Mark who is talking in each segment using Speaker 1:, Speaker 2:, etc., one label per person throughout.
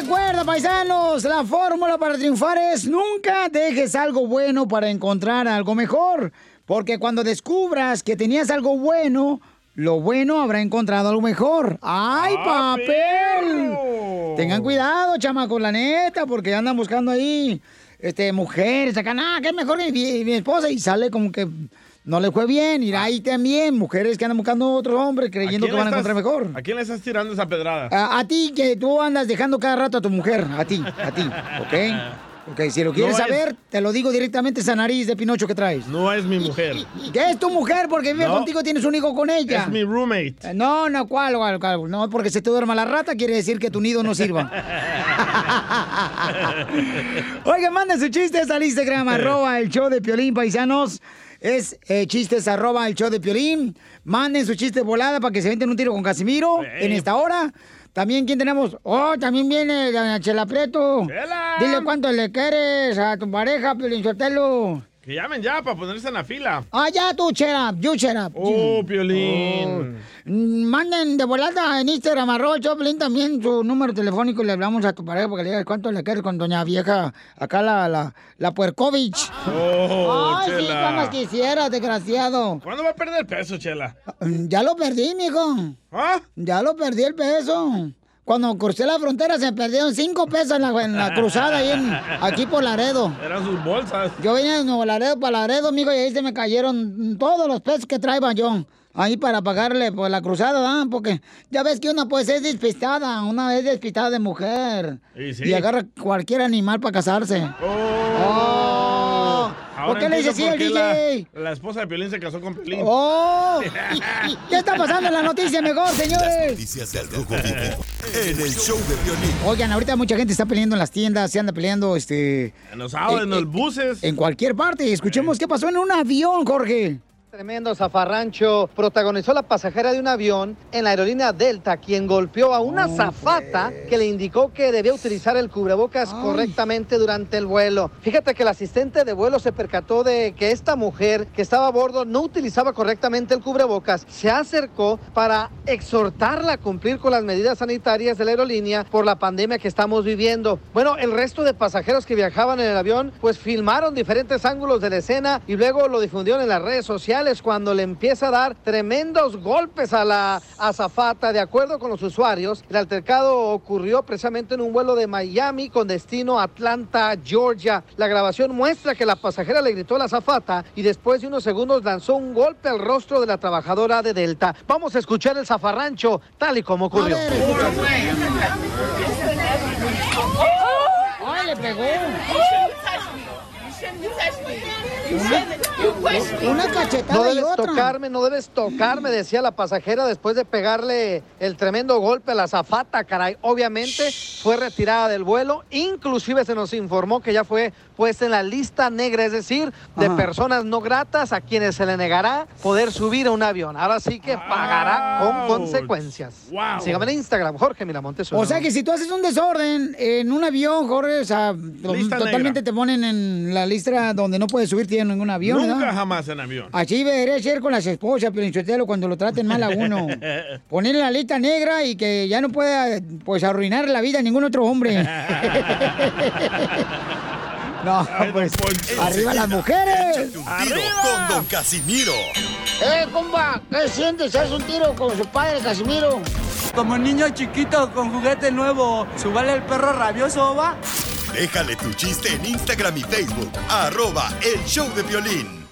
Speaker 1: recuerda, paisanos, la fórmula para triunfar es nunca dejes algo bueno para encontrar algo mejor. Porque cuando descubras que tenías algo bueno, lo bueno habrá encontrado algo mejor. ¡Ay,
Speaker 2: ¡Ah,
Speaker 1: papel!
Speaker 2: perro!
Speaker 1: Tengan cuidado, chamacos, la neta, porque andan buscando ahí este, mujeres acá. Ah, que es mejor que mi, mi esposa. Y sale como que no le fue bien. Y ahí también, mujeres que andan buscando otro hombre creyendo que
Speaker 3: Ah. quién
Speaker 1: van a
Speaker 3: le
Speaker 1: encontrar
Speaker 3: estás-
Speaker 1: mejor.
Speaker 3: ¿A quién le estás tirando esa pedrada?
Speaker 1: A, a ti que tú andas dejando cada rato a tu mujer, a ti, a ti, ¿ok? Ok, si lo quieres
Speaker 3: No es-
Speaker 1: saber, te lo digo directamente esa nariz de Pinocho que traes.
Speaker 3: No es mi mujer.
Speaker 1: ¿Qué es tu mujer? Porque vive
Speaker 3: No.
Speaker 1: contigo, tienes un hijo con ella.
Speaker 3: Es mi roommate.
Speaker 1: Eh, No, no, ¿cuál, cuál, cuál? No, porque se te duerma la rata quiere decir que tu nido no sirva. Oiga, manden sus chistes al Instagram, arroba el show de Piolín, paisanos. Es eh, chistes, arroba el show de Piolín. Manden sus chistes volada para que se venten un tiro con Casimiro en esta hora. También, ¿quién tenemos? Oh, también viene doña Chela Prieto. Dile cuánto le quieres a tu pareja, Piolín Sotelo.
Speaker 3: Que llamen ya para ponerse en la fila.
Speaker 1: Ah, ya tú, Chera, yo, Chera.
Speaker 3: Oh, Piolín.
Speaker 1: Mm, Manden de volada en Instagram, arroba el Choplin, también su número telefónico y le hablamos a tu pareja para que le digas cuánto le quieres con doña vieja, acá la, la, la Puercovich.
Speaker 3: Oh,
Speaker 1: Ay, sí,
Speaker 3: Chela.
Speaker 1: cuando quisiera, desgraciado.
Speaker 3: ¿Cuándo va a perder peso, Chela?
Speaker 1: Mm, Ya lo perdí, mijo.
Speaker 3: ¿Ah?
Speaker 1: Ya lo perdí el peso. Cuando crucé la frontera se perdieron cinco pesos en la, en la cruzada ahí en- aquí por Laredo.
Speaker 3: Eran sus bolsas.
Speaker 1: Yo vine de Nuevo Laredo para Laredo, amigo, y ahí se me cayeron todos los pesos que traía yo. Ahí para pagarle por la cruzada, ¿ah? porque ya ves que una pues es despistada, una es despistada de mujer.
Speaker 3: Y sí.
Speaker 1: Y agarra cualquier animal para casarse. Oh. ¿Por
Speaker 3: Ahora
Speaker 1: qué le dices así
Speaker 3: entiendo
Speaker 1: al
Speaker 3: por qué
Speaker 1: DJ?
Speaker 3: La, la esposa de Piolín se casó con Piolín.
Speaker 1: ¡Oh! ¿Qué está pasando en la noticia mejor, señores?
Speaker 4: Noticias del Rojo Vivo en el show de violín.
Speaker 1: Oigan, ahorita mucha gente está peleando en las tiendas, se anda peleando, este...
Speaker 3: En los autos, en los
Speaker 1: buses. En cualquier parte. Escuchemos qué pasó en un avión, Jorge.
Speaker 5: Tremendo zafarrancho protagonizó la pasajera de un avión en la aerolínea Delta, quien golpeó a una zafata que le indicó que debía utilizar el cubrebocas correctamente durante el vuelo. Fíjate que el asistente de vuelo se percató de que esta mujer que estaba a bordo no utilizaba correctamente el cubrebocas. Se acercó para exhortarla a cumplir con las medidas sanitarias de la aerolínea por la pandemia que estamos viviendo. Bueno, el resto de pasajeros que viajaban en el avión, pues filmaron diferentes ángulos de la escena y luego lo difundieron en las redes sociales cuando le empieza a dar tremendos golpes a la azafata. De acuerdo con los usuarios, el altercado ocurrió precisamente en un vuelo de Miami con destino a Atlanta, Georgia. La grabación muestra que la pasajera le gritó a la azafata y después de unos segundos lanzó un golpe al rostro de la trabajadora de Delta. Vamos a escuchar el zafarrancho tal y como ocurrió.
Speaker 1: ¡Ay, le pegó! Una cachetada
Speaker 5: No
Speaker 1: y
Speaker 5: debes
Speaker 1: otra.
Speaker 5: tocarme, no debes tocarme, decía la pasajera después de pegarle el tremendo golpe a la zafata, caray. Obviamente fue retirada del vuelo, inclusive se nos informó que ya fue puesta en la lista negra, es decir, de personas no gratas a quienes se le negará poder subir a un avión. Ahora sí que pagará con consecuencias. Sígame en Instagram, Jorge Miramontes. uno.
Speaker 1: O sea que si tú haces un desorden en un avión, Jorge, o sea, to-
Speaker 3: Lista
Speaker 1: totalmente te
Speaker 3: negra.
Speaker 1: ponen en la lista donde no puedes subirte en ningún avión.
Speaker 3: Nunca
Speaker 1: ¿verdad? Ah,
Speaker 3: jamás en avión.
Speaker 1: Así debería ser con las esposas, Pilinchotelo, cuando lo traten mal a uno. Ponerle la lista negra y que ya no pueda, pues, arruinar la vida a ningún otro hombre. no, pues, arriba las mujeres.
Speaker 4: Échate un tiro con Don Casimiro.
Speaker 1: ¡Eh, compa! ¿Qué sientes? ¿Haz un tiro con su padre, Casimiro?
Speaker 6: Como niño chiquito con juguete nuevo, subale el perro rabioso, va.
Speaker 4: Déjale tu chiste en Instagram y Facebook. Arroba el show de violín.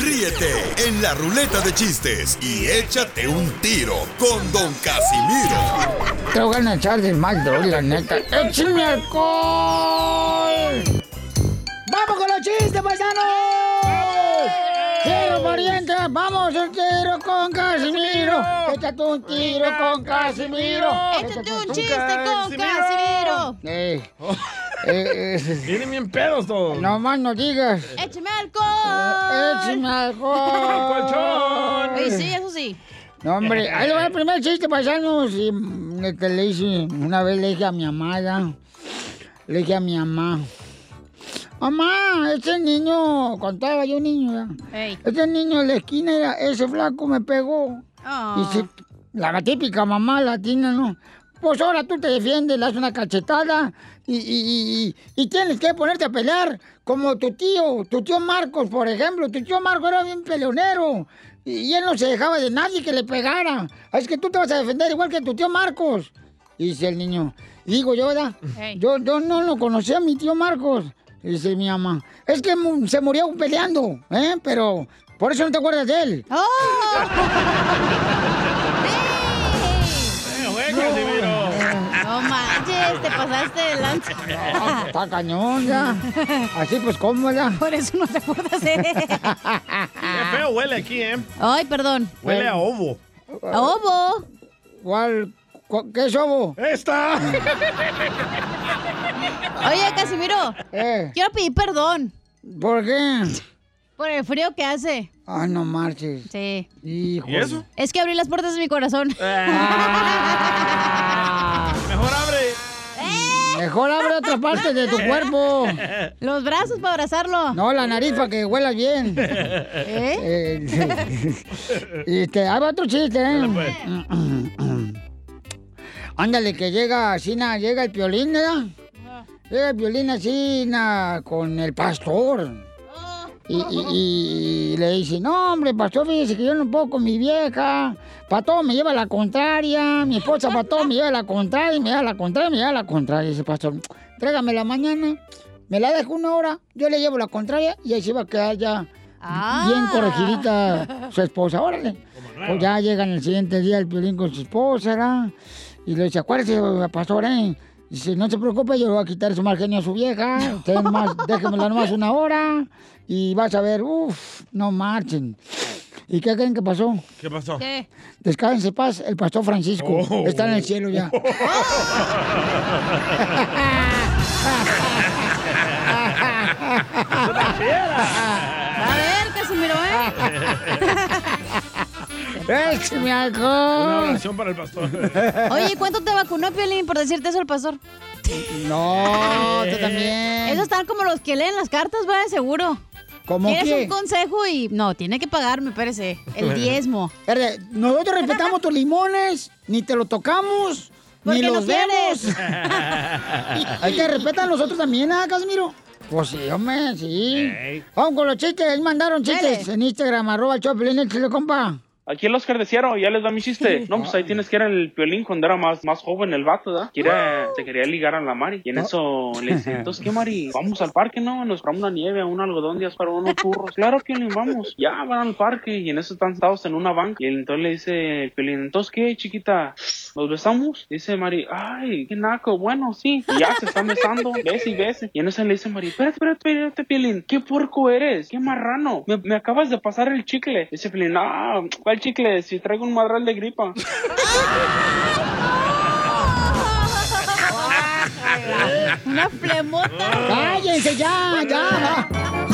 Speaker 4: Ríete en la ruleta de chistes y échate un tiro con Don Casimiro.
Speaker 1: Te voy a echar de mal, droga, la neta. ¡Échame alcohol! ¡Vamos con los chistes, paisanos! ¡Tiro, pariente! ¡Vamos, un tiro con Casimiro! ¡Échate un tiro con Casimiro! ¡Échate un chiste con Casimiro! Eh, eh,
Speaker 3: Oh. Vienen bien pedos todos.
Speaker 1: no más no digas.
Speaker 7: ¡Écheme alcohol!
Speaker 1: ¡Écheme alcohol!
Speaker 3: colchón!
Speaker 7: Oye, sí, eso sí.
Speaker 1: No, hombre, ahí le va el primer chiste, paisanos. Y mm, el que le hice, una vez le dije a mi amada, le dije a mi mamá, mamá, ese niño, contaba yo niño, ¿verdad?
Speaker 7: Ey.
Speaker 1: ese niño en la esquina, era, ese flaco me pegó.
Speaker 7: Oh.
Speaker 1: Y sí, la típica mamá latina, ¿no? Pues ahora tú te defiendes, le das una cachetada y, y- y- y tienes que ponerte a pelear. Como tu tío, tu tío Marcos, por ejemplo. Tu tío Marcos era bien peleonero y, y él no se dejaba de nadie que le pegara. "Ah, Es que tú te vas a defender igual que tu tío Marcos. Dice el niño. Digo yo, ¿verdad?
Speaker 7: Ey.
Speaker 1: Yo, yo no lo conocía a mi tío Marcos. Dice mi mamá. Es que mu- se murió peleando, ¿eh? Pero por eso no te acuerdas de él.
Speaker 7: No manches, te pasaste de lanza.
Speaker 1: Está cañón ya. Así pues, cómoda.
Speaker 7: Por eso no te acuerdas de
Speaker 3: Qué feo huele aquí, ¿eh?
Speaker 7: Ay, perdón.
Speaker 3: Huele a ovo.
Speaker 7: A
Speaker 1: Oh.
Speaker 7: Obo.
Speaker 1: ¿Cuál? cu- ¿Qué sobo?
Speaker 3: ¡Esta!
Speaker 7: Oye, Casimiro,
Speaker 1: Eh,
Speaker 7: quiero pedir perdón
Speaker 1: ¿Por qué?
Speaker 7: por el frío que hace.
Speaker 1: Ay, Ah, no marches.
Speaker 7: Sí.
Speaker 1: Hijo.
Speaker 3: ¿Y eso?
Speaker 7: Es que abrí las puertas de mi corazón.
Speaker 3: Ah. Mejor abre.
Speaker 1: Mejor abre otra parte de tu cuerpo.
Speaker 7: Los brazos para abrazarlo.
Speaker 1: No, la nariz para que huelas bien.
Speaker 7: ¿Eh?
Speaker 1: Eh, este, ahí va otro chiste, ¿eh?
Speaker 3: Pues,
Speaker 1: Ándale, que llega Sina, llega el piolín, ¿verdad? Llega el piolín así na, con el pastor. Y, y- y le dice, no, hombre, pastor, fíjese que yo no puedo con mi vieja. Para todo me lleva la contraria. Mi esposa para todo me lleva la contraria, me lleva la contraria, me lleva la contraria. Dice, pastor, tráigame la mañana, me la dejo una hora, yo le llevo la contraria y ahí se va a quedar ya
Speaker 7: Ah.
Speaker 1: bien corregidita su esposa. Órale. Pues ya llegan el siguiente día el piolín con su esposa, ¿verdad? Y le dice, acuérdese, pastor, ¿eh? Dice, no se preocupe, yo le voy a quitar su mal genio a su vieja. Usted nomás, déjemela nomás una hora y vas a ver, uff, no marchen. ¿Y qué creen que pasó?
Speaker 3: ¿Qué pasó?
Speaker 7: ¿Qué?
Speaker 1: Descanse en paz, el pastor Francisco.
Speaker 3: Oh.
Speaker 1: Está en el cielo ya. ¡Ah! ¡Ah!
Speaker 7: A ver, Casimiro, ¿eh?
Speaker 1: ¡Écheme
Speaker 3: Una
Speaker 1: alcohol!
Speaker 3: oración para el pastor.
Speaker 7: Oye, ¿cuánto te vacunó, Piolín, por decirte eso al pastor?
Speaker 1: No, tú también.
Speaker 7: Esos están como los que leen las cartas, va, de seguro.
Speaker 1: ¿Cómo
Speaker 7: ¿Quieres
Speaker 1: qué?
Speaker 7: un consejo y... No, tiene que pagarme, parece. El diezmo.
Speaker 1: Espérate, Nosotros respetamos tus limones, ni te lo tocamos,
Speaker 7: ¿Por
Speaker 1: ni
Speaker 7: qué no
Speaker 1: los vemos. Hay que respetar a nosotros también, ¿ah, Casimiro? Pues sí, hombre, sí.
Speaker 3: Ey.
Speaker 1: Vamos con los chistes, ahí mandaron chistes
Speaker 7: Dale.
Speaker 1: en Instagram, arroba el Choplin, el chile, compa.
Speaker 2: Aquí el Oscar de Ciaro, ya les da mi chiste. No, pues ahí tienes que era el violín cuando era más, más joven el vato, ¿da? Que era- se quería ligar a la Mari. Y en eso le dice, entonces, ¿qué Mari? Vamos al parque, ¿no? Nos compramos una nieve, un algodón, días para unos churros. Claro, Piolín, vamos. Ya, van al parque. Y en eso están sentados en una banca. Y entonces le dice el Piolín, entonces, ¿qué, chiquita? ¿Nos besamos? Dice Mari, ay, qué naco, bueno, sí. Y ya se están besando, besa y besa. Y en eso le dice Mari, espérate, espérate, espérate, Piolín, qué puerco eres, qué marrano. Me, me acabas de pasar el chicle. Dice Piolín, ah, ¿cuál chicle? Si traigo un madral de gripa.
Speaker 7: Una flemota.
Speaker 1: ¡Cállense ya, ya! va.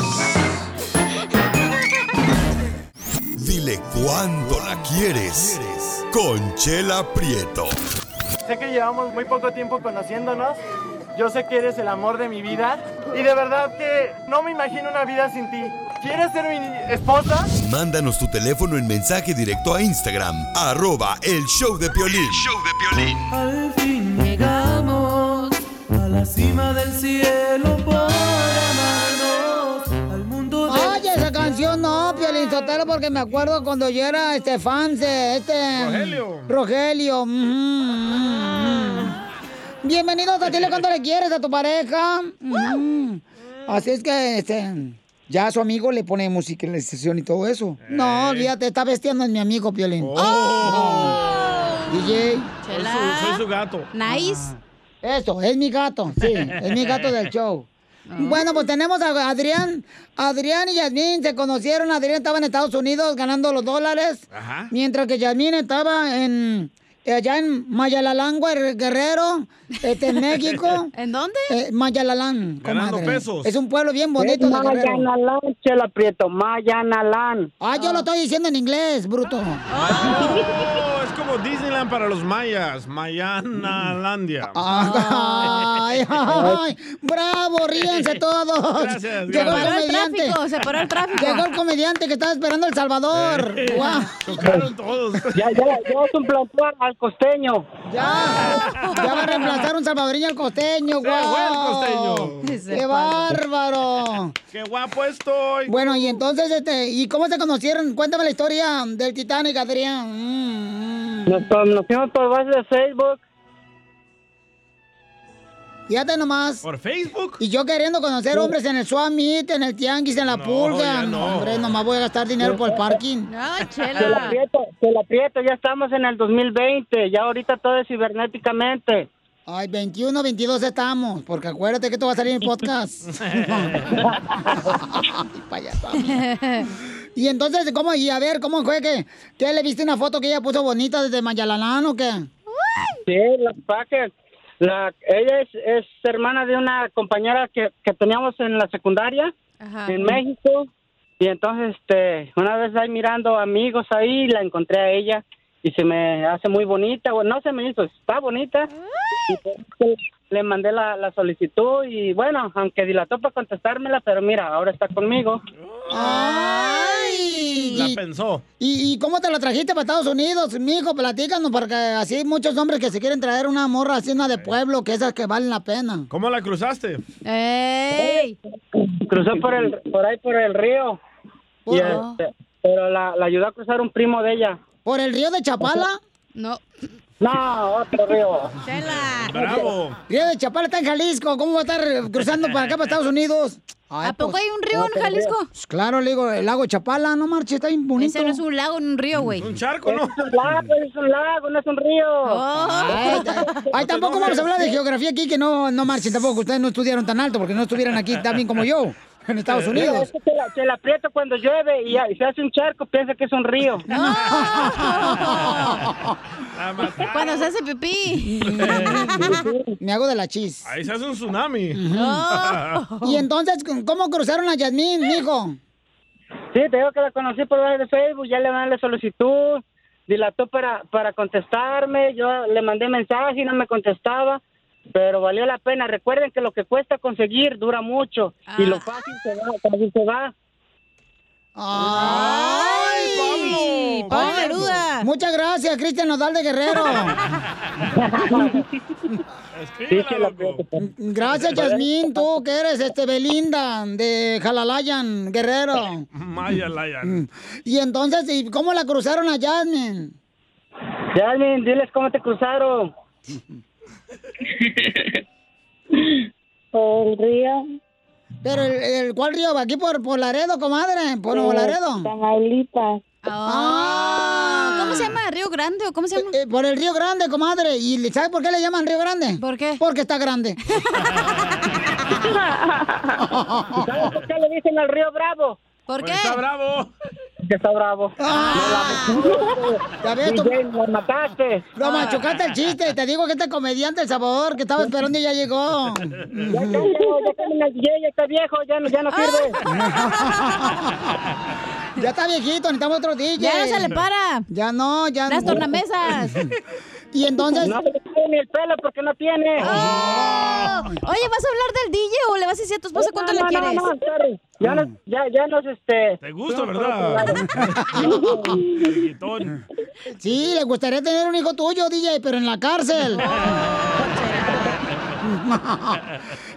Speaker 4: Dile cuándo la quieres. Conchela Prieto.
Speaker 8: Sé que llevamos muy poco tiempo conociéndonos. Yo sé que eres el amor de mi vida. Y de verdad que no me imagino una vida sin ti. ¿Quieres ser mi esposa?
Speaker 4: Mándanos tu teléfono en mensaje directo a Instagram. Arroba el show de Piolín.
Speaker 6: Al fin llegamos a la cima del cielo por amarnos al mundo
Speaker 1: Oye, esa canción no, Piolín Sotelo, porque me acuerdo cuando yo era este fan de este...
Speaker 3: Rogelio.
Speaker 1: Rogelio. ujú, ujú, ujú. Bienvenidos a Dile cuando le quieres a tu pareja. Ujú. Así es que este, ya a su amigo le pone musicalización y todo eso. No, olvídate, está bestiando en mi amigo, Piolín. No. DJ,
Speaker 3: Soy su, soy su gato.
Speaker 7: Nice.
Speaker 1: Ah, eso, es mi gato, sí, es mi gato del show. Bueno, pues tenemos a Adrián. Adrián y Yasmín se conocieron. Adrián estaba en Estados Unidos ganando los dólares.
Speaker 3: Ajá.
Speaker 1: Mientras que Yasmín estaba en allá en Mayalalangua, el Guerrero, este, en México.
Speaker 7: ¿En dónde?
Speaker 1: Eh, Mayalalán,
Speaker 3: Ganando
Speaker 1: comadre.
Speaker 3: pesos.
Speaker 1: Es un pueblo bien bonito de Guerrero.
Speaker 9: Mayanalán, Chela Prieto, Mayanalán.
Speaker 1: Ah, yo lo estoy diciendo en inglés, bruto.
Speaker 3: Oh, es como como Disneyland para los mayas, Ah, Mayanalandia.
Speaker 1: Ah, Ay, ay, bravo, ríense todos.
Speaker 3: Gracias,
Speaker 1: Llegó
Speaker 7: Paró
Speaker 1: el
Speaker 3: gracias.
Speaker 7: el
Speaker 1: comediante.
Speaker 7: tráfico, se paró el tráfico.
Speaker 1: Llegó el comediante que estaba esperando El Salvador. Guau.
Speaker 3: Tocaron todos.
Speaker 9: Ya, ya, ya suplantó al- al costeño.
Speaker 1: Ya, ya va a reemplazar un salvadoreño al costeño,
Speaker 3: Se fue el
Speaker 1: guau.
Speaker 3: costeño.
Speaker 7: Se
Speaker 1: ¡Qué
Speaker 7: fue.
Speaker 1: bárbaro!
Speaker 3: ¡Qué guapo estoy!
Speaker 1: Bueno, y entonces, este, ¿y cómo se conocieron? Cuéntame la historia del Titanic, Adrián. Mm, mm.
Speaker 9: Nos conocimos por base de Facebook.
Speaker 1: Fíjate nomás.
Speaker 3: ¿Por Facebook? Uh.
Speaker 1: Y yo queriendo conocer hombres en el Swap Meet, en el Tianguis, en la
Speaker 3: No,
Speaker 1: Pulga.
Speaker 3: ya no.
Speaker 1: Hombre, nomás voy a gastar dinero por el parking.
Speaker 7: No,
Speaker 9: Se la
Speaker 7: chela.
Speaker 9: aprieto, se la aprieto. Ya estamos en el 2020. Ya ahorita todo es cibernéticamente.
Speaker 1: Ay, 21, 22 estamos, porque acuérdate que esto va a salir en podcast. Ay, payasa. y entonces, ¿cómo? Y a ver, ¿cómo fue que, que le viste una foto que ella puso bonita desde Mayalanán o qué?
Speaker 9: Sí, la Packer. La, ella es, es hermana de una compañera que, que teníamos en la secundaria
Speaker 7: Ajá.
Speaker 9: en México. Y entonces, este, una vez ahí mirando amigos ahí, la encontré a ella y se me hace muy bonita. Bueno, no se me hizo, está bonita. Y por eso le mandé la, la solicitud y bueno, aunque dilató para contestármela, pero mira, ahora está conmigo.
Speaker 1: ¡Ay!
Speaker 3: La
Speaker 1: Y-
Speaker 3: pensó.
Speaker 1: ¿Y, y cómo te la trajiste para Estados Unidos, mijo? Platícanos, porque así hay muchos hombres que se quieren traer una morra así, una de pueblo, que esas que valen la pena.
Speaker 3: ¿Cómo la cruzaste?
Speaker 7: ¡Ey!
Speaker 9: Cruzó por, el, por ahí por el río.
Speaker 1: Por,
Speaker 9: Y, este, pero la, la ayudó a cruzar un primo de ella.
Speaker 1: por el río de Chapala.
Speaker 7: No.
Speaker 9: No, otro río.
Speaker 7: Chela.
Speaker 3: ¡Bravo!
Speaker 1: Río de Chapala está en Jalisco. ¿Cómo va a estar eh, cruzando para acá, para Estados Unidos? Ay,
Speaker 7: ¿A poco
Speaker 1: pues,
Speaker 7: hay un río en Jalisco?
Speaker 1: pues, claro, le digo, el lago Chapala, no marches, está bien bonito.
Speaker 7: Ese no es un lago, un río, güey.
Speaker 3: Un charco, ¿no?
Speaker 9: Es un lago, es un lago, no es un río.
Speaker 7: Oh,
Speaker 1: Ay, ta- ay, tampoco vamos a hablar de geografía aquí, que no, no marchen tampoco. Ustedes no estudiaron tan alto porque no estuvieran aquí tan bien como yo, en Estados
Speaker 9: Mira,
Speaker 1: Unidos.
Speaker 9: es que se la, se la aprieta cuando llueve y, y se hace un charco, piensa que es un río.
Speaker 3: La mataron.
Speaker 7: cuando se hace pipí.
Speaker 1: Me hago de la chis.
Speaker 3: Ahí se hace un tsunami.
Speaker 7: No.
Speaker 1: Y entonces, ¿cómo cruzaron a Yasmín, mijo?
Speaker 9: Sí, te digo que la conocí por medio de Facebook, ya le mandé la solicitud, dilató para, para contestarme, yo le mandé mensaje y no me contestaba, pero valió la pena. Recuerden que lo que cuesta conseguir dura mucho y
Speaker 7: Ah.
Speaker 9: lo fácil se va, fácil se va.
Speaker 1: ¡Ay,
Speaker 7: Pablo! Pablo Neruda.
Speaker 1: Muchas gracias, Cristian Nodal de Guerrero.
Speaker 9: Sí, se la
Speaker 3: Escríbela,
Speaker 9: aprieto.
Speaker 3: loco.
Speaker 1: Gracias, Yasmín, tú que eres este Belinda de Jalalayan, Guerrero.
Speaker 3: Maya Lion.
Speaker 1: Y entonces, ¿y cómo la cruzaron a Yasmín?
Speaker 9: Jasmine, diles cómo te cruzaron.
Speaker 10: Por el río.
Speaker 1: Pero el, el- ¿cuál río? ¿Aquí por, por Laredo, comadre? ¿Por Nuevo
Speaker 10: eh,
Speaker 1: Laredo?
Speaker 10: Tamaulipas.
Speaker 7: Oh, ¿Cómo se llama? ¿Río Grande o cómo se llama?
Speaker 1: Eh, por el río Grande, comadre. ¿Y le- sabes por qué le llaman río Grande?
Speaker 7: ¿Por qué?
Speaker 1: Porque está grande.
Speaker 9: ¿Sabes por qué le dicen al río Bravo?
Speaker 7: ¿Por
Speaker 3: Porque
Speaker 7: qué?
Speaker 3: Está bravo.
Speaker 9: Que está bravo.
Speaker 1: Ah. Ya ves, tú-
Speaker 9: DJ, lo mataste. Ah.
Speaker 1: lo machucaste el chiste. Te digo que este comediante, El Salvador, que estaba esperando y ya llegó.
Speaker 9: Ya está, ya, ya camina el DJ, ya está viejo, ya no, ya no sirve.
Speaker 1: Ya está viejito, necesitamos otro DJ.
Speaker 7: Ya no se le para.
Speaker 1: Ya no, ya
Speaker 7: Las
Speaker 1: no.
Speaker 7: tornamesas.
Speaker 1: Y entonces...
Speaker 9: No se le cae ni el pelo porque no tiene.
Speaker 7: Oh. Oye, ¿vas a hablar del DJ o le vas a decir a tu esposa cuánto
Speaker 9: no,
Speaker 7: le
Speaker 9: no,
Speaker 7: quieres?
Speaker 9: No, no, sorry. Ya
Speaker 1: Mm.
Speaker 9: nos, ya, ya nos, este...
Speaker 3: Te gusta, ¿verdad? Periquitón.
Speaker 1: Sí, le gustaría tener un hijo tuyo, DJ, pero en la cárcel.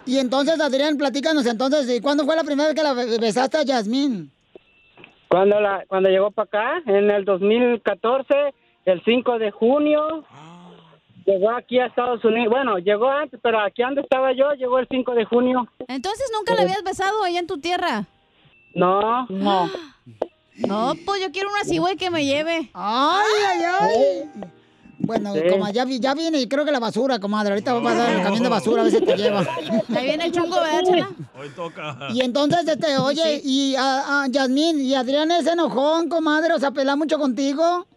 Speaker 1: y entonces, Adrián, platícanos entonces, ¿y ¿cuándo fue la primera vez que la be- besaste a Yasmín?
Speaker 9: Cuando, la, cuando llegó para acá, en el 2014, el 5 de junio, llegó aquí a Estados Unidos. Bueno, llegó antes, pero aquí donde estaba yo, llegó el 5 de junio.
Speaker 7: Entonces nunca la habías besado allá en tu tierra.
Speaker 9: No, no.
Speaker 7: No, pues yo quiero una así, güey, que me lleve.
Speaker 1: ¡Ay, ay, ay! Bueno, coma, ya, vi- ya viene y creo que la basura, comadre. Ahorita va a pasar el camión de basura, a veces te lleva.
Speaker 7: Ahí viene el chungo, ¿verdad, chela?
Speaker 3: Hoy toca.
Speaker 1: Y entonces, este, oye, y a, a Yasmín, ¿y Adrián es enojón, comadre? ¿O sea, pelea mucho contigo?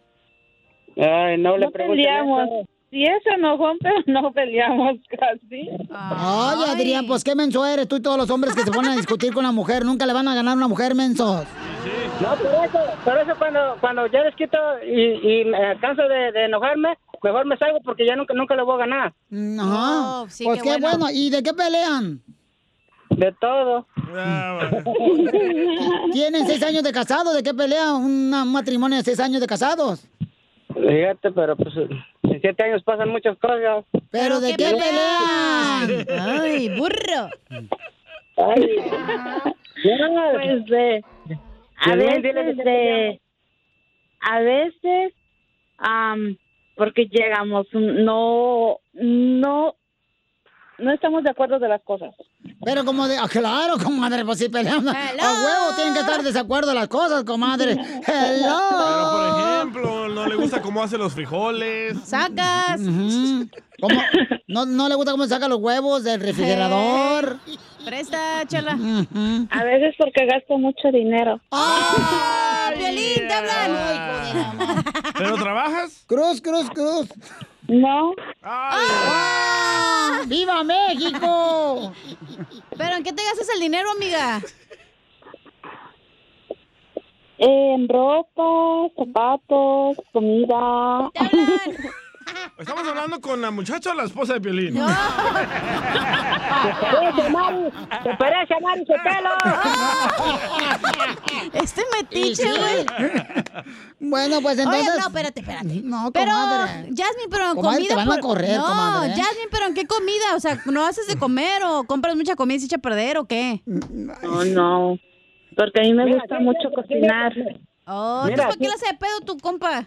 Speaker 9: Ay, no le
Speaker 10: No
Speaker 9: preguntes
Speaker 10: peleamos.
Speaker 9: eso.
Speaker 10: Sí es enojón, pero no peleamos casi.
Speaker 1: Ay, Adrián, pues qué menso eres tú y todos los hombres que se ponen a discutir con la mujer. Nunca le van a ganar a una mujer, mensos.
Speaker 3: Sí.
Speaker 9: No, por eso, por eso cuando, cuando ya les quito y, y me canso de, de enojarme, mejor me salgo porque ya nunca, nunca lo voy a ganar.
Speaker 1: Ajá. pues qué bueno. ¿Y de qué pelean?
Speaker 9: De todo.
Speaker 1: ¿Tienen seis años de casados? ¿De qué pelea un matrimonio de seis años de casados?
Speaker 9: Fíjate, pero pues en siete años pasan muchas cosas.
Speaker 1: ¿Pero de qué pelean?
Speaker 7: Ay, burro.
Speaker 9: Ay,
Speaker 10: Pues de... A
Speaker 9: Dile, dile
Speaker 10: veces
Speaker 9: que te
Speaker 10: de... A veces... am, porque llegamos, no... No... No estamos de acuerdo de las cosas.
Speaker 1: Pero como de, ah, claro, comadre, pues si pelean. A huevo tienen que estar de desacuerdo las cosas, comadre.
Speaker 3: Pero
Speaker 1: Hello.
Speaker 3: por ejemplo, no le gusta cómo hace los frijoles.
Speaker 1: ¡Sacas! ¿Cómo? ¿No, ¿No le gusta cómo saca los huevos del refrigerador?
Speaker 7: Presta, chela.
Speaker 10: A veces porque gasto mucho dinero.
Speaker 11: Ah.
Speaker 7: Violín, te hablan.
Speaker 3: ¿Pero trabajas?
Speaker 1: Cruz, cruz, cruz.
Speaker 10: No.
Speaker 1: ¡Ah! ¡Viva México!
Speaker 7: ¿Pero en qué te gastas el dinero, amiga?
Speaker 10: En ropa, zapatos, comida.
Speaker 3: Estamos hablando con la muchacha o la esposa de Piolín.
Speaker 9: parece, Mari? ¿Te parece, Mari, su
Speaker 7: pelo? Este
Speaker 1: Y sí.
Speaker 7: metiche, güey.
Speaker 1: Bueno, pues entonces.
Speaker 7: Oye, no, espérate, espérate.
Speaker 1: No,
Speaker 7: pero,
Speaker 1: comadre.
Speaker 7: Jasmine, pero en
Speaker 1: Comadre,
Speaker 7: comida...
Speaker 1: te van a
Speaker 7: por-
Speaker 1: correr,
Speaker 7: No,
Speaker 1: comadre, ¿eh?
Speaker 7: Jasmine, pero ¿en qué comida? O sea, ¿no haces de comer o compras mucha comida y se echa a perder o qué?
Speaker 10: No, no. Porque a mí me
Speaker 9: Mira,
Speaker 10: gusta
Speaker 9: yo-
Speaker 10: mucho
Speaker 9: yo-
Speaker 10: cocinar.
Speaker 7: Oh, ¿entonces
Speaker 9: Mira,
Speaker 7: ¿para qué
Speaker 9: tú-
Speaker 7: la hace de pedo tu compa?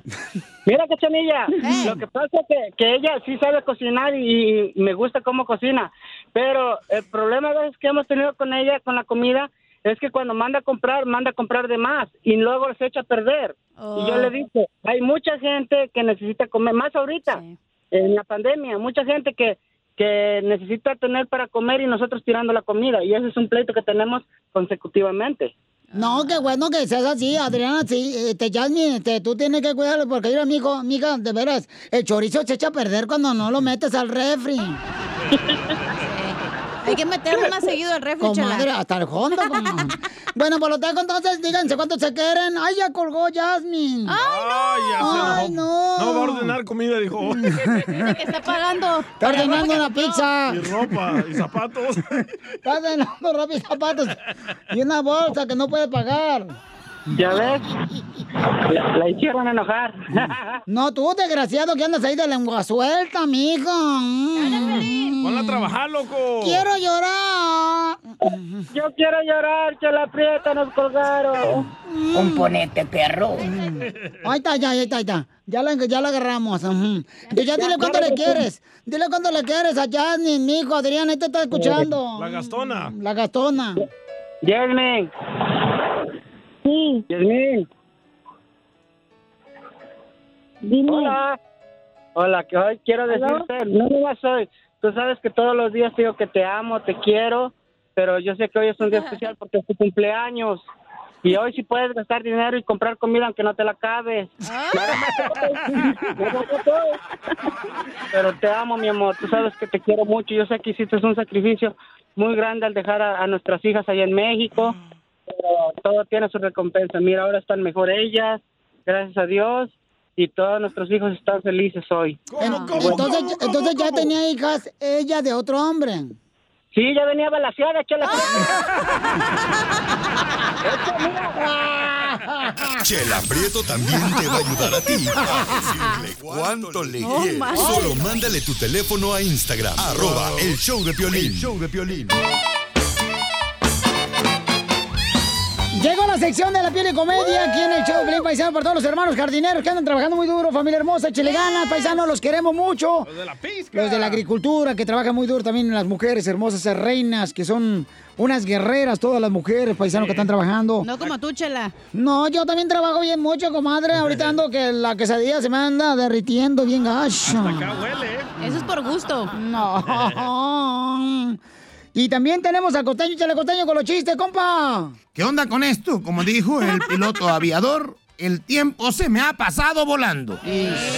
Speaker 9: Mira, cachanilla, lo que pasa es que, que ella sí sabe cocinar y, y me gusta cómo cocina, pero el problema a veces que hemos tenido con ella, con la comida, es que cuando manda a comprar, manda a comprar de más y luego se echa a perder. Y yo le dije, hay mucha gente que necesita comer, más ahorita, en la pandemia, mucha gente que, que necesita tener para comer y nosotros tirando la comida. Y ese es un pleito que tenemos consecutivamente.
Speaker 7: Ah.
Speaker 1: No, qué bueno que seas así, Adriana, sí, este, Jasmine, este, tú tienes que cuidarlo porque mira, mijo, amiga, de veras, el chorizo se echa a perder cuando no lo metes al refri.
Speaker 7: Hay que meterlo más seguido al refri,
Speaker 1: Comadre,
Speaker 7: chela.
Speaker 1: hasta el fondo, comadre. Bueno, por lo tanto, entonces, díganse cuántos se quieren. ¡Ay, ya colgó Jasmine!
Speaker 3: ¡Ay, ya se enojó.
Speaker 1: ¡Ay, no!
Speaker 3: No va a ordenar comida, dijo.
Speaker 7: Dice que está pagando.
Speaker 1: Está ordenando una pizza.
Speaker 3: Y ropa, y zapatos.
Speaker 1: Está ordenando ropa y zapatos. Y una bolsa que no puede pagar.
Speaker 9: Ya ves, la, la hicieron enojar.
Speaker 1: No, tú, desgraciado, que andas ahí de lengua suelta, mijo. Mm.
Speaker 3: Ponla a trabajar, loco.
Speaker 1: Quiero llorar.
Speaker 9: Yo quiero llorar, que la prieta nos colgaron.
Speaker 1: Mm. Componente, perro.
Speaker 3: Mm.
Speaker 1: Ahí está, ya, ahí está, ahí está. Ya la, ya la agarramos. ujú. Yo ya dile cuánto le quieres. Dile cuánto le quieres a Jasmine, mijo. Adrián, ahí te está escuchando.
Speaker 3: La gastona.
Speaker 1: La gastona.
Speaker 9: Yasmin.
Speaker 10: Sí,
Speaker 9: Yasmin.
Speaker 10: dime.
Speaker 9: Hola. Hola, que hoy quiero
Speaker 10: ¿Aló?
Speaker 9: decirte, no me vas hoy. Tú sabes que todos los días te digo que te amo, te quiero, pero yo sé que hoy es
Speaker 10: Ah.
Speaker 9: un día especial porque es tu cumpleaños. Y hoy sí puedes gastar dinero y comprar comida aunque no te la acabes. Nada
Speaker 10: Ah.
Speaker 9: más hoy, nada más hoy. Pero te amo, mi amor. Tú sabes que te quiero mucho. Yo sé que hiciste un sacrificio muy grande al dejar a, a nuestras hijas allá en México. Pero todo tiene su recompensa. Mira, ahora están mejor ellas, gracias a Dios. Y todos nuestros hijos están felices hoy.
Speaker 1: En- Ah. entonces, entonces ya tenía hijas ella de otro hombre. Ah.
Speaker 9: Sí, ya venía balaseada, chela.
Speaker 4: Chela Prieto también te va a ayudar a ti a decirle cuánto le
Speaker 7: No
Speaker 4: quieres.
Speaker 7: manches.
Speaker 4: Solo mándale tu teléfono a Instagram, arroba Oh. el show de Piolín.
Speaker 1: Llegó la sección de la piel y comedia aquí en el show de Pelín Paisano para todos los hermanos jardineros que andan trabajando muy duro, familia hermosa, chile ganas, paisanos, los queremos mucho.
Speaker 3: Los de la pizca.
Speaker 1: Los de la agricultura que trabajan muy duro también, las mujeres hermosas, esas reinas que son unas guerreras, todas las mujeres, paisanos que están trabajando.
Speaker 7: No como tú, chela.
Speaker 1: No, yo también trabajo bien mucho, comadre. Ahorita ando que la quesadilla se me anda derritiendo bien gacho.
Speaker 3: Acá
Speaker 12: ¿eh?
Speaker 3: huele.
Speaker 7: Eso es por gusto.
Speaker 1: No. Y también tenemos al costeño, chale costeño con los chistes, compa.
Speaker 12: ¿Qué onda con esto? Como dijo el piloto aviador, el tiempo se me ha pasado volando.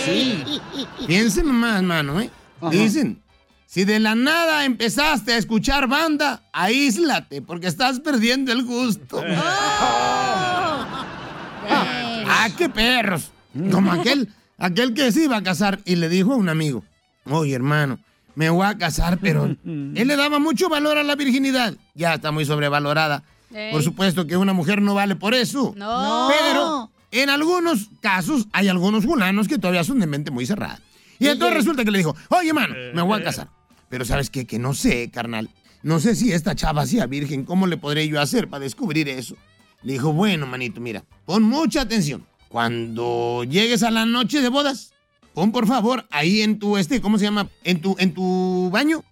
Speaker 1: sí.
Speaker 12: Piensen nomás, mano, ¿eh? Dicen, si de la nada empezaste a escuchar banda, aíslate, porque estás perdiendo el gusto. ¡Ah, qué perros! Como aquel, aquel que se iba a casar y le dijo a un amigo, oye hermano, me voy a casar, pero él le daba mucho valor a la virginidad. Ya está muy sobrevalorada.
Speaker 13: Ey.
Speaker 12: Por supuesto que una mujer no vale por eso.
Speaker 13: No.
Speaker 12: Pero en algunos casos hay algunos fulanos que todavía son de mente muy cerrada. Y entonces resulta que le dijo, oye, mano, me voy a casar. Pero ¿sabes qué? Que no sé, carnal. No sé si esta chava sea virgen. ¿Cómo le podré yo hacer para descubrir eso? Le dijo, bueno, manito, mira, pon mucha atención. Cuando llegues a la noche de bodas, pon por favor ahí en tu, este, ¿cómo se llama? En tu, en tu baño,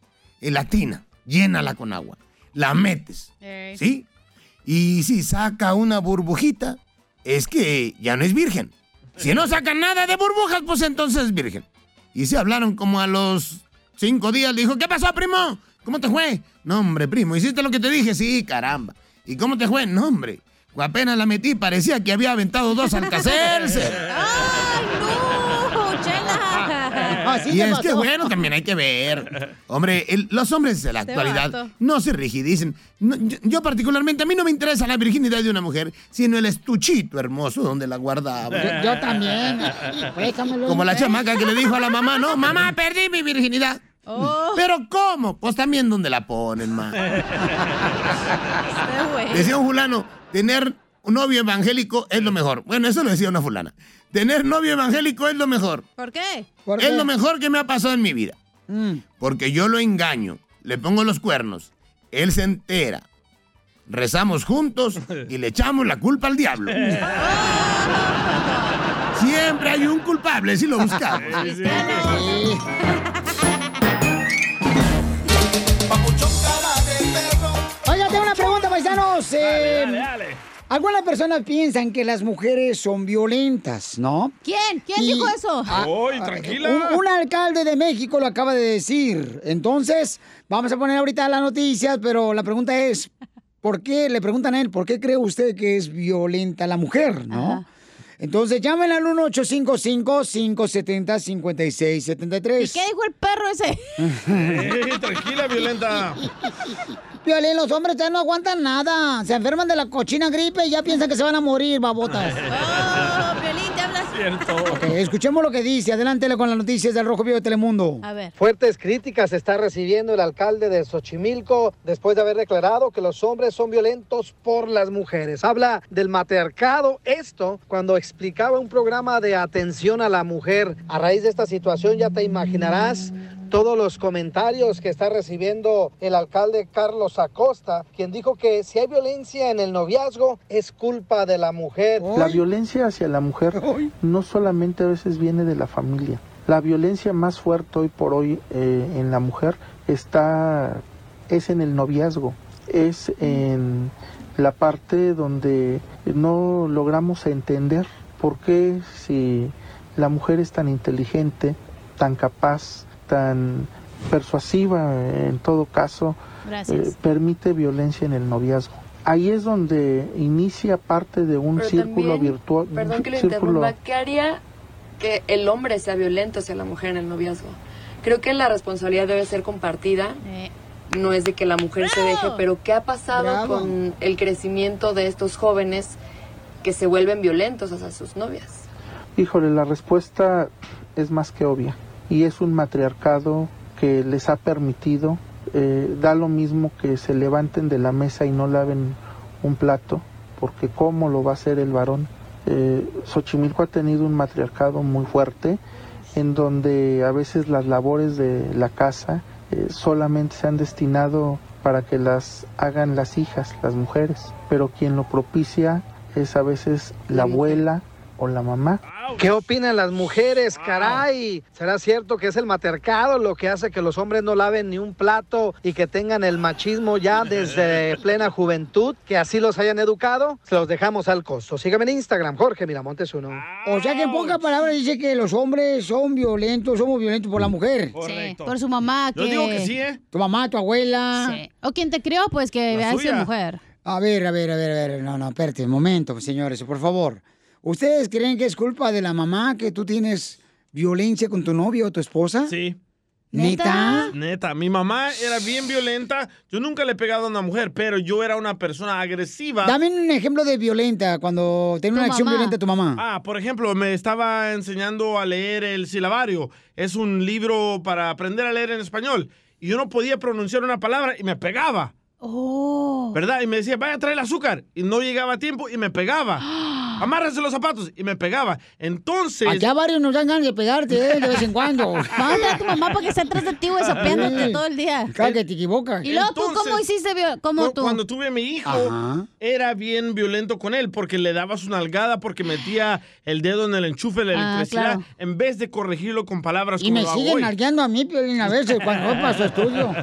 Speaker 12: en la tina. Llénala con agua. La metes. ¿Sí? Y si saca una burbujita, es que ya no es virgen. Si no saca nada de burbujas, pues entonces es virgen. Y se hablaron como a los cinco días. Le dijo, ¿qué pasó, primo? ¿Cómo te fue? No, hombre, primo, ¿hiciste lo que te dije? Sí, caramba. ¿Y cómo te fue? No, hombre. Apenas la metí, parecía que había aventado dos al
Speaker 7: Uh,
Speaker 13: ¡No, chela!
Speaker 12: y es que bueno, también hay que ver. Hombre, el- los hombres de la
Speaker 13: Este
Speaker 12: actualidad
Speaker 13: vato.
Speaker 12: no se rigidicen. No, yo, yo particularmente, a mí no me interesa la virginidad de una mujer, sino el estuchito hermoso donde la guardaba.
Speaker 1: Yo, yo también. Préstamelo.
Speaker 12: Ah,
Speaker 1: ¿eh?
Speaker 12: Como la chamaca que le dijo a la mamá, no, mamá, perdí mi virginidad.
Speaker 1: Oh.
Speaker 12: Pero ¿cómo? Pues también donde la ponen, ma. Decía un fulano, tener un novio evangélico es lo mejor. Bueno, eso lo decía una fulana. Tener novio evangélico es lo mejor.
Speaker 7: ¿Por qué?
Speaker 12: Es lo mejor que me ha pasado en mi vida.
Speaker 1: Mm.
Speaker 12: Porque yo lo engaño, le pongo los cuernos, él se entera, rezamos juntos y le echamos la culpa al diablo. Siempre hay un culpable si lo buscamos.
Speaker 1: Oiga, tengo una pregunta, paisanos. Eh,
Speaker 13: dale, dale.
Speaker 1: Algunas personas piensan que las mujeres son violentas, ¿no?
Speaker 7: ¿Quién? ¿Quién
Speaker 1: Y-
Speaker 7: dijo eso?
Speaker 1: Ah,
Speaker 13: Ay,
Speaker 1: ah,
Speaker 13: tranquila.
Speaker 1: Un, un alcalde de México lo acaba de decir. Entonces, vamos a poner ahorita las noticias, pero la pregunta es, ¿por qué? Le preguntan a él, ¿por qué cree usted que es violenta la mujer, no? Entonces, llamen al 1-855-570-5673.
Speaker 7: ¿Qué dijo el perro ese?
Speaker 3: Ey, tranquila, Violenta.
Speaker 1: Violín, los hombres ustedes no aguantan nada. Se enferman de la cochina gripe y ya piensan que se van a morir, babotas.
Speaker 7: Violín, Oh, te hablas.
Speaker 1: Ok, escuchemos lo que dice. Adelántele con las noticias del Rojo Vivo de Telemundo.
Speaker 7: A ver.
Speaker 5: Fuertes críticas está recibiendo el alcalde de Xochimilco después de haber declarado que los hombres son violentos por las mujeres. Habla del matriarcado, esto cuando explicaba un programa de atención a la mujer. A raíz de esta situación ya te imaginarás todos los comentarios que está recibiendo el alcalde Carlos Acosta, quien dijo que si hay violencia en el noviazgo es culpa de la mujer.
Speaker 14: La violencia hacia la mujer no solamente a veces viene de la familia. La violencia más fuerte hoy por hoy eh, en la mujer está es en el noviazgo, es en la parte donde no logramos entender por qué si la mujer es tan inteligente, tan capaz, tan persuasiva eh, en todo caso,
Speaker 13: Gracias.
Speaker 14: eh, permite violencia en el noviazgo. Ahí es donde inicia parte de un
Speaker 15: Pero
Speaker 14: círculo
Speaker 15: también,
Speaker 14: virtuoso.
Speaker 15: Perdón que lo interrumpa. ¿Qué haría que el hombre sea violento hacia la mujer en el noviazgo? Creo que la responsabilidad debe ser compartida. No es de que la mujer se deje, pero ¿qué ha pasado
Speaker 16: Bravo.
Speaker 15: con el crecimiento de estos jóvenes que se vuelven violentos hacia sus novias?
Speaker 14: Híjole, la respuesta es más que obvia. Y es un matriarcado que les ha permitido, eh, da lo mismo que se levanten de la mesa y no laven un plato, porque ¿cómo lo va a hacer el varón? Eh, Xochimilco ha tenido un matriarcado muy fuerte, en donde a veces las labores de la casa eh, solamente se han destinado para que las hagan las hijas, las mujeres, pero quien lo propicia es a veces la abuela o la mamá.
Speaker 5: ¿Qué opinan las mujeres? Caray, ¿será cierto que es el matercado lo que hace que los hombres no laven ni un plato y que tengan el machismo ya desde plena juventud? Que así los hayan educado, se los dejamos al costo. Sígueme en Instagram, Jorge Miramontes uno.
Speaker 1: O sea que en pocas palabras dice que los hombres son violentos, somos violentos por la mujer.
Speaker 7: Sí, por su mamá. Que...
Speaker 3: ¿eh?
Speaker 1: Tu mamá, tu abuela.
Speaker 7: Sí. O quien te crió, pues que
Speaker 1: La
Speaker 7: vea esa
Speaker 1: suya.
Speaker 7: mujer.
Speaker 1: A ver, a ver, a ver, a ver. No, no, espérate, un momento, señores, por favor. ¿Ustedes creen que es culpa de la mamá que tú tienes violencia con tu novio o tu esposa? Sí. ¿Neta?
Speaker 3: Neta, mi mamá era bien violenta. Yo nunca le he pegado a una mujer, pero yo era una persona agresiva.
Speaker 1: Dame un ejemplo de violenta, cuando tiene una acción violenta tu mamá.
Speaker 3: Ah, por ejemplo, me estaba enseñando a leer el silabario. Es un libro para aprender a leer en español. Y yo no podía pronunciar una palabra y me pegaba.
Speaker 7: Oh.
Speaker 3: ¿Verdad? Y me decía, vaya a traer el azúcar. Y no llegaba a tiempo y me pegaba. Amárrese los zapatos. Y me pegaba. Entonces.
Speaker 1: Acá varios nos dan ganas de pegarte, ¿eh? De vez en cuando.
Speaker 7: Manda a tu mamá para que esté atrás de ti, güey, sopeándote todo el día.
Speaker 1: Claro que te equivocas.
Speaker 7: Y luego, ¿tú cómo hiciste? vio- ¿Cómo
Speaker 3: cu-
Speaker 7: tú?
Speaker 3: Cuando tuve a mi hijo, era bien violento con él porque le daba su nalgada, porque metía el dedo en el enchufe de la
Speaker 1: Ah,
Speaker 3: electricidad
Speaker 1: claro.
Speaker 3: en vez de corregirlo con palabras
Speaker 1: Y
Speaker 3: como
Speaker 1: me
Speaker 3: lo hago
Speaker 1: siguen
Speaker 3: hoy.
Speaker 1: nalgueando a mí, Piolín, a veces, cuando voy para su estudio.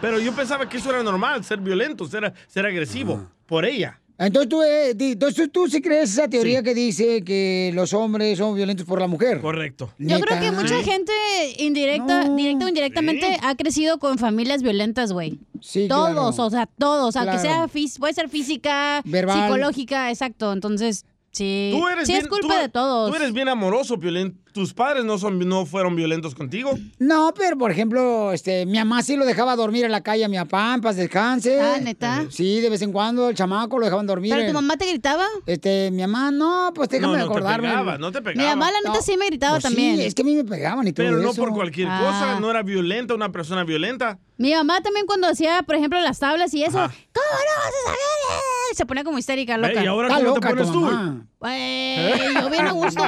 Speaker 3: Pero yo pensaba que eso era normal, ser violento, ser, ser agresivo
Speaker 1: Ah.
Speaker 3: por ella.
Speaker 1: Entonces tú, eh, di- entonces tú sí crees esa teoría que dice que los hombres son violentos por la mujer.
Speaker 3: Correcto.
Speaker 7: Yo creo que mucha gente indirecta, directa o indirectamente ha crecido con familias violentas, güey.
Speaker 1: Sí,
Speaker 7: Todos,
Speaker 1: claro.
Speaker 7: o sea, todos, aunque
Speaker 1: Claro.
Speaker 7: sea fis- puede ser física,
Speaker 3: Verbal.
Speaker 7: psicológica, exacto. Entonces, sí.
Speaker 3: Tú eres
Speaker 7: sí
Speaker 3: bien-
Speaker 7: es culpa
Speaker 3: tú-
Speaker 7: de todos.
Speaker 3: Tú eres bien amoroso, Piolín. Tus padres no, son, no fueron violentos contigo.
Speaker 1: No, pero por ejemplo, este, mi mamá sí lo dejaba dormir en la calle a mi papá, en paz descanse. Ah,
Speaker 7: neta.
Speaker 1: Sí, de vez en cuando el chamaco lo dejaban dormir.
Speaker 7: ¿Pero tu
Speaker 1: en-
Speaker 7: mamá te gritaba?
Speaker 1: Este, mi mamá, no, pues déjame
Speaker 3: no, no
Speaker 1: acordarme.
Speaker 3: te pegaba, no te
Speaker 7: Mi
Speaker 3: pegaba.
Speaker 7: mamá, la neta, sí me gritaba
Speaker 1: Pues sí,
Speaker 7: también.
Speaker 1: es que a mí me pegaban y todo
Speaker 3: Pero no
Speaker 1: eso.
Speaker 3: por cualquier
Speaker 7: Ah.
Speaker 3: cosa, no era violenta, una persona violenta.
Speaker 7: Mi mamá también cuando hacía, por ejemplo, las tablas y eso, ¿cómo no vas a saber? eh?" Se ponía como histérica,
Speaker 3: Ve,
Speaker 7: loca.
Speaker 3: ¿y ahora Está cómo te loca tu pones tú? mamá.
Speaker 7: Eh, yo bien a gusto.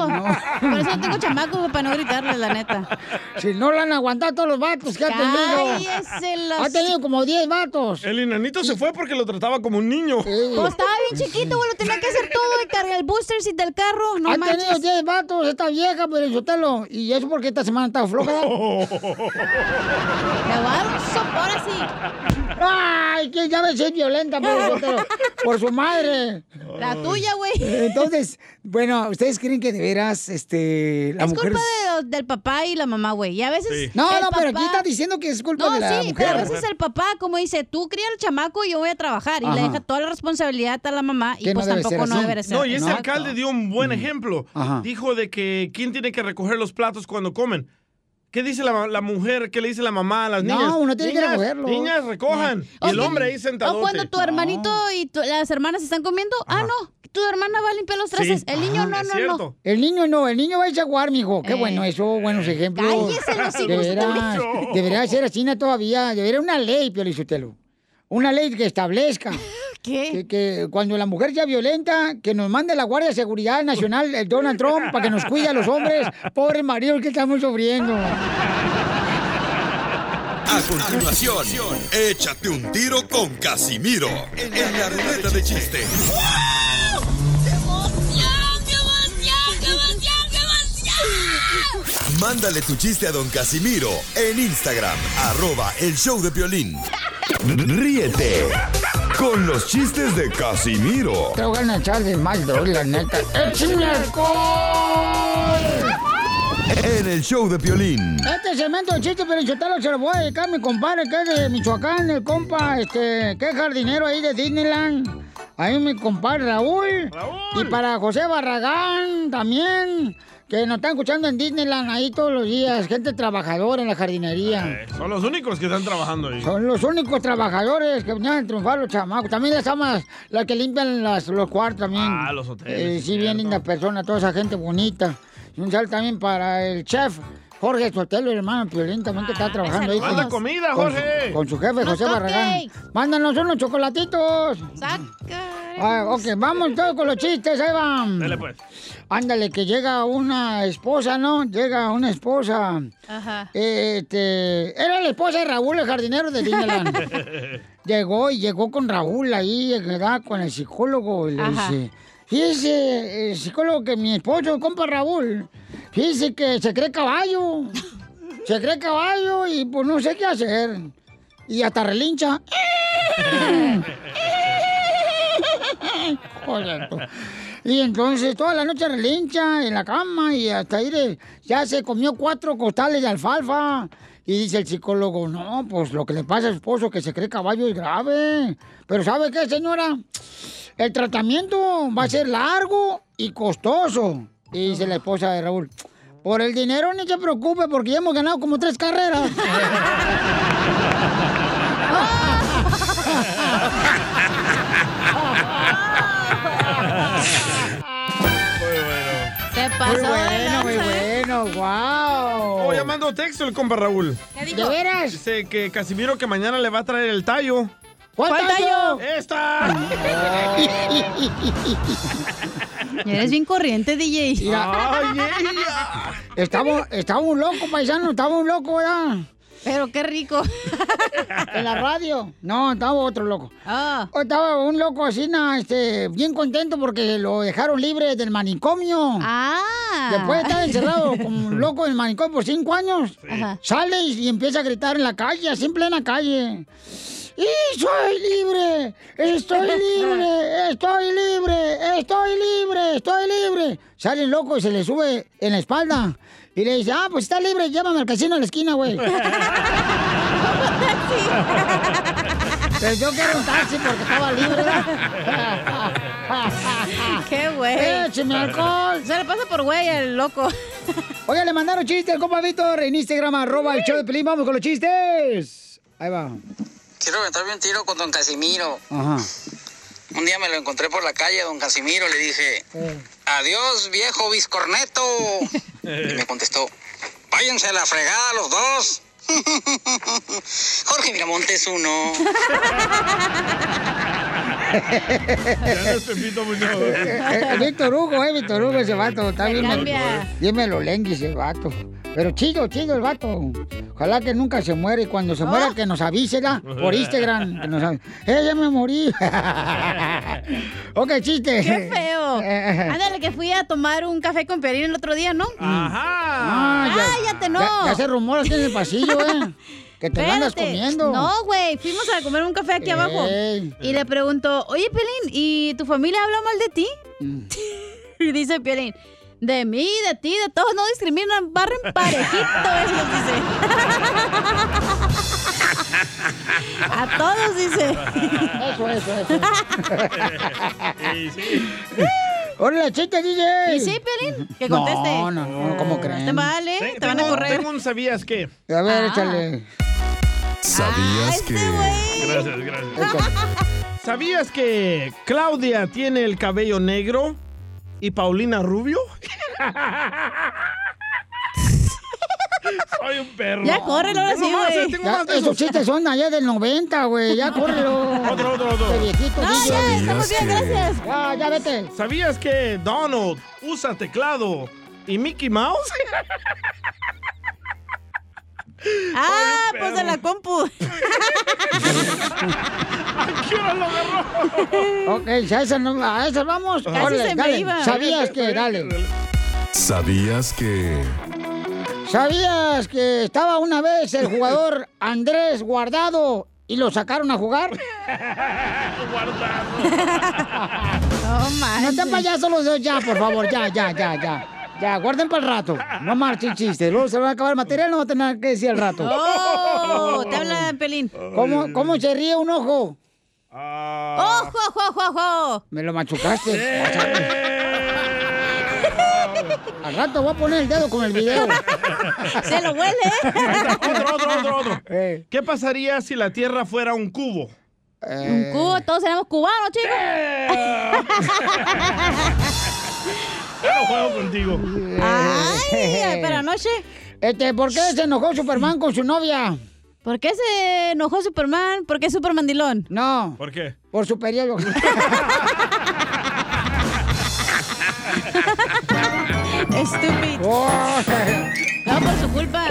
Speaker 7: Por eso no tengo chamacos güey, para no gritarle, la neta.
Speaker 1: Si no la han aguantado todos los vatos que ha tenido.
Speaker 7: Cállese los-
Speaker 1: Ha tenido como 10 vatos.
Speaker 3: El enanito se fue porque lo trataba como un niño.
Speaker 7: Pues estaba bien chiquito, güey, lo tenía que hacer todo y cargar el booster y del carro, no
Speaker 1: ha tenido
Speaker 7: manches.
Speaker 1: 10 vatos esta vieja, pero yo te lo... Y eso porque esta semana estaba floja.
Speaker 7: Me voy a dar un sopo, ahora sí.
Speaker 1: Ay, que ya ves, es violenta, pero yo te lo- por su madre.
Speaker 7: La tuya, güey.
Speaker 1: Entonces, bueno, ¿ustedes creen que de veras, este, la
Speaker 7: es
Speaker 1: mujer...
Speaker 7: culpa de los- del papá y la mamá, güey. Y a veces.
Speaker 1: Sí. No,
Speaker 7: el
Speaker 1: no, pero
Speaker 7: papá-
Speaker 1: aquí está diciendo que es culpa
Speaker 7: No,
Speaker 1: de la
Speaker 7: sí,
Speaker 1: mujer.
Speaker 7: pero a veces el papá, como dice, tú cría al chamaco y yo voy a trabajar. Y
Speaker 3: Ajá.
Speaker 7: le deja toda la responsabilidad a la mamá. Y
Speaker 3: Que
Speaker 7: pues
Speaker 3: no debe
Speaker 7: tampoco
Speaker 3: ser
Speaker 7: no
Speaker 3: así.
Speaker 7: debe ser.
Speaker 3: No, y ese
Speaker 7: ¿no?
Speaker 3: alcalde dio un buen ejemplo.
Speaker 1: Mm. Ajá.
Speaker 3: Dijo de que quién tiene que recoger los platos cuando comen. ¿Qué dice la, la mujer? ¿Qué le dice la mamá a las
Speaker 1: No,
Speaker 3: niñas?
Speaker 1: uno tiene que
Speaker 3: Niñas,
Speaker 1: recogerlo.
Speaker 3: Niñas, recojan.
Speaker 7: O
Speaker 3: Y el
Speaker 7: que-
Speaker 3: hombre ahí sentado.
Speaker 7: O cuando tu hermanito y tu- las hermanas están comiendo, ah, no, tu hermana va a limpiar los trastes, el niño
Speaker 3: Ah,
Speaker 7: no, no, no.
Speaker 1: El niño no, el niño va a irse a jugar, mijo. Qué
Speaker 7: Eh.
Speaker 1: bueno eso, buenos ejemplos.
Speaker 7: Cállese los hijos
Speaker 1: De
Speaker 7: de
Speaker 1: veras,
Speaker 7: mucho.
Speaker 1: debería ser así ¿no? todavía. Debería una ley, Piolizotelo. Una ley que establezca.
Speaker 7: ¿Qué?
Speaker 1: Que, que cuando la mujer sea violenta, que nos mande la Guardia de Seguridad Nacional, el Donald Trump, para que nos cuide a los hombres. Pobre marido que estamos sufriendo.
Speaker 4: A continuación, échate un tiro con Casimiro en la ruleta de chiste. Mándale tu chiste a don Casimiro en Instagram, arroba el show de violín. Ríete con los chistes de Casimiro
Speaker 1: Te voy a echar de mal, droga, la neta. ¡Échame alcohol!
Speaker 4: en el show de violín.
Speaker 1: Este segmento de chiste, pero yo te lo se lo voy a dedicar a mi compadre que es de Michoacán, el compa, este, que es jardinero ahí de Disneyland. Ahí mi compadre Raúl. Y para José Barragán también, que nos están escuchando en Disneyland ahí todos los días, gente trabajadora en la jardinería.
Speaker 3: Eh, Son los únicos que están trabajando ahí.
Speaker 1: Son los únicos trabajadores que venían a triunfar los chamacos. También las amas, las que limpian las- los cuartos también.
Speaker 3: Ah, los hoteles,
Speaker 1: Eh, sí, bien lindas personas, toda esa gente bonita. Y un saludo también para el chef Jorge Sotelo, el hermano Piolín, también que está trabajando ahí.
Speaker 3: saludos. Manda comida,
Speaker 1: con su-
Speaker 3: Jorge.
Speaker 1: Con, su jefe,
Speaker 3: Unos
Speaker 1: José Barragán.
Speaker 3: cupcakes.
Speaker 1: Mándanos unos chocolatitos. Ah, ok, vamos todos con los chistes, ahí van.
Speaker 3: Dale, pues.
Speaker 1: Ándale, que llega una esposa, ¿no? Llega una esposa.
Speaker 7: Ajá.
Speaker 1: Eh, Este, era la esposa de Raúl, el jardinero de Disneyland. llegó y llegó con Raúl ahí, ¿verdad? Con el psicólogo. Y le
Speaker 13: Ajá.
Speaker 1: dice, fíjese, el psicólogo que mi esposo, compa Raúl, fíjese que se cree caballo. Se cree caballo y pues no sé qué hacer. Y hasta relincha. Joder, tú. Y entonces toda la noche relincha en la cama y hasta ahí le- ya se comió cuatro costales de alfalfa. Y dice el psicólogo, no, pues lo que le pasa a su esposo que se cree caballo es grave. Pero ¿sabe qué, señora? El tratamiento va a ser largo y costoso. Y dice la esposa de Raúl, Por el dinero ni se preocupe porque ya hemos ganado como tres carreras.
Speaker 7: Se
Speaker 1: Muy
Speaker 7: pasó de
Speaker 1: bueno, muy
Speaker 7: lanza, ¿eh?
Speaker 1: bueno, wow.
Speaker 3: Oh, ya mandó texto el compa Raúl.
Speaker 7: ¿Qué dijo? ¿De veras?
Speaker 3: Dice que Casimiro que mañana le va a traer el tallo.
Speaker 1: ¿Cuál ¿Cuál tallo? tallo?
Speaker 3: ¡Esta!
Speaker 7: Eres bien corriente, DJ.
Speaker 1: Estaba, estaba un loco, paisano, estaba un loco, ¿verdad? Pero qué rico. En la radio. No, estaba otro loco. Ah. Estaba un loco así, na, este, bien contento porque lo dejaron libre del manicomio. Ah. Después de estar encerrado como un loco en el manicomio por cinco años,
Speaker 7: Ajá.
Speaker 1: sale y, y empieza a gritar en la calle, así en plena calle. ¡Y soy libre! ¡Estoy libre! ¡Estoy libre! ¡Estoy libre! ¡Estoy libre! Sale el loco y se le sube en la espalda. Y le dice, ah, pues está libre, llévame al casino a la esquina, güey. Pero yo quiero un taxi porque estaba libre.
Speaker 7: Qué güey.
Speaker 1: ¡Écheme alcohol!
Speaker 7: Se le pasa por güey el loco.
Speaker 1: Oiga, le mandaron chistes al compa Víctor en Instagram, arroba el show de Pelín. Vamos con los chistes. Ahí va.
Speaker 16: Quiero aventarme un tiro con don Casimiro.
Speaker 1: Ajá.
Speaker 16: Un día me lo encontré por la calle, don Casimiro, le dije,
Speaker 1: Eh.
Speaker 16: adiós viejo biscorneto. Y me contestó, váyanse a la fregada los dos. Jorge Miramontes uno.
Speaker 3: Ya no es Pepito Muñoz.
Speaker 1: Eh, eh, Víctor Hugo, eh, Víctor Hugo ese vato. Está
Speaker 3: Se
Speaker 1: bien.
Speaker 3: cambia.
Speaker 1: Dímelo, Lenguis, el vato. Pero chido, chido el vato. Ojalá que nunca se muera y cuando se
Speaker 7: Oh.
Speaker 1: muera que nos avise, ¿la? Por Instagram. Que nos avise. ¡Eh, ya me morí! ok, chiste.
Speaker 7: Qué feo. Ándale, que fui a tomar un café con Perín el otro día, ¿no?
Speaker 1: Ah,
Speaker 7: Ajá. Cállate, no.
Speaker 1: Ya, ya se rumora aquí en el pasillo, ¿eh? Que te lo andas
Speaker 7: Espérate.
Speaker 1: comiendo.
Speaker 7: No, güey. Fuimos a comer un café aquí abajo.
Speaker 1: Ey.
Speaker 7: Y le pregunto, oye, Pelín, ¿y tu familia habla mal de ti?
Speaker 1: Mm.
Speaker 7: y dice Pelín, de mí, de ti, de todos, no discriminan, barren parejito, ellos, dice. a todos, dice.
Speaker 1: Eso, eso, eso. Hola, chiste, DJ.
Speaker 7: ¿Y sí, Pelín? Que conteste.
Speaker 1: No, no, no, ¿cómo creen?
Speaker 7: Te vale,
Speaker 3: ¿eh? Te-
Speaker 7: te van a
Speaker 3: tengo-
Speaker 7: correr.
Speaker 3: Tengo un sabías qué.
Speaker 1: A ver,
Speaker 3: Ah.
Speaker 1: échale.
Speaker 4: ¿Sabías que...
Speaker 3: Gracias, gracias. ¿Sabías que Claudia tiene el cabello negro y Paulina rubio? Soy un perro.
Speaker 1: Ya córrelo
Speaker 3: córrelo, ahora
Speaker 1: ahora
Speaker 3: Tengo sí, más, eh, güey. tengo más de esos.
Speaker 1: Esos chistes son allá del 90, güey. Ya córrelo.
Speaker 3: Otro, otro, otro.
Speaker 1: Este viejito,
Speaker 3: No,
Speaker 1: DJ.
Speaker 3: ya, estamos bien, ¿Sabías que- gracias.
Speaker 1: Ya, ya vete.
Speaker 3: ¿Sabías que Donald usa teclado y Mickey Mouse?
Speaker 7: Ah, pues de la compu.
Speaker 1: Ok, ya esa no- a esa vamos.
Speaker 4: Casi se
Speaker 1: Órale,
Speaker 4: me
Speaker 1: dale.
Speaker 4: iba.
Speaker 1: ¿Sabías que? Dale.
Speaker 4: ¿Sabías que...
Speaker 1: ¿Sabías que estaba una vez el jugador Andrés Guardado y lo sacaron a jugar?
Speaker 7: No
Speaker 1: No están payasos los dos ya, por favor. Ya, ya, ya, ya. Ya, guarden para el rato. No marchen chistes. Luego se va a acabar el material, no va a tener que decir al rato.
Speaker 7: Oh, te habla Pelín.
Speaker 1: ¿Cómo, ¿Cómo se ríe un ojo?
Speaker 7: ¡Ojo, ojo, ojo, ojo!
Speaker 1: Me lo machucaste. Al rato voy a poner el dedo con el video.
Speaker 7: Se lo huele. ¿eh?
Speaker 3: otro, otro, otro, otro.
Speaker 1: Eh.
Speaker 3: ¿Qué pasaría si la Tierra fuera un cubo?
Speaker 1: Eh.
Speaker 7: Un cubo, todos éramos cubanos, chicos.
Speaker 3: Ya no juego contigo.
Speaker 7: Ay, pero anoche.
Speaker 1: Este, ¿por qué se enojó Superman con su novia?
Speaker 7: ¿Por qué se enojó Superman? ¿Por qué es Supermandilón?
Speaker 1: No.
Speaker 3: ¿Por qué?
Speaker 1: Por su periodo.
Speaker 7: Estúpido. No, por su culpa.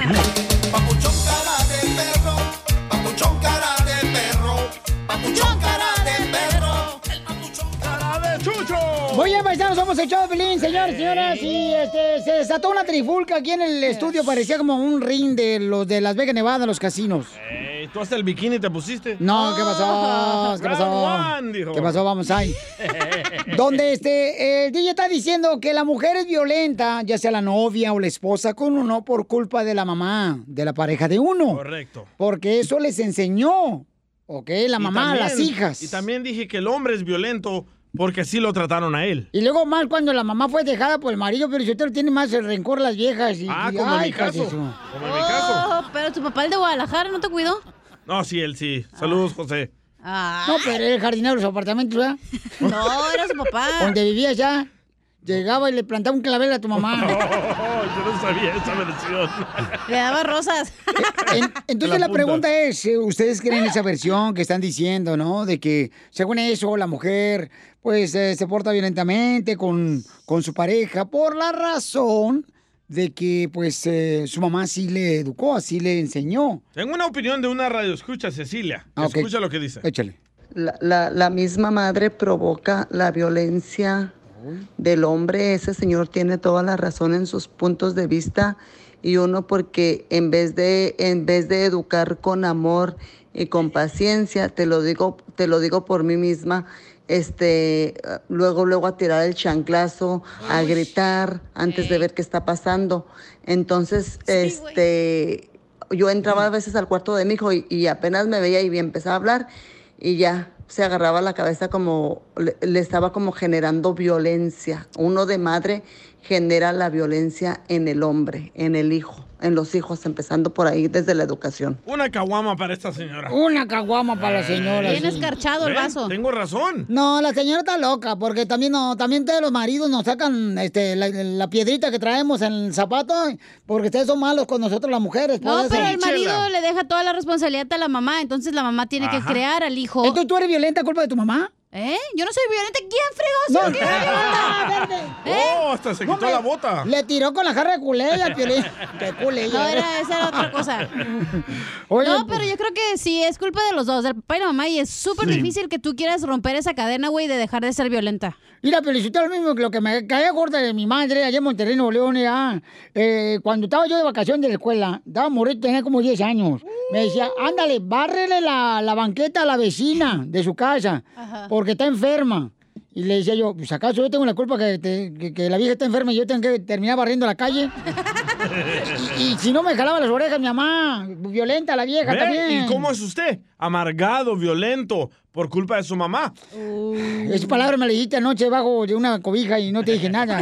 Speaker 1: Muy bien, paisanos, somos el show de Pelín, señores, señoras. Y este, se desató una trifulca aquí en el estudio. Parecía como un ring de los de Las Vegas, Nevada, los casinos.
Speaker 3: Ey, ¿Tú hasta el bikini te pusiste?
Speaker 1: No, ¿qué pasó? ¿Qué
Speaker 3: Ah, Round
Speaker 1: pasó?
Speaker 3: one, dijo.
Speaker 1: ¿Qué pasó? Vamos ahí. Donde este, el DJ está diciendo que la mujer es violenta, ya sea la novia o la esposa, con uno por culpa de la mamá, de la pareja de uno.
Speaker 3: Correcto.
Speaker 1: Porque eso les enseñó, ¿ok? La
Speaker 3: Y
Speaker 1: mamá a las
Speaker 3: también-
Speaker 1: hijas.
Speaker 3: Y también dije que el hombre es violento Porque así lo trataron a él.
Speaker 1: Y luego más cuando la mamá fue dejada por el marido, pero si tiene más el rencor las viejas. Y,
Speaker 3: Ah,
Speaker 1: y-
Speaker 3: como en
Speaker 1: ay,
Speaker 3: mi caso.
Speaker 1: casi eso.
Speaker 3: Como en mi caso.
Speaker 7: Oh, pero tu papá el de Guadalajara no te cuidó.
Speaker 3: No, sí, él sí. Saludos,
Speaker 1: Ah.
Speaker 3: José.
Speaker 7: Ah,
Speaker 1: No, pero era el jardinero de su apartamento, ¿verdad?
Speaker 7: No, era su papá.
Speaker 1: Donde vivía ya. Llegaba y le plantaba un clavel a tu mamá.
Speaker 3: yo no sabía esa versión.
Speaker 7: Le daba rosas.
Speaker 1: Eh, Entonces
Speaker 7: La
Speaker 1: la,
Speaker 7: punta.
Speaker 1: pregunta es, eh, ¿ustedes creen esa versión que están diciendo, no? De que según eso la mujer pues eh, se porta violentamente con, con su pareja por la razón de que pues eh, su mamá sí le educó, así le enseñó.
Speaker 3: Tengo una opinión de una radio. Escucha, Cecilia.
Speaker 1: Ah, ok.
Speaker 3: Escucha lo que dice.
Speaker 1: Échale.
Speaker 17: La, la- la misma madre provoca la violencia del hombre. Ese señor tiene toda la razón en sus puntos de vista y uno porque en vez de en vez de educar con amor y con paciencia, te lo digo te lo digo por mí misma, este eh, luego luego a tirar el chanclazo, a gritar antes de ver qué está pasando. Entonces, este yo entraba a veces al cuarto de mi hijo y, y apenas me veía y empezaba a hablar y ya se agarraba la cabeza como le, le estaba como generando violencia. Uno de madre genera la violencia en el hombre, en el hijo, en los hijos, empezando por ahí desde la educación.
Speaker 3: Una caguama para esta señora.
Speaker 1: Una caguama para la señora.
Speaker 3: Bien
Speaker 1: sí.
Speaker 3: escarchado el ¿Ven? vaso. Tengo razón.
Speaker 1: No, la señora está loca, porque también no, también ustedes los maridos nos sacan este, la, la piedrita que traemos en el zapato, porque ustedes son malos con nosotros las mujeres. por
Speaker 7: No,
Speaker 1: eso.
Speaker 7: pero el marido le deja toda la responsabilidad a la mamá, entonces la mamá tiene que
Speaker 1: Ajá.
Speaker 7: crear al hijo.
Speaker 1: ¿Entonces tú eres violenta culpa de tu mamá?
Speaker 7: ¿Eh? Yo no soy violenta. ¿Quién fregó?
Speaker 1: No.
Speaker 7: si yo era violenta?
Speaker 3: Oh, hasta se quitó
Speaker 1: ¡Eh! me-
Speaker 3: la bota.
Speaker 1: Le tiró con la jarra de culé y al piolín. ¡Qué culé!
Speaker 7: No, era- esa era otra cosa. no, pero yo creo que sí, es culpa de los dos, del papá y la mamá, y es súper
Speaker 1: pues. Sí.
Speaker 7: difícil que tú quieras romper esa cadena, güey, de dejar de ser violenta.
Speaker 1: Mira, felicito lo mismo que lo que me caía gorda de mi madre allá en Monterrey, Nuevo León, era, eh, cuando estaba yo de vacaciones de la escuela, estaba morir, tenía como 10 años. Me decía, ándale, bárrele la, la banqueta a la vecina de su casa,
Speaker 13: Ajá.
Speaker 1: porque está enferma. Y le decía yo, pues acaso yo tengo la culpa que, te- que- que la vieja está enferma y yo tengo que terminar barriendo la calle. y, y si no me jalaba las orejas, mi mamá, violenta la vieja
Speaker 3: ¿Ve?
Speaker 1: también.
Speaker 3: ¿Y cómo es usted? Amargado, violento, por culpa de su mamá.
Speaker 1: Esa palabra me la dijiste anoche bajo de una cobija y no te dije nada.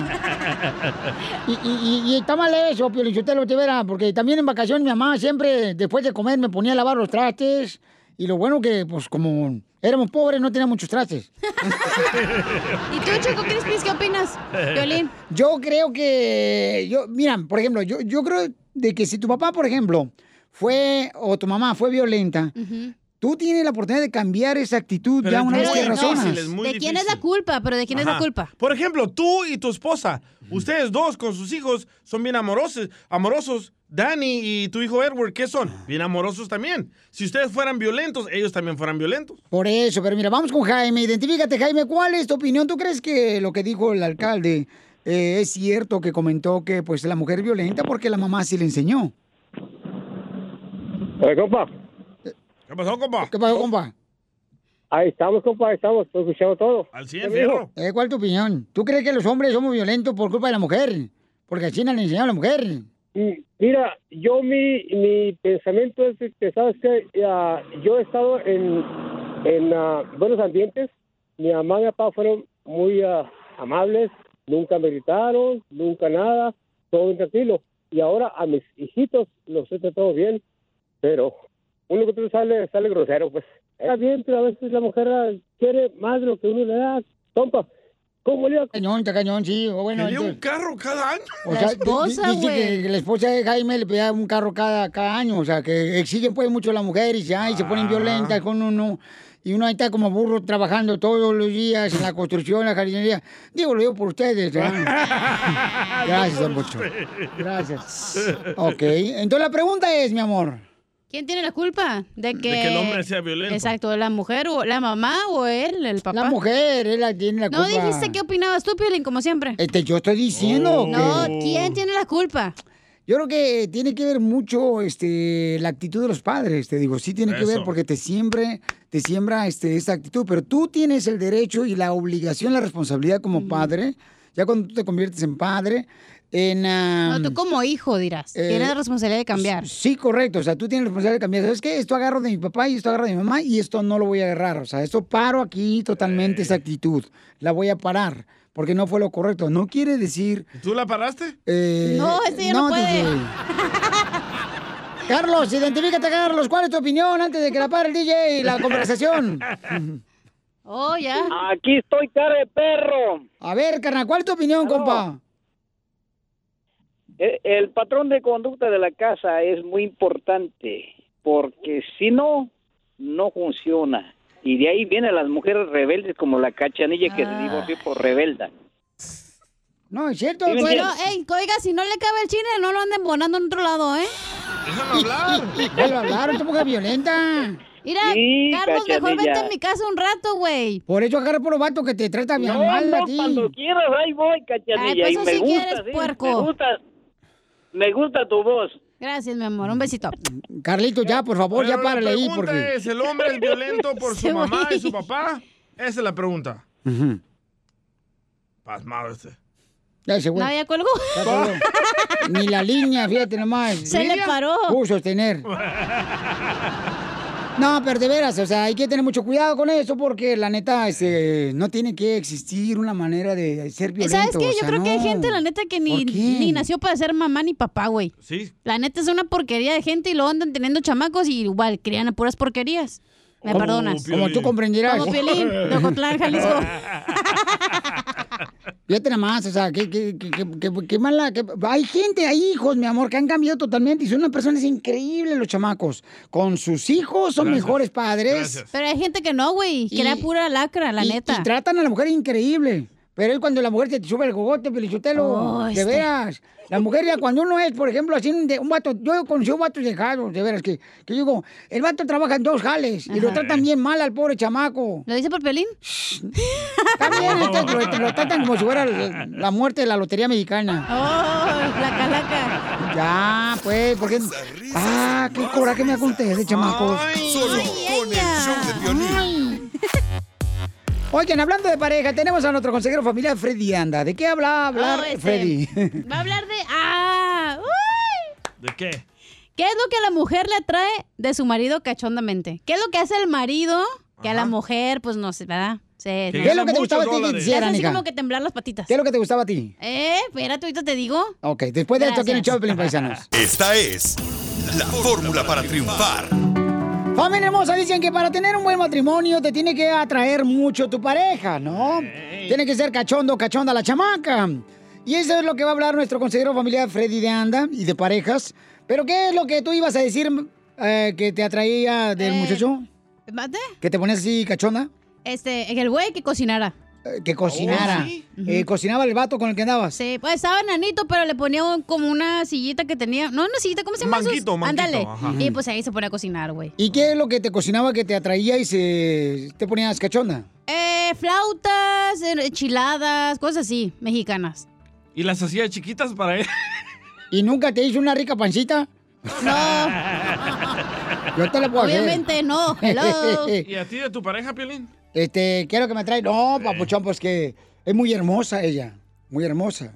Speaker 1: Y, y- y- y está mal eso, Pio Lichotelo, te verá, porque también en vacaciones mi mamá siempre, después de comer, me ponía a lavar los trastes. Y lo bueno que, pues, como éramos pobres, no teníamos muchos trastes.
Speaker 7: ¿Y tú, Choco Crispis, qué opinas? Violín.
Speaker 1: Yo creo que, yo, mira, por ejemplo, yo, yo creo de que si tu papá, por ejemplo, fue, o tu mamá fue violenta,
Speaker 7: Mm.
Speaker 1: tú tienes la oportunidad de cambiar esa actitud ya una vez que razonas.
Speaker 7: ¿De quién es la culpa? Pero ¿de quién es la
Speaker 3: Ajá.
Speaker 7: culpa?
Speaker 3: Por ejemplo, tú y tu esposa, ustedes dos con sus hijos son bien amorosos, amorosos. Danny y tu hijo Edward, ¿qué son?
Speaker 1: Ah.
Speaker 3: Bien amorosos también. Si ustedes fueran violentos, ellos también fueran violentos.
Speaker 1: Por eso, pero mira, vamos con Jaime. Identifícate, Jaime, ¿cuál es tu opinión? ¿Tú crees que lo que dijo el alcalde eh, es cierto que comentó que pues la mujer es violenta porque la mamá sí le enseñó?
Speaker 11: Oye, compa.
Speaker 3: ¿Qué pasó, compa?
Speaker 1: ¿Qué pasó, compa?
Speaker 11: Ahí estamos, compa, ahí estamos, estoy escuchando todo.
Speaker 3: Al
Speaker 1: ¿Qué dijo? Eh, ¿Cuál es tu opinión? ¿Tú crees que los hombres somos violentos por culpa de la mujer? Porque a China le enseñó a la mujer.
Speaker 11: Mira, yo mi, mi pensamiento es que, ¿sabes que yo he estado en, en ah, buenos ambientes. Mi mamá y mi papá fueron muy ah, amables, nunca me gritaron, nunca nada, todo bien tranquilo. Y ahora a mis hijitos los he tratado bien, pero uno que otro sale, sale grosero, pues. Está bien, pero a veces la mujer ah, quiere más de lo que uno le da. Compa, ¿cómo le
Speaker 1: Cañón, está cañón, sí. O bueno,
Speaker 3: Quería un
Speaker 1: entonces-
Speaker 3: carro cada año.
Speaker 1: o sea, di- di- dice que la esposa de Jaime le pedía un carro cada, cada año. O sea, que exigen pues mucho a la mujer y se, ay, se ponen
Speaker 7: Ah.
Speaker 1: violentas con uno. Y uno ahí está como burro trabajando todos los días en la construcción, en la jardinería. Digo, lo digo por ustedes. ¿verdad? Gracias, don Pocho. Gracias. Ok, entonces la pregunta es, mi amor.
Speaker 7: ¿Quién tiene la culpa? De que,
Speaker 1: que el hombre sea violento.
Speaker 7: Exacto, la mujer o la mamá o él, el papá.
Speaker 1: La mujer, él la tiene la
Speaker 7: No
Speaker 1: culpa.
Speaker 7: dijiste qué opinabas tú, Piolín, como siempre.
Speaker 1: Este, yo estoy diciendo que...
Speaker 7: Oh. No, ¿quién tiene la culpa?
Speaker 1: Yo creo que tiene que ver mucho este, la actitud de los padres, te digo, sí tiene que ver
Speaker 18: Eso.
Speaker 1: porque te siempre te siembra este, esta actitud, pero tú tienes el derecho y la obligación, la responsabilidad como padre ya cuando tú te conviertes en padre, en... ah,
Speaker 7: No, tú como hijo dirás.
Speaker 1: eh,
Speaker 7: Tienes la responsabilidad de cambiar.
Speaker 1: Sí, correcto. O sea, tú tienes la responsabilidad de cambiar. ¿Sabes qué? Esto agarro de mi papá y esto agarro de mi mamá y esto no lo voy a agarrar. O sea, esto paro aquí totalmente esa actitud. La voy a parar porque no fue lo correcto. No quiere decir...
Speaker 3: ¿Tú la paraste?
Speaker 1: eh,
Speaker 3: No, este ya no puede.
Speaker 1: DJ. Carlos, identifícate, Carlos. ¿Cuál es tu opinión antes de que la pare el DJ y la conversación?
Speaker 7: Oh, ya.
Speaker 1: Aquí estoy, cara de perro. A ver, carnal, ¿cuál es tu opinión, compa?
Speaker 18: E- El patrón de conducta de la casa es muy importante porque si no, no funciona. Y de ahí vienen las mujeres rebeldes como la cachanilla que se divorció por rebelda.
Speaker 1: No, es cierto.
Speaker 18: Sí, me
Speaker 7: Bueno,
Speaker 18: entiendes.
Speaker 7: ey, oiga, si no le cabe el chile, no lo anden bonando en otro lado, ¿eh?
Speaker 3: Déjalo hablar.
Speaker 1: Déjalo hablar, esta mujer violenta.
Speaker 7: Mira,
Speaker 1: Sí,
Speaker 7: Carlos, mejor
Speaker 1: cachanilla.
Speaker 7: vete a mi casa un rato, güey.
Speaker 1: Por eso agarra por los vatos que te tratan bien mal a ti.
Speaker 18: quieras, ahí voy, cachanilla.
Speaker 7: Ay,
Speaker 18: y
Speaker 7: pues
Speaker 18: me
Speaker 7: eso sí
Speaker 18: gusta,
Speaker 7: quieres,
Speaker 18: sí,
Speaker 7: puerco.
Speaker 18: me gusta, me gusta tu voz.
Speaker 7: Gracias, mi amor. Un besito.
Speaker 1: Carlito, ya, por favor,
Speaker 3: Pero la pregunta es, ¿el hombre es violento por
Speaker 7: Sí,
Speaker 3: su mamá
Speaker 7: güey.
Speaker 3: y su papá? Esa es la pregunta.
Speaker 1: Ujú.
Speaker 3: Pasmado este.
Speaker 1: Ya se
Speaker 7: No, ya colgó.
Speaker 1: Ni la línea, fíjate nomás.
Speaker 7: Se le
Speaker 1: Línea,
Speaker 7: paró.
Speaker 1: Pudo sostener. No, pero de veras, o sea, hay que tener mucho cuidado con eso porque la neta, este, no tiene que existir una manera de ser violento.
Speaker 7: ¿Sabes qué?
Speaker 1: o
Speaker 7: Yo
Speaker 1: sea,
Speaker 7: creo que hay
Speaker 1: no.
Speaker 7: gente, la neta, que ni,
Speaker 1: ¿Por qué?
Speaker 7: ni nació para ser mamá ni papá, güey.
Speaker 3: Sí.
Speaker 7: La neta es una porquería de gente y luego andan teniendo chamacos y igual crían a puras porquerías. Me
Speaker 1: Como-
Speaker 7: perdonas.
Speaker 1: Como tú comprenderás.
Speaker 7: Como Piolín, de Ocotlán, Jalisco.
Speaker 1: Fíjate nada más, o sea, qué, qué, qué, qué- qué- qué mala. qué- Hay gente, hay hijos, mi amor, que han cambiado totalmente y son unas personas increíbles los chamacos. Con sus hijos son
Speaker 7: Gracias.
Speaker 1: mejores padres.
Speaker 7: Pero hay gente que no, güey, que
Speaker 1: Y-
Speaker 7: era pura lacra, la
Speaker 1: y,
Speaker 7: neta.
Speaker 1: y tratan a la mujer increíble. Pero es cuando la mujer te sube el gogote, pelichotelo.
Speaker 7: Oh,
Speaker 1: de
Speaker 7: este.
Speaker 1: veras. La mujer ya cuando uno es, por ejemplo, así un, de- un vato, yo conocí un vato dejado, de veras, que, que digo, el vato trabaja en dos jales y lo
Speaker 7: Ajá.
Speaker 1: tratan bien mal al pobre chamaco.
Speaker 7: ¿Lo dice por pelín?
Speaker 1: También entonces, lo, lo tratan como si fuera la, la muerte de la lotería mexicana.
Speaker 7: Oh, la calaca.
Speaker 1: Ya, pues, porque. Ah, qué coraje me da con ustedes, chamacos.
Speaker 4: Solo con el show de violín.
Speaker 1: Oigan, hablando de pareja, tenemos a nuestro consejero familiar Freddy Anda. ¿De qué habla hablar
Speaker 7: Oh, este.
Speaker 1: Freddy?
Speaker 7: Va a hablar de. ¡Ah! ¡Uy!
Speaker 3: ¿De qué?
Speaker 7: ¿Qué es lo que a la mujer le atrae de su marido cachondamente? ¿Qué es lo que hace el marido que a la mujer, pues no sé, ¿verdad? Sí,
Speaker 1: ¿Qué
Speaker 7: no.
Speaker 1: es lo que te gustaba a ti que dólares.
Speaker 7: Es
Speaker 1: hicieran,
Speaker 7: así
Speaker 1: hija?
Speaker 7: como que temblar las patitas.
Speaker 1: ¿Qué es lo que te gustaba a ti?
Speaker 7: Eh, espérate, ahorita te digo.
Speaker 1: Ok, después de esto aquí en el show de Pelín Paisanos.
Speaker 4: Esta es la fórmula para triunfar.
Speaker 1: Familia hermosa, dicen que para tener un buen matrimonio te tiene que atraer mucho tu pareja, ¿no? Tiene que ser cachondo, cachonda la chamaca. Y eso es lo que va a hablar nuestro consejero familiar Freddy de Anda y de parejas. Pero ¿qué es lo que tú ibas a decir eh, que te atraía
Speaker 7: Eh.
Speaker 1: del muchacho?
Speaker 7: ¿Mate?
Speaker 1: ¿Que te ponías así cachonda?
Speaker 7: Este, el güey que cocinara.
Speaker 1: Eh, Que cocinara.
Speaker 7: Oh, sí.
Speaker 1: Eh, ¿Cocinaba el vato con el que andabas?
Speaker 7: Sí, pues estaba enanito, pero le ponía un- como una sillita que tenía. No, una sillita, ¿cómo se llama? esos?
Speaker 1: Manguito, manguito,
Speaker 7: Ándale.
Speaker 1: ajá.
Speaker 7: Y pues ahí se pone a cocinar, güey.
Speaker 1: ¿Y qué es lo que te cocinaba que te atraía y se te ponías cachonda?
Speaker 7: Eh, flautas, eh, enchiladas, cosas así, mexicanas.
Speaker 3: ¿Y las hacía chiquitas para él?
Speaker 1: ¿Y nunca te hizo una rica pancita? No. Yo te la puedo hacer.
Speaker 7: Obviamente no.
Speaker 3: ¿Y a ti de tu pareja, Piolín?
Speaker 1: Este, ¿qué es lo que me trae? No, papuchón, pues que es muy hermosa ella. Muy hermosa.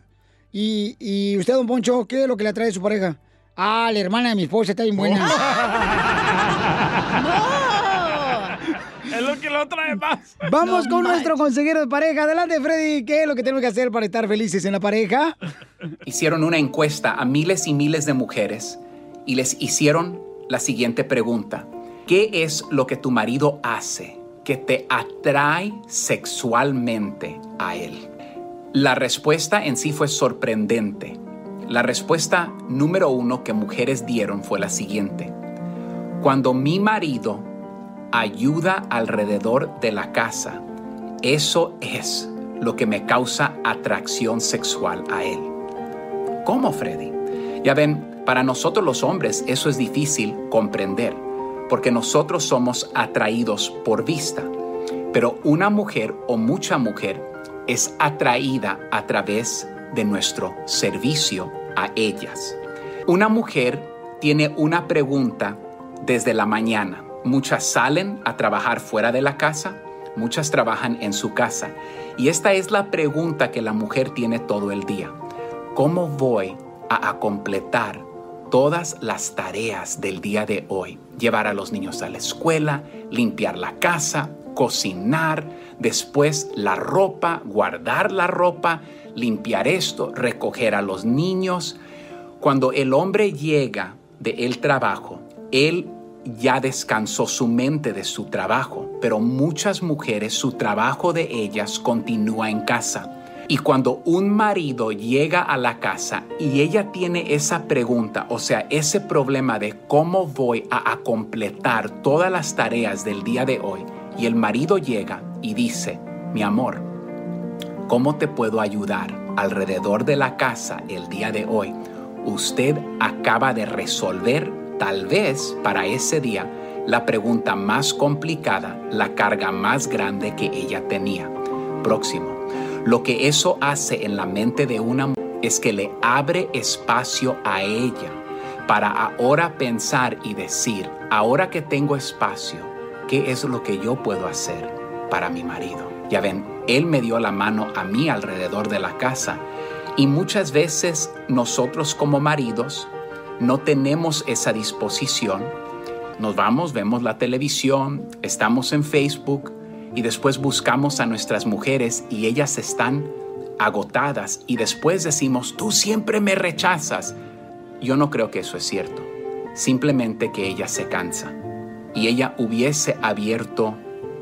Speaker 1: Y, y usted, don Poncho, ¿qué es lo que le atrae de su pareja? Ah, la hermana de mi esposa está bien buena.
Speaker 3: Es lo
Speaker 11: Oh,
Speaker 3: que lo trae más.
Speaker 1: Vamos con nuestro consejero de pareja. Adelante, Freddy. ¿Qué es lo que tenemos que hacer para estar felices en la pareja?
Speaker 19: hicieron una encuesta a miles y miles de mujeres y les hicieron la siguiente pregunta. ¿Qué es lo que tu marido hace que te atrae sexualmente a él? La respuesta en sí fue sorprendente. La respuesta número uno que mujeres dieron fue la siguiente. Cuando mi marido ayuda alrededor de la casa, eso es lo que me causa atracción sexual a él. ¿Cómo, Freddy? Ya ven, para nosotros los hombres eso es difícil comprender, porque nosotros somos atraídos por vista, pero una mujer o mucha mujer es atraída a través de nuestro servicio a ellas. Una mujer tiene una pregunta desde la mañana. Muchas salen a trabajar fuera de la casa, muchas trabajan en su casa. Y esta es la pregunta que la mujer tiene todo el día. ¿Cómo voy a, a completar todas las tareas del día de hoy? Llevar a los niños a la escuela, limpiar la casa, cocinar, después la ropa, guardar la ropa, limpiar esto, recoger a los niños. Cuando el hombre llega del el trabajo, él ya descansó su mente de su trabajo, pero muchas mujeres su trabajo de ellas continúa en casa. Y cuando un marido llega a la casa y ella tiene esa pregunta, o sea, ese problema de cómo voy a, a completar todas las tareas del día de hoy, y el marido llega y dice, mi amor, ¿cómo te puedo ayudar alrededor de la casa el día de hoy? Usted acaba de resolver tal vez para ese día la pregunta más complicada, la carga más grande que ella tenía. Próximo. Lo que eso hace en la mente de una mujer es que le abre espacio a ella para ahora pensar y decir, ahora que tengo espacio, ¿qué es lo que yo puedo hacer para mi marido? Ya ven, él me dio la mano a mí alrededor de la casa y muchas veces nosotros como maridos no tenemos esa disposición. Nos vamos, vemos la televisión, estamos en Facebook y después buscamos a nuestras mujeres y ellas están agotadas y después decimos, tú siempre me rechazas. Yo no creo que eso es cierto. Simplemente que ella se cansa y ella hubiese abierto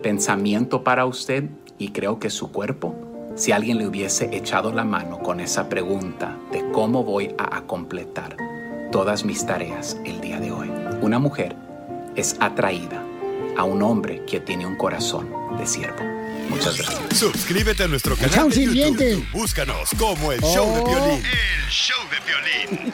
Speaker 19: pensamiento para usted y creo que su cuerpo si alguien le hubiese echado la mano con esa pregunta de cómo voy a, a completar todas mis tareas el día de hoy. Una mujer es atraída a un hombre que tiene un corazón de siervo. Muchas gracias.
Speaker 4: Suscríbete a nuestro canal
Speaker 1: Chao,
Speaker 4: de
Speaker 1: sirviente.
Speaker 4: YouTube. Búscanos como el show de
Speaker 1: Oh.
Speaker 4: violín. El show de violín.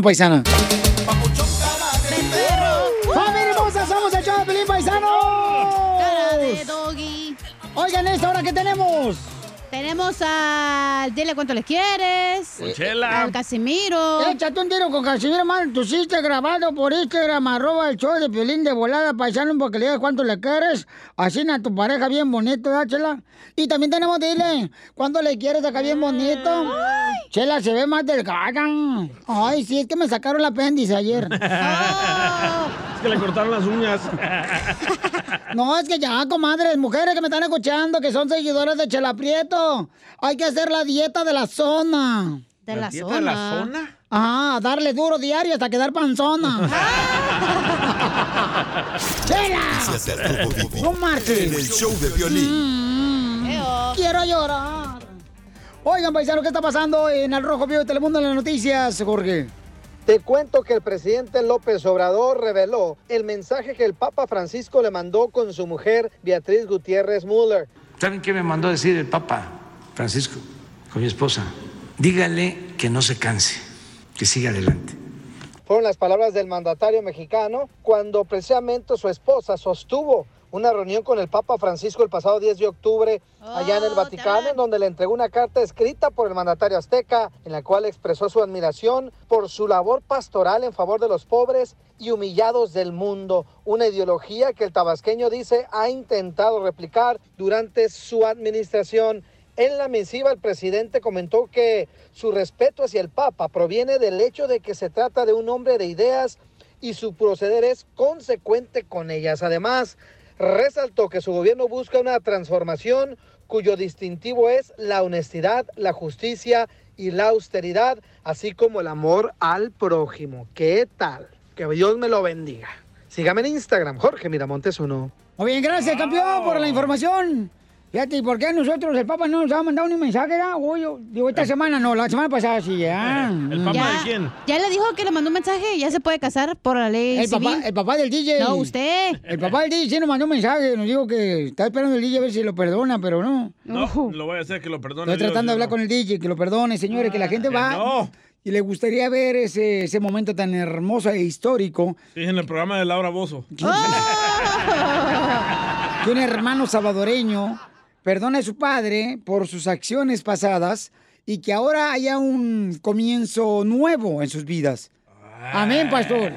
Speaker 1: paisana. ¡Familia hermosa! ¡Somos el show de Pelín Paisano!
Speaker 7: Cara de doggy.
Speaker 1: Oigan, ¿esta hora qué tenemos?
Speaker 7: Tenemos al... Dile cuánto les quieres.
Speaker 1: Con Chela.
Speaker 7: Al Casimiro.
Speaker 1: Échate un tiro con Casimiro, man. Tu chiste grabado por Instagram, arroba el show de Piolín de volada, paisano, porque le digas cuánto le quieres. Así a tu pareja bien bonito, ¿verdad, Chela? Y también tenemos, dile, cuánto le quieres acá bien bonito. Chela se ve más delgada. Ay, sí, es que me sacaron la apéndice ayer.
Speaker 3: Es que le cortaron las uñas.
Speaker 1: No, es que ya, comadres, mujeres que me están escuchando, que son seguidoras de Chela Prieto, hay que hacer la dieta de la zona.
Speaker 7: ¿De ¿La la dieta de la zona? zona?
Speaker 1: Ah, darle duro diario hasta quedar panzona.
Speaker 4: Noticias del grupo Vivi.
Speaker 1: No marches.
Speaker 4: En el show de
Speaker 1: Mm,
Speaker 4: violín.
Speaker 1: Quiero llorar. Oigan, paisano, ¿qué está pasando en el Rojo Vivo de Telemundo en las noticias, Jorge?
Speaker 5: Te cuento que el presidente López Obrador reveló el mensaje que el Papa Francisco le mandó con su mujer Beatriz Gutiérrez Müller.
Speaker 20: ¿Saben qué me mandó decir el Papa Francisco con mi esposa? Dígale que no se canse, que siga adelante.
Speaker 5: Fueron las palabras del mandatario mexicano cuando precisamente su esposa sostuvo una reunión con el Papa Francisco el pasado 10 de octubre allá en el Vaticano, en donde le entregó una carta escrita por el mandatario azteca, en la cual expresó su admiración por su labor pastoral en favor de los pobres y humillados del mundo, una ideología que el tabasqueño dice ha intentado replicar durante su administración. En la misiva, el presidente comentó que su respeto hacia el Papa proviene del hecho de que se trata de un hombre de ideas y su proceder es consecuente con ellas. Además, resaltó que su gobierno busca una transformación cuyo distintivo es la honestidad, la justicia y la austeridad, así como el amor al prójimo. ¿Qué tal? Que Dios me lo bendiga. Sígame en Instagram, Jorge Miramontes uno.
Speaker 1: Muy bien, gracias, campeón, por la información. Fíjate, ¿y por qué a nosotros el Papa no nos ha mandado ni mensaje? da? Uy, yo- digo, esta semana no, la semana pasada sí, ya.
Speaker 3: ¿El Papa de quién?
Speaker 7: Ya le dijo que le mandó un mensaje, ya se puede casar por la ley
Speaker 1: El
Speaker 7: civil.
Speaker 1: papá, el papá del DJ.
Speaker 7: No, usted.
Speaker 1: El papá del DJ sí nos mandó un mensaje, nos dijo que está esperando el DJ a ver si lo perdona, pero no.
Speaker 3: No, lo voy a hacer que lo perdone.
Speaker 1: Estoy
Speaker 3: Dios,
Speaker 1: tratando de hablar con el DJ, que lo perdone, señores,
Speaker 3: Ah,
Speaker 1: que la gente va y le gustaría ver ese, ese momento tan hermoso e histórico.
Speaker 3: Sí, en el programa de Laura Bozo. ¡Ah!
Speaker 1: que un hermano salvadoreño perdone a su padre por sus acciones pasadas y que ahora haya un comienzo nuevo en sus vidas.
Speaker 3: Ah.
Speaker 1: Amén, pastor.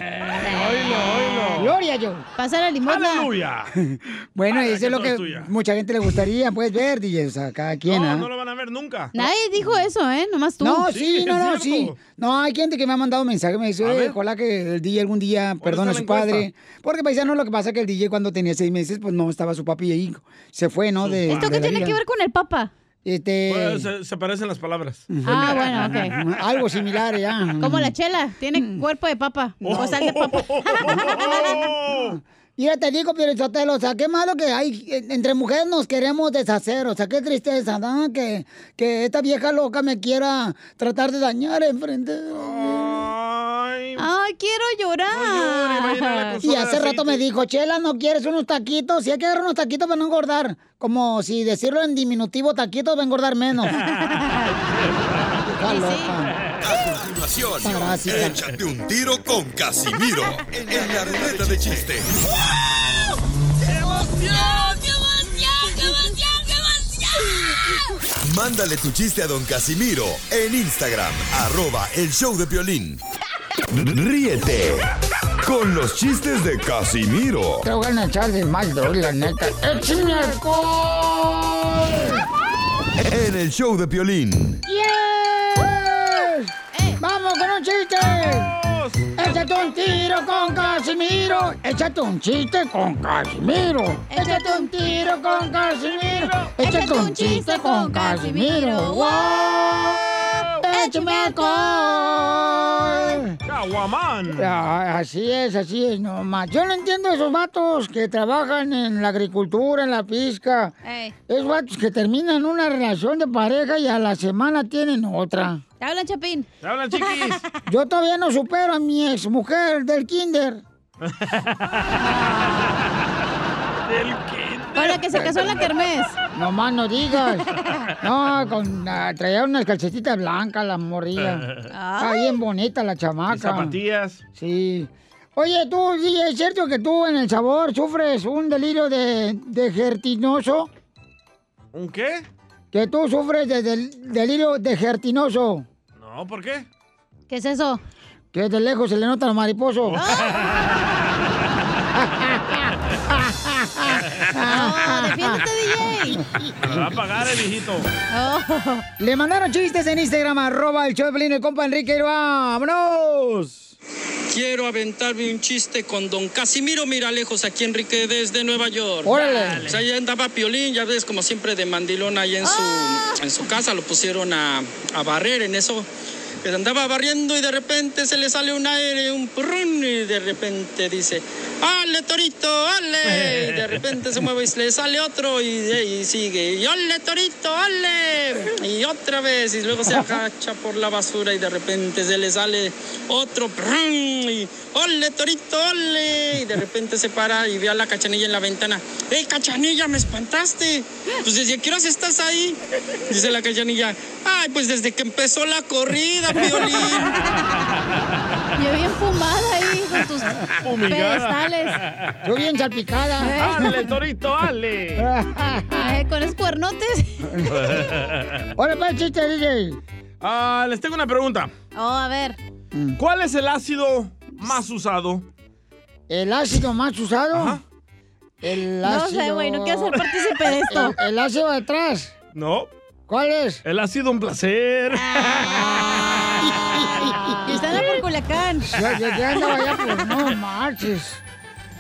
Speaker 1: Gloria yo.
Speaker 7: Pasa la limosna.
Speaker 3: Aleluya.
Speaker 1: Bueno,
Speaker 3: Para
Speaker 1: eso es lo
Speaker 3: todo
Speaker 1: que
Speaker 3: es tuya.
Speaker 1: mucha gente le gustaría, puedes ver, DJ, o sea, cada quien, ¿ah?
Speaker 3: No lo van a ver nunca.
Speaker 7: Nadie dijo eso, ¿eh? Nomás tú.
Speaker 1: No, sí, no, no,
Speaker 7: es
Speaker 1: sí.
Speaker 7: cierto.
Speaker 1: No, hay gente que me ha mandado mensaje, me dice, "Eh, ojalá que el DJ algún día perdone a
Speaker 7: está
Speaker 1: su
Speaker 7: la encuesta?
Speaker 1: padre. Porque paisano, lo que pasa es que el DJ cuando tenía seis meses, pues no estaba su papi ahí. Se fue, ¿no? De,
Speaker 7: ¿Esto qué tiene que ver con el papa?
Speaker 1: Este...
Speaker 3: Pues, se, se parecen las palabras.
Speaker 7: Ah, bueno, ok.
Speaker 1: Algo similar, ya.
Speaker 7: Como la chela,
Speaker 1: Mm.
Speaker 7: tiene cuerpo de papa. O sal de papa.
Speaker 1: Mira, te digo, Pielizotelo, o sea, qué malo que hay, eh, entre mujeres nos queremos deshacer, o sea, qué tristeza, ¿no? Que, que esta vieja loca me quiera tratar de dañar enfrente.
Speaker 3: Ay,
Speaker 7: Ay, quiero llorar.
Speaker 1: Y hace rato me dijo, Chela, ¿no quieres unos taquitos? Sí hay que agarrar unos taquitos para no engordar. Como si decirlo en diminutivo, taquitos va a engordar menos. Está loca.
Speaker 4: A continuación,
Speaker 1: Parásita.
Speaker 4: échate un tiro con Casimiro en la ruleta de chiste. Mándale tu chiste a don Casimiro en Instagram, arroba el show de Piolín. Ríete con los chistes de Casimiro
Speaker 1: Te voy a echar de mal, droga, la neta. ¡Eh, ¡Échame alcohol!
Speaker 4: en el show de Piolín.
Speaker 1: ¡Yes! ¡Vamos con un chiste! ¡Échate un tiro con Casimiro! ¡Échate un chiste con Casimiro! ¡Échate un tiro con Casimiro! ¡Échate un chiste con Casimiro! ¡Wow! ¡Échame alcohol!
Speaker 3: Caguamán.
Speaker 1: Ah, Así es, así es, nomás. Yo no entiendo esos vatos que trabajan en la agricultura, en la pizca.
Speaker 7: Ey.
Speaker 1: Esos vatos que terminan una relación de pareja y a la semana tienen otra.
Speaker 7: Te hablan, Chapín.
Speaker 3: Te hablan, chiquis.
Speaker 1: Yo todavía no supero a mi ex mujer del kinder.
Speaker 7: Con la que se casó en la kermés.
Speaker 1: No más no digas. No, con, ah, traía unas calcetitas blancas la morrilla. Está bien bonita la chamaca.
Speaker 3: Y zapatillas.
Speaker 1: Sí. Oye, tú, sí, ¿es cierto que tú en el sabor sufres un delirio de, de gertinoso?
Speaker 3: ¿Un qué?
Speaker 1: Que tú sufres de del- delirio de gertinoso.
Speaker 3: No, ¿por qué?
Speaker 1: ¿Qué es eso? Que de lejos se le nota al mariposo.
Speaker 7: No, defiéndete, DJ.
Speaker 3: Me lo va a pagar el hijito.
Speaker 7: Oh.
Speaker 1: Le mandaron chistes en Instagram, arroba el show de Pelín, el compa Enrique Iroa. ¡Vámonos!
Speaker 21: Quiero aventarme un chiste con don Casimiro Miralejos aquí Enrique desde Nueva York.
Speaker 1: Órale.
Speaker 21: Pues allá andaba Piolín, ya ves, como siempre de mandilón ahí en su, en su casa, lo pusieron a, a barrer en eso. Pero andaba barriendo y de repente se le sale un aire, un prun, y de repente dice, ¡Ale, torito, ale! Y de repente se mueve y se le sale otro y, y sigue, ¡Y ole, torito, ale! Y otra vez, y luego se agacha por la basura y de repente se le sale otro prun, y ¡ole, torito, ole! Y de repente se para y ve a la cachanilla en la ventana, ¡Ey, cachanilla, me espantaste! Pues desde qué horas estás ahí? Dice la cachanilla, ¡ay, pues desde que empezó la corrida, Piolín!
Speaker 7: Yo bien fumada ahí con tus pedestales.
Speaker 1: Yo bien salpicada. Ah,
Speaker 3: ¡Ale, torito, ale!
Speaker 7: Ay, con los cuernotes.
Speaker 1: Hola, pues, chiste, DJ.
Speaker 3: Ah, les tengo una pregunta.
Speaker 7: Oh, a ver.
Speaker 1: Mm.
Speaker 3: ¿Cuál es el ácido más usado?
Speaker 1: ¿El ácido más usado? El
Speaker 3: No sé,
Speaker 1: ácido...
Speaker 3: güey, no quiero ser partícipe
Speaker 7: de esto.
Speaker 1: El, el ácido de atrás.
Speaker 3: No.
Speaker 1: ¿Cuál es? Ah,
Speaker 3: El ácido un placer.
Speaker 7: Y están por Culiacán.
Speaker 1: Ya, ya, ya andaba ya, pues, no marches.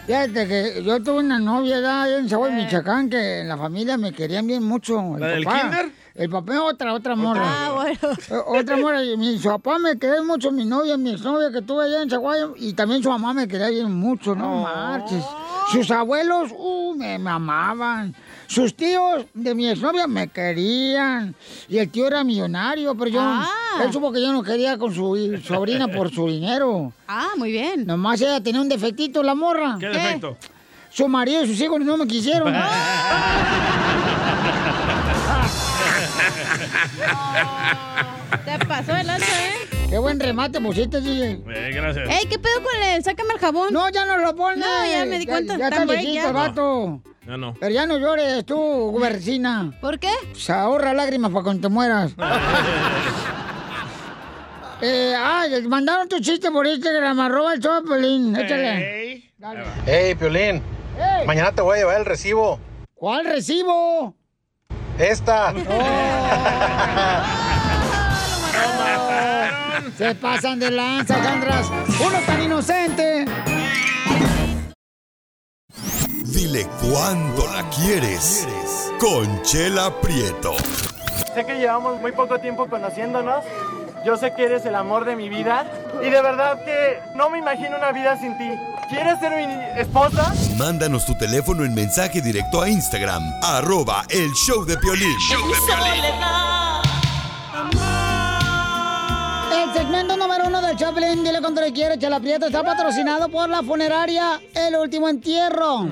Speaker 1: Fíjate que yo tuve una novia allá en Saboy, Michoacán, que en la familia me querían bien mucho. El
Speaker 3: ¿La del
Speaker 1: papá.
Speaker 3: kinder?
Speaker 1: El papá, otra, otra morra.
Speaker 3: Ah,
Speaker 1: bueno. Otra morra. Y mi su papá me quería mucho, mi novia, mi exnovia que tuve allá en Saguay, y también su mamá me quería bien mucho,
Speaker 7: Oh.
Speaker 1: no marches. Sus abuelos, uh, me, me amaban. Sus tíos de mi exnovia me querían. Y el tío era millonario, pero yo,
Speaker 7: Ah.
Speaker 1: él supo que yo no quería con su sobrina por su dinero.
Speaker 7: Ah, muy bien.
Speaker 1: Nomás ella tenía un defectito, la morra.
Speaker 3: ¿Qué defecto?
Speaker 1: Su marido y sus hijos no me quisieron.
Speaker 7: Te pasó el lanza, ¿eh?
Speaker 1: Qué buen remate pusiste, DJ.
Speaker 3: Eh, gracias.
Speaker 7: Ey, ¿qué pedo con él? Sácame el jabón.
Speaker 1: No, ya no lo pones.
Speaker 7: No, ya me di
Speaker 1: Ya-
Speaker 7: cuenta.
Speaker 1: ya está
Speaker 7: Tan break,
Speaker 1: viejito
Speaker 7: ya.
Speaker 1: el vato.
Speaker 3: No, no.
Speaker 1: Pero ya no llores tú, gubercina.
Speaker 7: ¿Por qué?
Speaker 1: Pues ahorra lágrimas para cuando te mueras. eh, ah, mandaron tu chiste por Instagram, arroba el show de Piolín. Échale.
Speaker 2: Hey, Piolín. Mañana te voy a llevar el recibo.
Speaker 1: ¿Cuál recibo?
Speaker 2: Esta.
Speaker 1: Se pasan de lanza, Candras. Uno tan inocente.
Speaker 4: Dile cuándo la quieres. Conchela Prieto.
Speaker 8: Sé que llevamos muy poco tiempo conociéndonos. Yo sé que eres el amor de mi vida. Y de verdad que no me imagino una vida sin ti. ¿Quieres ser mi esposa?
Speaker 4: Mándanos tu teléfono en mensaje directo a Instagram, arroba el show de Piolín.
Speaker 1: El segmento número uno del Chaplin, dile cuando le quiere, Chela Prieto, está patrocinado por la funeraria El Último Entierro.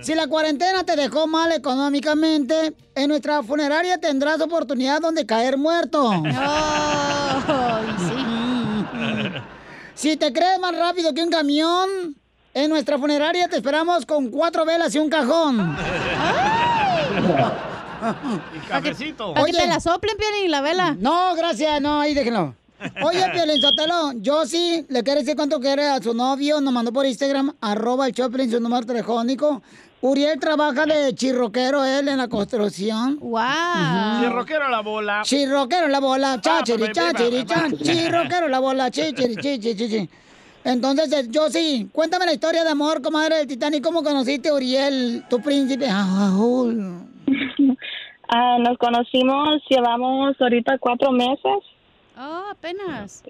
Speaker 1: Si la cuarentena te dejó mal económicamente, en nuestra funeraria tendrás oportunidad donde caer muerto. Si te crees más rápido que un camión, en nuestra funeraria te esperamos con cuatro velas y un cajón.
Speaker 3: Y cafecito.
Speaker 7: Para que te la soplen, Piolín, y la vela.
Speaker 1: No, gracias, no, ahí déjenlo. Oye, Piolín Sotelo, yo sí le quiero decir cuánto quiere a su novio. Nos mandó por Instagram, arroba el Choplin, su número telefónico. Uriel trabaja de chirroquero, él, en la construcción. ¡Wow!
Speaker 3: Si rockero la bola. Ah, pues,
Speaker 1: Chirroquero en la bola, chachiri,
Speaker 3: pa, pa, pa,
Speaker 1: chachiri,
Speaker 3: pa, pa.
Speaker 1: chan, chirroquero en la bola, chichiri, chichiri, chichiri. Entonces, eh, yo sí, cuéntame la historia de amor, comadre del Titanic, cómo conociste a Uriel, tu príncipe. Ah, Raúl.
Speaker 13: Ah, nos conocimos, llevamos ahorita cuatro meses.
Speaker 7: Oh, apenas.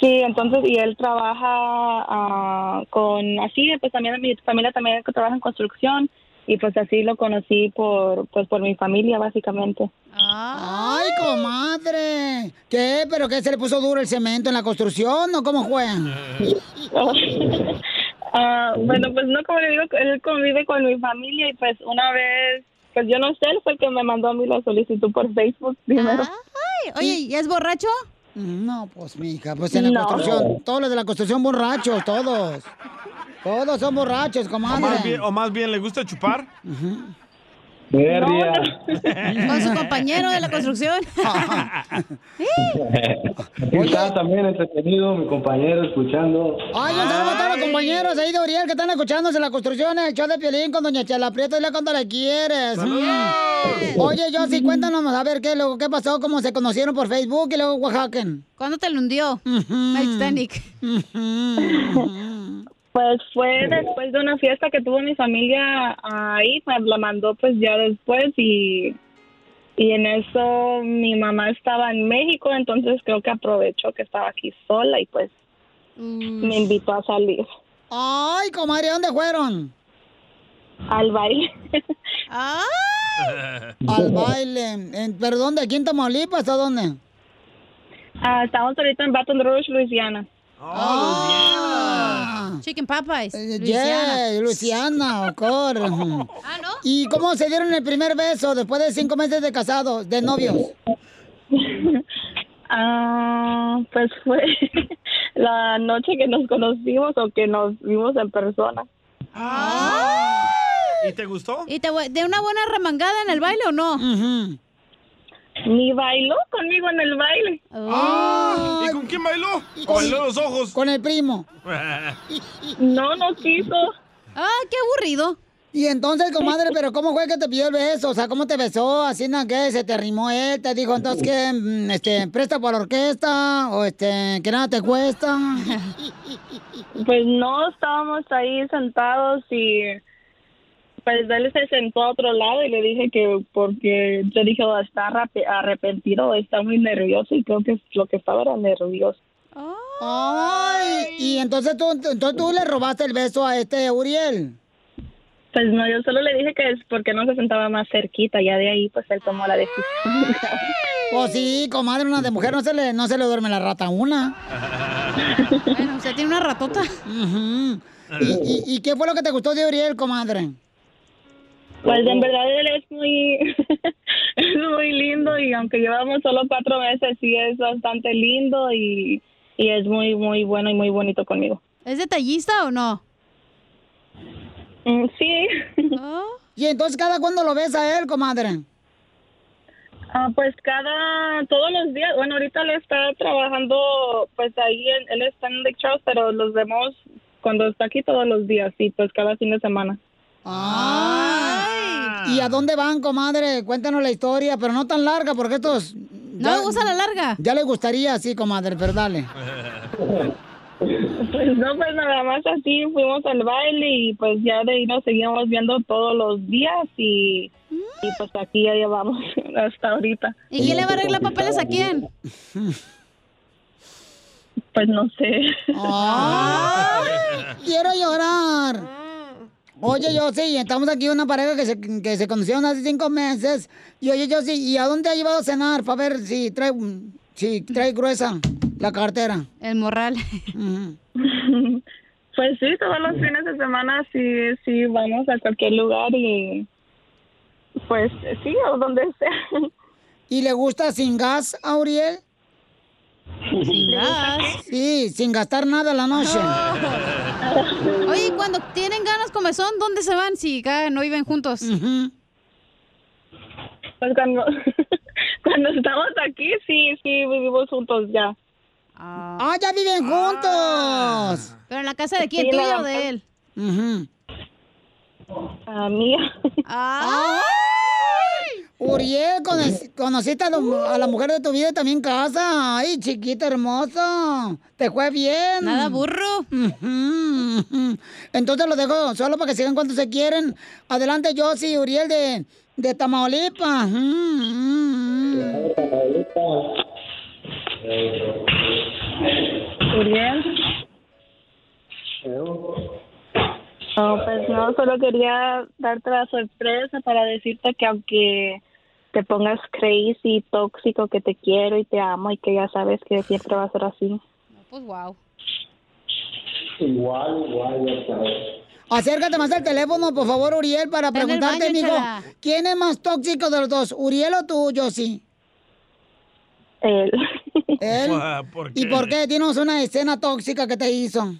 Speaker 13: Sí, entonces, y él trabaja ah, con, así, pues también mi familia también que trabaja en construcción y pues así lo conocí por, pues por mi familia básicamente.
Speaker 1: Ah. ¡Ay, comadre! ¿Qué? ¿Pero qué se le puso duro el cemento en la construcción o cómo fue?
Speaker 13: Ah, bueno, pues no, como le digo, él convive con mi familia y pues una vez, pues yo no sé, él fue el que me mandó a mí la solicitud por Facebook primero.
Speaker 7: Ay, oye, ¿ya es borracho?
Speaker 1: No, pues, mija, Pues en la
Speaker 13: No.
Speaker 1: construcción, todos los de la construcción borrachos, todos. Todos son borrachos,
Speaker 3: O más,
Speaker 1: comadre.
Speaker 3: bien, o más bien, ¿le gusta chupar?
Speaker 1: Primer día.
Speaker 7: Con su compañero de la construcción.
Speaker 22: Aquí está también entretenido mi compañero escuchando.
Speaker 1: Ay, un saludo a todos los compañeros ahí de Uriel que están escuchándose en la construcción, en el show de Piolín con Doña Chela Prieto, dile cuando la quieres. Mm. Oye, Yossi, cuéntanos, a ver, ¿qué, luego, ¿qué pasó? ¿Cómo se conocieron por Facebook y luego Oaxaca? Mm.
Speaker 7: ¿Cuándo te lo hundió? El Titanic.
Speaker 13: Pues fue después de una fiesta que tuvo mi familia ahí, me la mandó pues ya después y, y en eso mi mamá estaba en México, entonces creo que aprovechó que estaba aquí sola y pues
Speaker 1: Mm.
Speaker 13: me invitó a salir
Speaker 1: Ay, comadre, ¿dónde fueron?
Speaker 13: al baile.
Speaker 1: Al baile. En- ¿Pero dónde? ¿Aquí en Tamaulipas o dónde?
Speaker 13: Ah, estamos ahorita en Baton Rouge, Luisiana.
Speaker 1: Ah.
Speaker 7: Chicken Popeyes. Luisiana.
Speaker 1: Eh, Yeah, Luciana, of course.
Speaker 7: Ah, ¿no?
Speaker 1: ¿Y cómo se dieron el primer beso después de cinco meses de casados, de novios?
Speaker 13: Ah, pues fue la noche que nos conocimos o que nos vimos en persona.
Speaker 3: ¿Y te gustó?
Speaker 7: ¿Y te bu- de una buena remangada en el baile o no?
Speaker 13: Ni bailó conmigo en el baile.
Speaker 7: Oh.
Speaker 3: Ah, ¿Y con quién bailó? ¿O bailó los ojos?
Speaker 1: Con el primo.
Speaker 13: No, no quiso.
Speaker 7: Ah, qué aburrido.
Speaker 1: Y entonces, comadre, pero ¿cómo fue que te pidió el beso? O sea, ¿cómo te besó? ¿Así no que se te rimó él? ¿Te dijo entonces que mm, este, presta por la orquesta? ¿O este, que nada te cuesta?
Speaker 13: Pues no, estábamos ahí sentados y pues él se sentó a otro lado y le dije que porque yo dije, "Oh, está arrep- arrepentido, está muy nervioso y creo que lo que estaba era nervioso.
Speaker 1: Ay, y entonces tú, entonces tú le robaste el beso a este Uriel.
Speaker 13: Pues no, yo solo le dije que es porque no se sentaba más cerquita, ya de ahí pues él tomó la decisión.
Speaker 1: Pues sí, comadre, una de mujer no se le, no se le duerme la rata a una.
Speaker 7: Bueno, usted tiene una ratota.
Speaker 1: ¿Y, y qué fue lo que te gustó de Uriel, comadre?
Speaker 13: Pues en verdad él es muy, es muy lindo y aunque llevamos solo cuatro meses, sí es bastante lindo y, y es muy, muy bueno y muy bonito conmigo.
Speaker 7: ¿Es detallista o no?
Speaker 13: Mm, Sí.
Speaker 7: ¿Oh?
Speaker 1: ¿Y entonces cada cuándo lo ves a él, comadre?
Speaker 13: Ah, pues cada, todos los días, bueno, ahorita él está trabajando, pues ahí, en- él está en Lake Charles, pero los vemos cuando está aquí todos los días y pues cada fin de semana.
Speaker 1: ¿Y
Speaker 7: Ah.
Speaker 1: a dónde van, comadre? Cuéntanos la historia, pero no tan larga, porque estos... No
Speaker 7: le gusta la larga.
Speaker 1: Ya le gustaría, sí, comadre, pero dale.
Speaker 13: Pues no, pues nada más así fuimos al baile y pues ya de ahí nos seguimos viendo todos los días y, y pues aquí ya llevamos hasta ahorita.
Speaker 7: ¿Y quién le va a arreglar papeles a quién?
Speaker 13: Pues no sé. Ah.
Speaker 1: ¡Quiero llorar!
Speaker 7: Mm.
Speaker 1: Oye, yo sí, estamos aquí una pareja que se, que se conocieron hace cinco meses. Y oye, yo sí, ¿y a dónde ha llevado a cenar? Para ver si trae, si trae gruesa la cartera.
Speaker 7: El morral.
Speaker 13: Pues sí, todos los fines de semana sí, sí vamos a cualquier lugar y pues sí, o donde sea.
Speaker 1: ¿Y le gusta sin gas a Uriel?
Speaker 7: ¿Sin gas?
Speaker 1: Sí, sin gastar nada la noche.
Speaker 7: Oye, ¿y cuando tienen ganas comezón, ¿dónde se van si ca- no viven juntos?
Speaker 13: Pues cuando, cuando estamos aquí sí, sí vivimos juntos ya.
Speaker 1: ¡Ah, ya viven juntos!
Speaker 7: ¿Pero en la casa de quién?
Speaker 13: Sí, la
Speaker 7: ¿Tuya o
Speaker 13: verdad.
Speaker 7: de él?
Speaker 13: A mí.
Speaker 1: ¡Ay! Uriel, conoc- conociste a, lo- a la mujer de tu vida y también casa. Ay, chiquita hermosa. Te fue bien.
Speaker 7: Nada burro.
Speaker 1: Entonces los dejo solo para que sigan cuando se quieren. Adelante, Yossi, Uriel de, de Tamaulipas. Mm, mm.
Speaker 13: No, pues no, solo quería darte la sorpresa para decirte que aunque te pongas crazy y tóxico, que te quiero y te amo y que ya sabes que siempre va a ser así.
Speaker 7: Pues wow.
Speaker 22: Igual, igual, ya sabes.
Speaker 1: Acércate más al teléfono, por favor, Uriel, para
Speaker 7: Está en el
Speaker 1: preguntarte,
Speaker 7: baño,
Speaker 1: mijo,
Speaker 7: chala.
Speaker 1: ¿quién es más tóxico de los dos, Uriel o tú, Yossi?
Speaker 13: Él.
Speaker 1: ¿Él? ¿Y por qué? Dinos una escena tóxica que te hizo.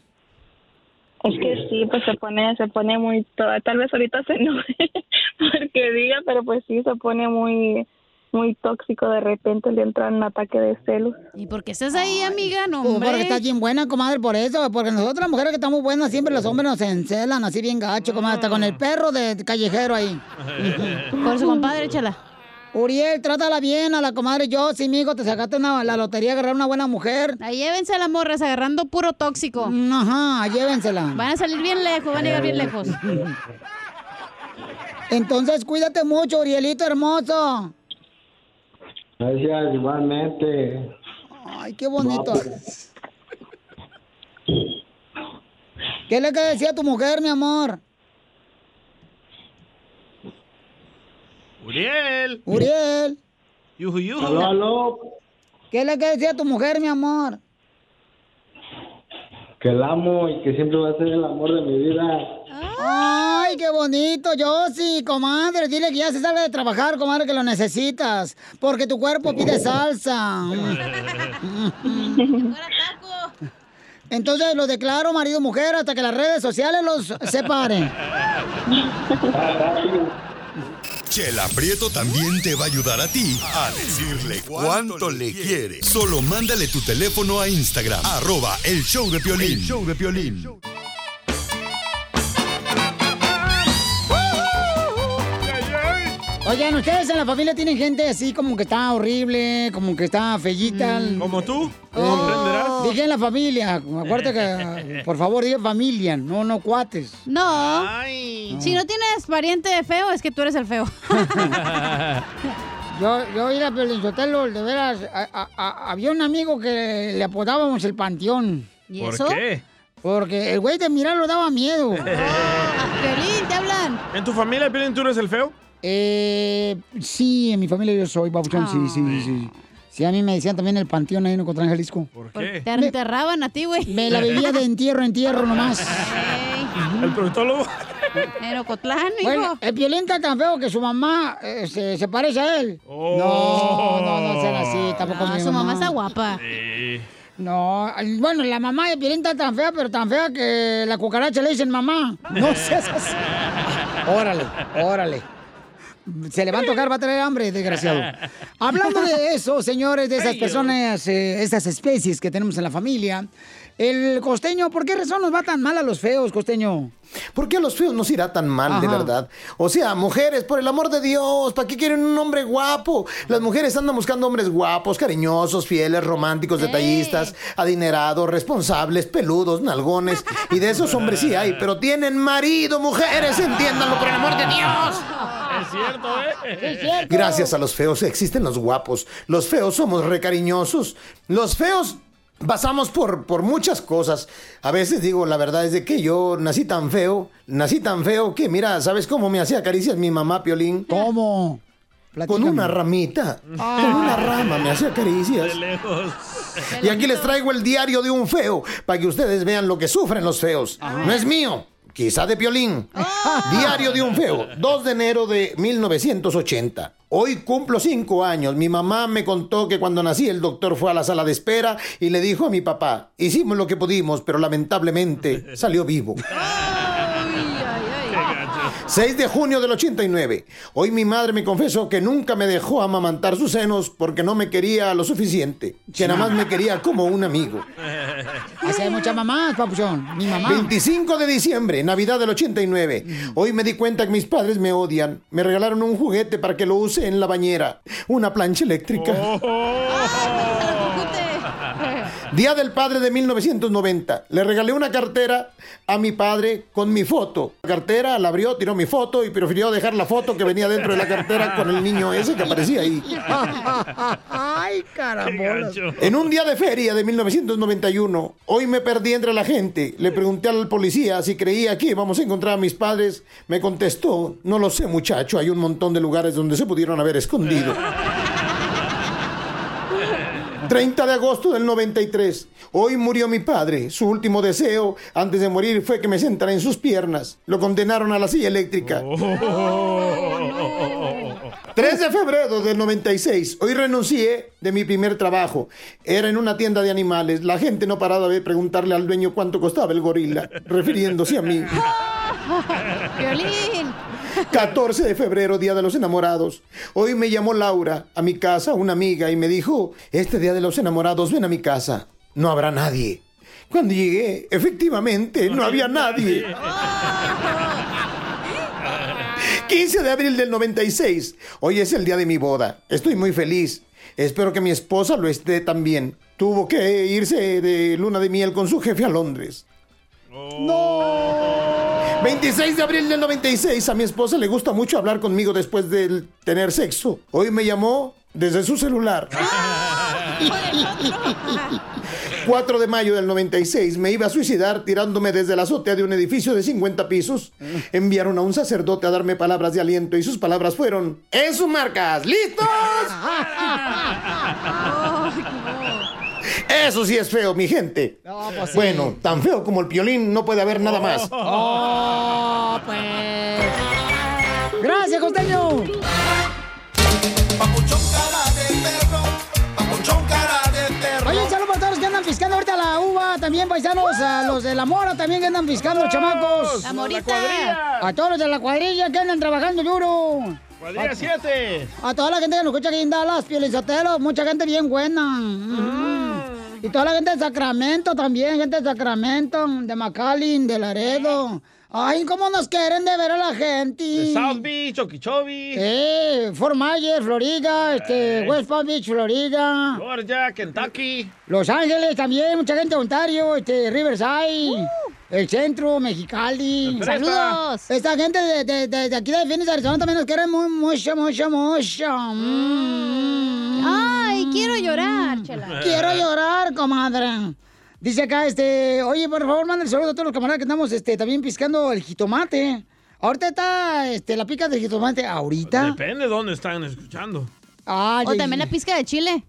Speaker 13: Es que sí, pues se pone, se pone muy, to- tal vez ahorita se enoje porque diga, pero pues sí, se pone muy, muy tóxico. De repente le entra un ataque de celos.
Speaker 7: ¿Y por qué estás ahí, amiga? No,
Speaker 1: Tú,
Speaker 7: hombre.
Speaker 1: pues, porque estás bien buena, comadre, por eso. Porque nosotros las mujeres que estamos buenas, siempre los hombres nos encelan así bien gacho, comadre. Hasta con el perro de callejero ahí.
Speaker 7: Por su compadre, échala.
Speaker 1: Uriel, trátala bien a la comadre. Yo, sí, migo, te sacaste una- la lotería agarrar una buena mujer. Mm,
Speaker 7: Ahí llévense a las morras agarrando puro tóxico.
Speaker 1: Ajá, llévensela.
Speaker 7: Van a salir bien lejos, van a llegar bien lejos.
Speaker 1: Entonces, cuídate mucho, Urielito hermoso.
Speaker 22: Gracias, igualmente.
Speaker 1: Ay, qué bonito. ¿Qué le que decía a tu mujer, mi amor?
Speaker 3: Uriel.
Speaker 1: Uriel.
Speaker 3: Yuju, yuju.
Speaker 1: ¿Qué le que decía a tu mujer, mi amor?
Speaker 22: Que la amo y que siempre va a ser el amor de mi vida.
Speaker 1: Ay, qué bonito, Yossi, comadre. Dile que ya se sale de trabajar, comadre, que lo necesitas. Porque tu cuerpo pide salsa. Entonces lo declaro marido y mujer hasta que las redes sociales los separen.
Speaker 4: Chela Prieto también te va a ayudar a ti a decirle cuánto le quiere. Solo mándale tu teléfono a Instagram, arroba el show de Piolín. show de Piolín.
Speaker 1: Oigan, ¿ustedes en la familia tienen gente así como que está horrible, como que está fellita?
Speaker 3: Mm. ¿Como tú?
Speaker 1: ¿Comprenderás? Dije en la familia. Acuérdate que, por favor, dije familia, no, no cuates.
Speaker 7: No. Si no tienes pariente de feo, es que tú eres el feo.
Speaker 1: Yo, yo ir a Sotelo, de veras, a- a- a- había un amigo que le apodábamos el panteón.
Speaker 7: ¿Y ¿Por eso? qué?
Speaker 1: Porque el güey de mirarlo daba miedo.
Speaker 7: Piolín, te hablan.
Speaker 3: ¿En tu familia, Piolín, tú eres el feo?
Speaker 1: Eh, sí, en mi familia yo soy babuchón, sí,
Speaker 3: Ah.
Speaker 1: sí, sí. Sí, a mí me decían también el panteón ahí en Ocotlán, Jalisco.
Speaker 7: Porque Te enterraban a ti, güey.
Speaker 1: Me la vivía de entierro, a entierro nomás.
Speaker 3: El proctólogo.
Speaker 7: En Ocotlán, hijo.
Speaker 1: Bueno, el violín está tan feo que su mamá eh, se, se parece a él.
Speaker 3: Oh.
Speaker 1: No, no, no sean así, tampoco
Speaker 7: No,
Speaker 1: mi
Speaker 7: Ah, su mamá está guapa.
Speaker 1: No, ay, bueno, la mamá de Piolín está tan fea, pero tan fea que la cucaracha le dicen mamá. No seas así. Órale, órale. Se le va a tocar, va a tener hambre, desgraciado. Hablando de eso, señores, de esas personas, eh, esas especies que tenemos en la familia, el costeño, ¿por qué razón nos va tan mal a los feos, costeño?
Speaker 6: ¿Por qué a los feos nos irá tan mal, de
Speaker 1: Ajá.
Speaker 6: verdad? O sea, mujeres, por el amor de Dios, ¿para qué quieren un hombre guapo? Las mujeres andan buscando hombres guapos, cariñosos, fieles, románticos, detallistas, adinerados, responsables, peludos, nalgones. Y de esos hombres sí hay, pero tienen marido, mujeres, entiéndanlo, por el amor de Dios.
Speaker 3: Es cierto, ¿eh? Es
Speaker 6: Gracias a los feos existen los guapos. Los feos somos recariñosos. Los feos pasamos por, por muchas cosas. A veces digo, la verdad es de que yo nací tan feo, nací tan feo que mira, ¿sabes cómo me hacía caricias mi mamá Piolín?
Speaker 1: ¿Cómo?
Speaker 6: Con una ramita,
Speaker 11: Ah.
Speaker 6: con una rama me hacía caricias. Y aquí les traigo el diario de un feo para que ustedes vean lo que sufren los feos. No es mío, quizá de Piolín. Diario de un feo, 2 de enero de 1980. Hoy cumplo cinco años. Mi mamá me contó que cuando nací el doctor fue a la sala de espera y le dijo a mi papá, hicimos lo que pudimos, pero lamentablemente salió vivo. 6 de junio del 89. Hoy mi madre me confesó que nunca me dejó amamantar sus senos porque no me quería lo suficiente, que nada más me quería como un amigo.
Speaker 1: Así hay muchas mamás, papuchón. Mi mamá. Mm.
Speaker 6: 25 de diciembre, Navidad del 89. Hoy me di cuenta que mis padres me odian. Me regalaron un juguete para que lo use en la bañera, una plancha eléctrica.
Speaker 1: Oh.
Speaker 6: Día del Padre de 1990. Le regalé una cartera a mi padre con mi foto. La cartera la abrió, tiró mi foto y prefirió dejar la foto que venía dentro de la cartera con el niño ese que aparecía ahí.
Speaker 1: Ay, carambolas.
Speaker 6: En un día de feria de 1991, hoy me perdí entre la gente. Le pregunté al policía si creía que íbamos a encontrar a mis padres. Me contestó, no lo sé muchacho, hay un montón de lugares donde se pudieron haber escondido. 30 de agosto del 93. Hoy murió mi padre. Su último deseo antes de morir fue que me sentara en sus piernas. Lo condenaron a la silla eléctrica.
Speaker 1: Oh,
Speaker 11: Oh.
Speaker 6: 3 de febrero del 96. Hoy renuncié de mi primer trabajo. Era en una tienda de animales. La gente no paraba de preguntarle al dueño cuánto costaba el gorila, refiriéndose a mí.
Speaker 7: Piolín.
Speaker 6: 14 de febrero, Día de los Enamorados. Hoy me llamó Laura a mi casa, una amiga, y me dijo, este Día de los Enamorados, ven a mi casa. No habrá nadie. Cuando llegué, efectivamente, no había
Speaker 1: Oh,
Speaker 6: nadie. 15 de abril del 96. Hoy es el día de mi boda. Estoy muy feliz. Espero que mi esposa lo esté también. Tuvo que irse de luna de miel con su jefe a Londres. ¡No! 26 de abril del 96. A mi esposa le gusta mucho hablar conmigo después de tener sexo. Hoy me llamó desde su celular. 4 de mayo del 96 me iba a suicidar tirándome desde la azotea de un edificio de 50 pisos. Enviaron a un sacerdote a darme palabras de aliento y sus palabras fueron, ¡En sus marcas! ¡Listos! Eso sí es feo, mi gente.
Speaker 1: pues sí.
Speaker 6: Bueno, tan feo como el piolín no puede haber nada más.
Speaker 1: Oh, pues. Gracias, costeño. Oye, un saludo para todos los que andan piscando ahorita la uva, también paisanos, a los de la mora también que andan piscando, los chamacos.
Speaker 7: La morita. La
Speaker 1: A todos los de la cuadrilla que andan trabajando duro.
Speaker 3: Cuadrilla
Speaker 1: A-
Speaker 3: 7.
Speaker 1: A toda la gente que nos escucha aquí en Dallas, Piolizotelo, mucha gente bien buena. Mm. Y toda la gente de Sacramento también, gente de Sacramento, de McAllen, de Laredo. Ay, cómo nos quieren de ver a la gente.
Speaker 3: De South Beach, Okeechobee,
Speaker 1: Eh, Fort Myers, Florida, este,
Speaker 3: Eh.
Speaker 1: West Palm Beach, Florida.
Speaker 3: Georgia, Kentucky.
Speaker 1: Los Ángeles también, mucha gente de Ontario, este, Riverside,
Speaker 7: Uh.
Speaker 1: el centro, Mexicali.
Speaker 3: Fresa. Saludos.
Speaker 1: Esta gente de, de- de- de aquí de Phoenix, Arizona también nos quiere mu- mucho, mucho, mucho.
Speaker 7: Mm.
Speaker 1: Ay, quiero llorar,
Speaker 7: chela.
Speaker 1: Quiero llorar, comadre. Dice acá, este, oye, por favor, manda el saludo a todos los camaradas que estamos, este, también piscando el jitomate. Ahorita está, este, la pica del jitomate, ahorita.
Speaker 3: Depende de dónde están escuchando.
Speaker 1: Ay,
Speaker 7: o
Speaker 1: ay,
Speaker 7: también la pizca de chile.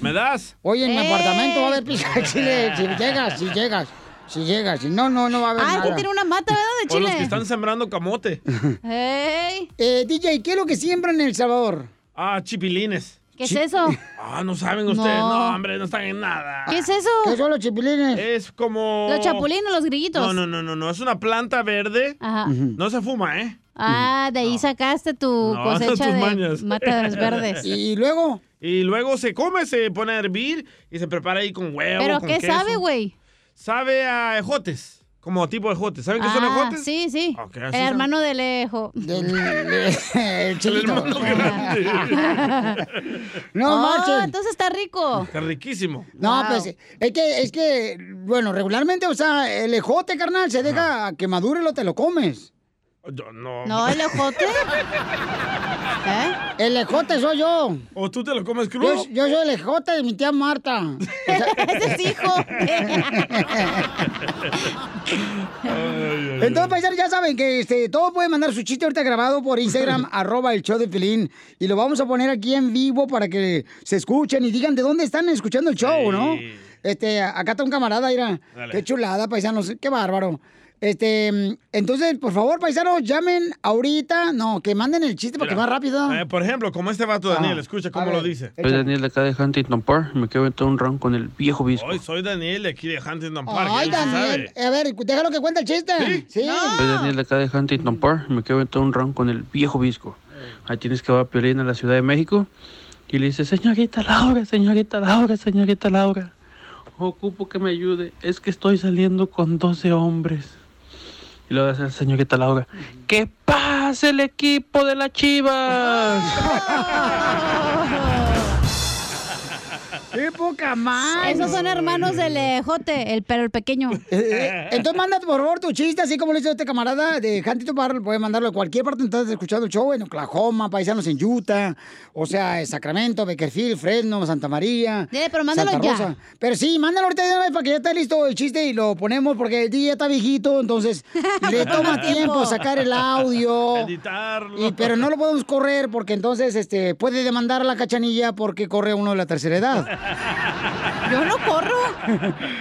Speaker 3: ¿Me das?
Speaker 1: Oye, en mi
Speaker 7: ¡Eh!
Speaker 1: apartamento va a haber pizca de chile. Si llegas, si llegas, si llegas. Si no, no, no va a haber
Speaker 7: Ah,
Speaker 1: nada.
Speaker 7: que tiene una mata, ¿verdad? De
Speaker 3: O los que
Speaker 7: chile.
Speaker 3: están sembrando camote.
Speaker 1: Eh, DJ, ¿qué es lo que siembran en El Salvador?
Speaker 3: Ah, chipilines.
Speaker 1: ¿Qué es eso?
Speaker 3: Ah, no saben ustedes. No,
Speaker 1: No.
Speaker 3: hombre, no están en nada.
Speaker 7: ¿Qué es eso?
Speaker 1: ¿Qué son los chipilines?
Speaker 3: Es como...
Speaker 7: Los chapulines, los grillitos.
Speaker 3: No, no, no, no, no. Es una planta verde.
Speaker 7: Ajá.
Speaker 3: No se fuma, ¿eh?
Speaker 7: Ah, de ahí sacaste tu
Speaker 3: No,
Speaker 7: cosecha
Speaker 3: tus
Speaker 7: pues de
Speaker 3: mañas.
Speaker 7: matas verdes.
Speaker 1: luego?
Speaker 3: Y luego se come, se pone a hervir y se prepara ahí con huevo.
Speaker 7: ¿Pero
Speaker 3: con
Speaker 7: qué
Speaker 3: queso.
Speaker 7: sabe, güey?
Speaker 3: Sabe a ejotes. Como tipo de ejotes. ¿Saben qué son
Speaker 7: Ah,
Speaker 3: ejotes?
Speaker 7: Sí, sí.
Speaker 3: Ok,
Speaker 7: El
Speaker 3: así saben.
Speaker 7: hermano de Lejo.
Speaker 1: el
Speaker 3: hermano
Speaker 1: No, marchen.
Speaker 7: Ah, Entonces está rico.
Speaker 3: Está riquísimo.
Speaker 1: No,
Speaker 7: Wow.
Speaker 1: pues, es que, es que, bueno, regularmente, o sea, el ejote, carnal, se deja a que madure y lo te lo comes.
Speaker 3: Yo- no.
Speaker 1: No, el ejote. ¿Eh? El ejote soy yo.
Speaker 3: ¿O tú te lo comes crudo?
Speaker 1: Yo, yo soy el ejote de mi tía Marta.
Speaker 7: Ese es hijo.
Speaker 1: Entonces, paisanos, ya saben que este, todos pueden mandar su chiste ahorita grabado por Instagram, arroba el show de Pelín. Y lo vamos a poner aquí en vivo para que se escuchen y digan de dónde están escuchando el show, ¿no? Este, acá está un camarada, mira.
Speaker 9: Dale.
Speaker 1: Qué chulada, paisanos, qué bárbaro. Este, mm, entonces, por favor, paisanos, llamen ahorita. No, que manden el chiste porque
Speaker 3: Mira,
Speaker 1: más rápido.
Speaker 3: eh, por ejemplo, como este vato
Speaker 1: Ah.
Speaker 3: Daniel, escucha cómo lo dice.
Speaker 10: Soy Daniel de acá de Huntington Park y me quedo en todo un round con el viejo bispo.
Speaker 3: Hoy soy Daniel de aquí de Huntington Park.
Speaker 1: Ay,
Speaker 3: él sí
Speaker 1: Daniel.
Speaker 3: sabe.
Speaker 1: A ver, déjalo que cuente el chiste. Sí.
Speaker 10: Soy Daniel de acá de Huntington Park y me quedo en todo un round con el viejo bisco. Ahí tienes que va a Piolín a la Ciudad de México y le dice, señorita Laura, señorita Laura, señorita Laura, ocupo que me ayude, es que estoy saliendo con 12 hombres. Y luego dice la señorita Laura, ¿qué pasa el equipo de las chivas?
Speaker 1: ¡Qué poca más!
Speaker 7: Esos son hermanos del ejote, el, pero el pequeño.
Speaker 1: Eh, Entonces, manda por favor tu chiste, así como lo hizo este camarada de Huntington Park. Puede mandarlo a cualquier parte donde estés escuchando el show, en Oklahoma, paisanos en Utah, o sea, en Sacramento, Beckerfield, Fresno, Santa María.
Speaker 7: Dile, Eh, pero mándalo
Speaker 1: Santa
Speaker 7: ya.
Speaker 1: Rosa. Pero sí, mándalo ahorita de una vez para que ya esté listo el chiste y lo ponemos porque el día está viejito, entonces le toma tiempo sacar el audio.
Speaker 3: Editarlo.
Speaker 1: Y, pero no lo podemos correr porque entonces este, puede demandar a la cachanilla porque corre uno de la tercera edad.
Speaker 7: Yo no corro.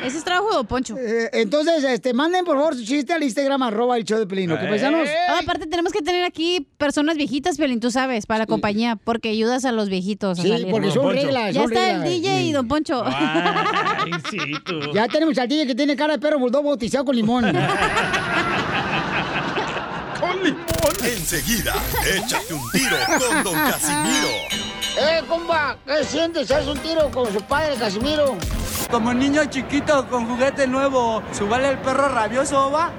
Speaker 7: Ese es trabajo de Don Poncho.
Speaker 1: entonces, este, manden por favor su chiste al Instagram arroba el show de Pelino. ¿Qué paisanos?
Speaker 7: Ah, aparte tenemos que tener aquí personas viejitas, Piolín, tú sabes, para la compañía, porque ayudas a los viejitos a
Speaker 1: Sí,
Speaker 7: salir.
Speaker 1: porque son Don Poncho. reglas,
Speaker 7: Ya
Speaker 1: son
Speaker 7: está el
Speaker 1: reglas. Ah.
Speaker 7: DJ y Don Poncho.
Speaker 3: Ay, sí, tú.
Speaker 1: Ya tenemos al DJ que tiene cara de perro bulldog bautizado con limón.
Speaker 3: ¡Con limón!
Speaker 4: Enseguida, échate un tiro con Don Casimiro.
Speaker 1: ¡Eh, compa! ¿Qué sientes? ¿Haz un tiro con su padre, Casimiro?
Speaker 23: Como niño chiquito con juguete nuevo, subale el perro rabioso, va.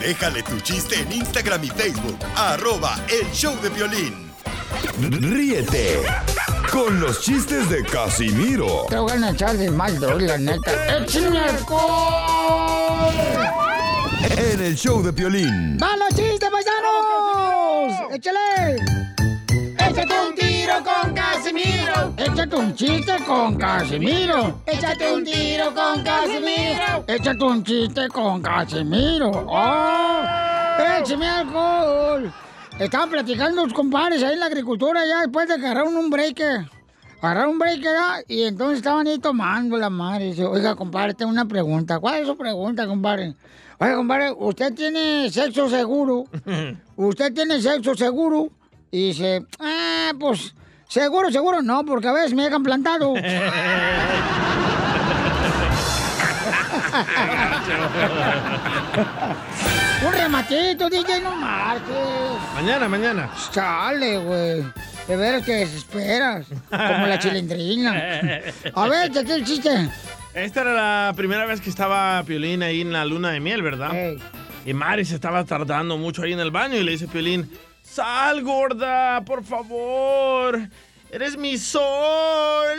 Speaker 4: Déjale tu chiste en Instagram y Facebook, arroba el show de violín.
Speaker 1: Ríete.
Speaker 4: Con los chistes de Casimiro.
Speaker 1: Te voy a echar de mal, droga, la neta. ¡Échame alcohol!
Speaker 4: En el show de violín.
Speaker 1: ¡Van los chistes, paisanos! ¡Échale! ¡Oh! ¡Échate un tiro con Casimiro! ¡Échate un chiste con Casimiro! ¡Échate un tiro con Casimiro! ¡Échate un chiste con Casimiro! ¡Oh! ¡Échame alcohol! Estaban platicando los compadres ahí en la agricultura ya después de que agarraron un break. Agarraron un break ya y entonces estaban ahí tomando la madre. Dice, oiga, compadre, tengo una pregunta. ¿Cuál es su pregunta, compadre? Oiga, compadre, ¿usted tiene sexo seguro? ¿Usted tiene sexo seguro? Y dice, ah, pues, seguro, seguro no, porque a veces me dejan plantado. Un rematito, DJ, no marches.
Speaker 3: Mañana, mañana.
Speaker 1: Chale, güey. De
Speaker 3: Eh,
Speaker 1: veras que desesperas. Como la chilindrina. A ver, ¿de qué el chiste?
Speaker 3: Esta era la primera vez que estaba Piolín ahí en la luna de miel, ¿verdad? Y Mari se estaba tardando mucho ahí en el baño y le dice Piolín, sal gorda, por favor, eres mi sol.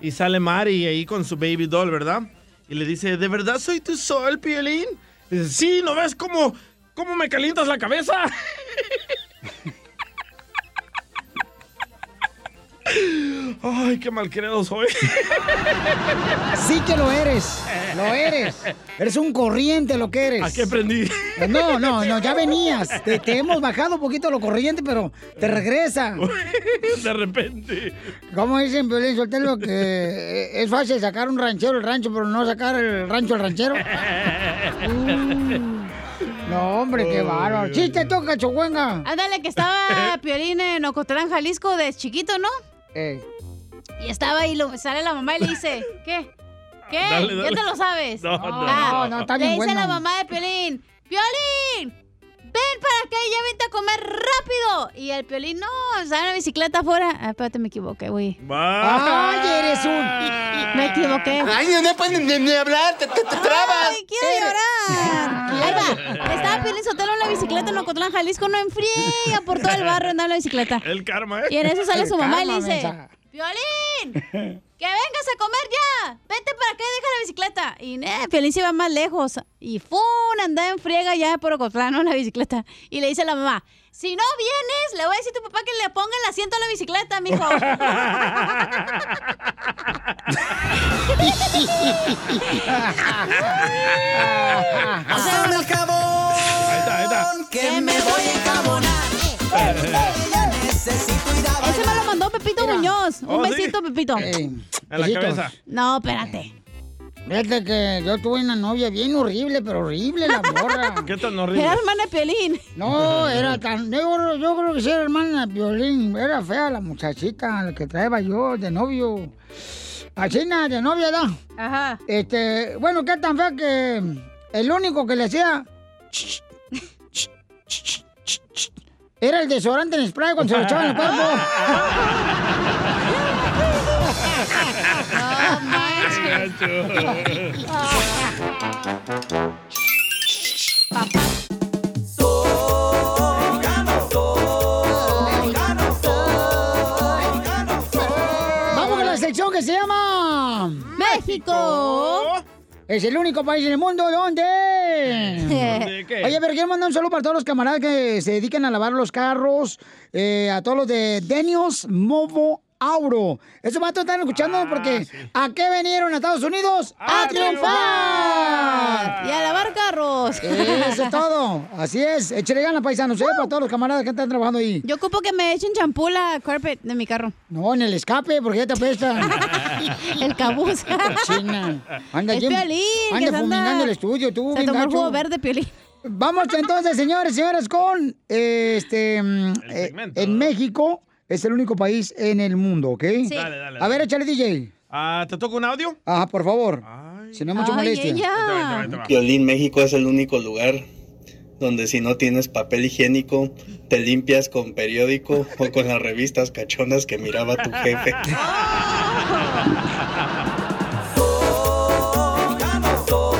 Speaker 3: Y sale Mari ahí con su baby doll, ¿verdad? Y le dice, ¿de verdad soy tu sol, Piolín? Y dice, sí, ¿no ves cómo, cómo me calientas la cabeza? Ay, qué malcriado soy.
Speaker 1: Sí que lo eres, lo eres. Eres un corriente lo que eres. ¿A qué
Speaker 3: aprendí?
Speaker 1: No, no, no, ya venías. Te, te hemos bajado un poquito lo corriente, pero te regresa.
Speaker 3: De repente.
Speaker 1: Como dicen, Piolín Sotelo, que eh, es fácil sacar un ranchero el rancho, pero no sacar el rancho el ranchero. No, hombre, qué bárbaro. Chiste, toca, chocuenga.
Speaker 7: Ándale, que estaba Piolín en Ocotlán, Jalisco, de chiquito, ¿no? Y estaba ahí, lo- sale la mamá y le dice, ¿qué? ¿Qué?
Speaker 1: Dale,
Speaker 7: ¿Ya
Speaker 1: dale.
Speaker 7: te lo sabes?
Speaker 1: No, no,
Speaker 7: Ah,
Speaker 1: no, no, está bien
Speaker 7: Le dice
Speaker 1: bueno.
Speaker 7: la mamá de Piolín, ¡Piolín! ¡Ven para acá y ya vente a comer rápido! Y el Piolín, no, sale la bicicleta afuera. Ah, espérate, me equivoqué, güey.
Speaker 1: ¡Ay, eres un! Ah.
Speaker 7: Me equivoqué.
Speaker 1: Ay, no, no puedes ni, hablar, te, trabas.
Speaker 7: Ay, quiero llorar. Ahí va. Estaba Piolín Sotelo en la bicicleta en Ocotlán, Jalisco. No enfría por todo el barrio andaba en la bicicleta.
Speaker 3: El karma, ¿eh?
Speaker 7: Y en eso sale su mamá y le
Speaker 3: Karma,
Speaker 7: dice,
Speaker 3: mensa.
Speaker 7: ¡Piolín! ¡Que vengas a comer ya! ¡Vete para acá y deja la bicicleta! Y eh, Piolín se iba más lejos. Y ¡fun! Andaba en friega ya por Ocotlán, ¿no? La bicicleta. Y le dice a la mamá, si no vienes, le voy a decir a tu papá que le ponga el asiento a la bicicleta, mijo.
Speaker 1: Pásame
Speaker 9: el jabón. Que me voy a encabonar.
Speaker 7: Ese me lo mandó Pepito Muñoz. Un
Speaker 1: Oh, sí.
Speaker 7: besito, Pepito.
Speaker 3: En la
Speaker 1: Besitos.
Speaker 3: cabeza.
Speaker 7: No, espérate.
Speaker 1: Fíjate que yo tuve una novia bien horrible, pero horrible la morra.
Speaker 3: ¿Qué tan
Speaker 7: Era hermana de Piolín.
Speaker 1: No, era tan... Yo, creo- yo creo que sí era hermana de Piolín. Era fea la muchachita, la que traía yo de novio. Así nada, de novia, ¿da?
Speaker 7: Ajá.
Speaker 1: Este, bueno, qué tan fea que el único que le hacía... Era el desodorante en spray cuando se lo echaba en el cuerpo. Vamos a la sección que se llama México. Es el único país en el mundo donde.
Speaker 9: ¿De qué?
Speaker 1: Oye, pero quiero mandar un saludo para todos los camaradas que se dedican a lavar los carros, eh, a todos los de Denios Movo Auro. Esos vatos están escuchando
Speaker 9: Ah,
Speaker 1: porque ¿a qué vinieron a Estados Unidos? ¡A, triunfar!
Speaker 7: Y a lavar carros.
Speaker 1: Eso es todo. Así es. Échale ganas, paisanos, eh, para todos los camaradas que están trabajando ahí.
Speaker 7: Yo ocupo que me echen champú la carpet de mi carro.
Speaker 1: No, en el escape, porque ya te apesta.
Speaker 7: el cabuz.
Speaker 1: China. Anda,
Speaker 7: Es
Speaker 1: Jim,
Speaker 7: Piolín, que
Speaker 1: anda
Speaker 7: se anda-
Speaker 1: fulminando el estudio, tú.
Speaker 7: se
Speaker 1: bien
Speaker 7: tomó el
Speaker 1: gacho.
Speaker 7: jugo verde, Piolín.
Speaker 1: Vamos entonces, señores y señoras, con eh, este. mm, eh, en México es el único país en el mundo, ¿ok?
Speaker 3: Sí. Dale, dale,
Speaker 1: A ver, échale, DJ.
Speaker 3: Ah, ¿Te toca un audio?
Speaker 1: Ajá, por favor. Si no es mucha
Speaker 3: Ay,
Speaker 1: molestia.
Speaker 3: ella.
Speaker 12: Violín México es el único lugar donde si no tienes papel higiénico, te limpias con periódico o con las revistas cachonas que miraba tu jefe.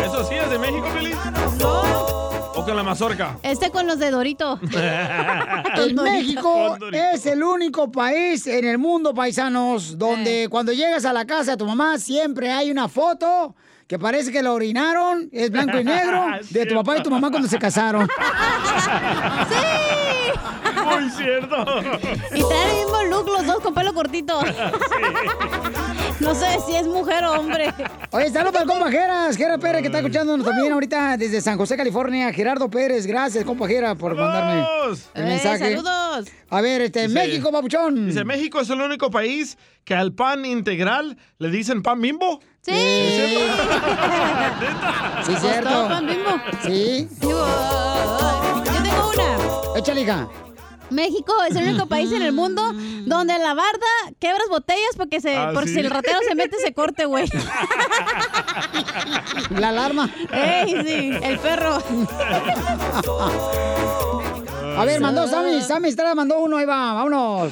Speaker 3: ¿Eso sí es de México, Feliz? ¿O con la mazorca?
Speaker 7: Este con los de Dorito.
Speaker 1: El
Speaker 7: Condorito.
Speaker 1: México
Speaker 7: Condorito.
Speaker 1: es el único país en el mundo, paisanos,
Speaker 7: Eh.
Speaker 1: donde cuando llegas a la casa de tu mamá siempre hay una foto que parece que la orinaron, es blanco y negro, de tu papá y tu mamá cuando se casaron.
Speaker 7: ¡Sí!
Speaker 3: Muy cierto.
Speaker 7: Y traen el mismo look los dos con pelo cortito. No sé si es mujer o hombre.
Speaker 1: Oye, saludos para el compa Geras, Gera Pérez, que está escuchándonos también ahorita desde San José, California. Gerardo Pérez, gracias, compa Gera, por mandarme el
Speaker 3: Eh,
Speaker 1: mensaje.
Speaker 3: saludos.
Speaker 1: A ver, este,
Speaker 3: Dice-
Speaker 1: México, papuchón.
Speaker 3: Dice, México es el único país que al pan integral le dicen pan bimbo.
Speaker 7: Sí.
Speaker 1: Sí,
Speaker 3: ¿Es
Speaker 1: cierto. Sí.
Speaker 7: Yo tengo una.
Speaker 1: Échale, hija.
Speaker 7: México es el único país en el mundo donde la barda quebras botellas porque se,
Speaker 1: Ah,
Speaker 7: por
Speaker 1: ¿sí?
Speaker 7: si el ratero se mete se corte, güey.
Speaker 1: La alarma.
Speaker 7: Ey, sí, el perro.
Speaker 1: A ver, mandó Sammy, Sammy Estrada mandó uno, ahí va, vámonos.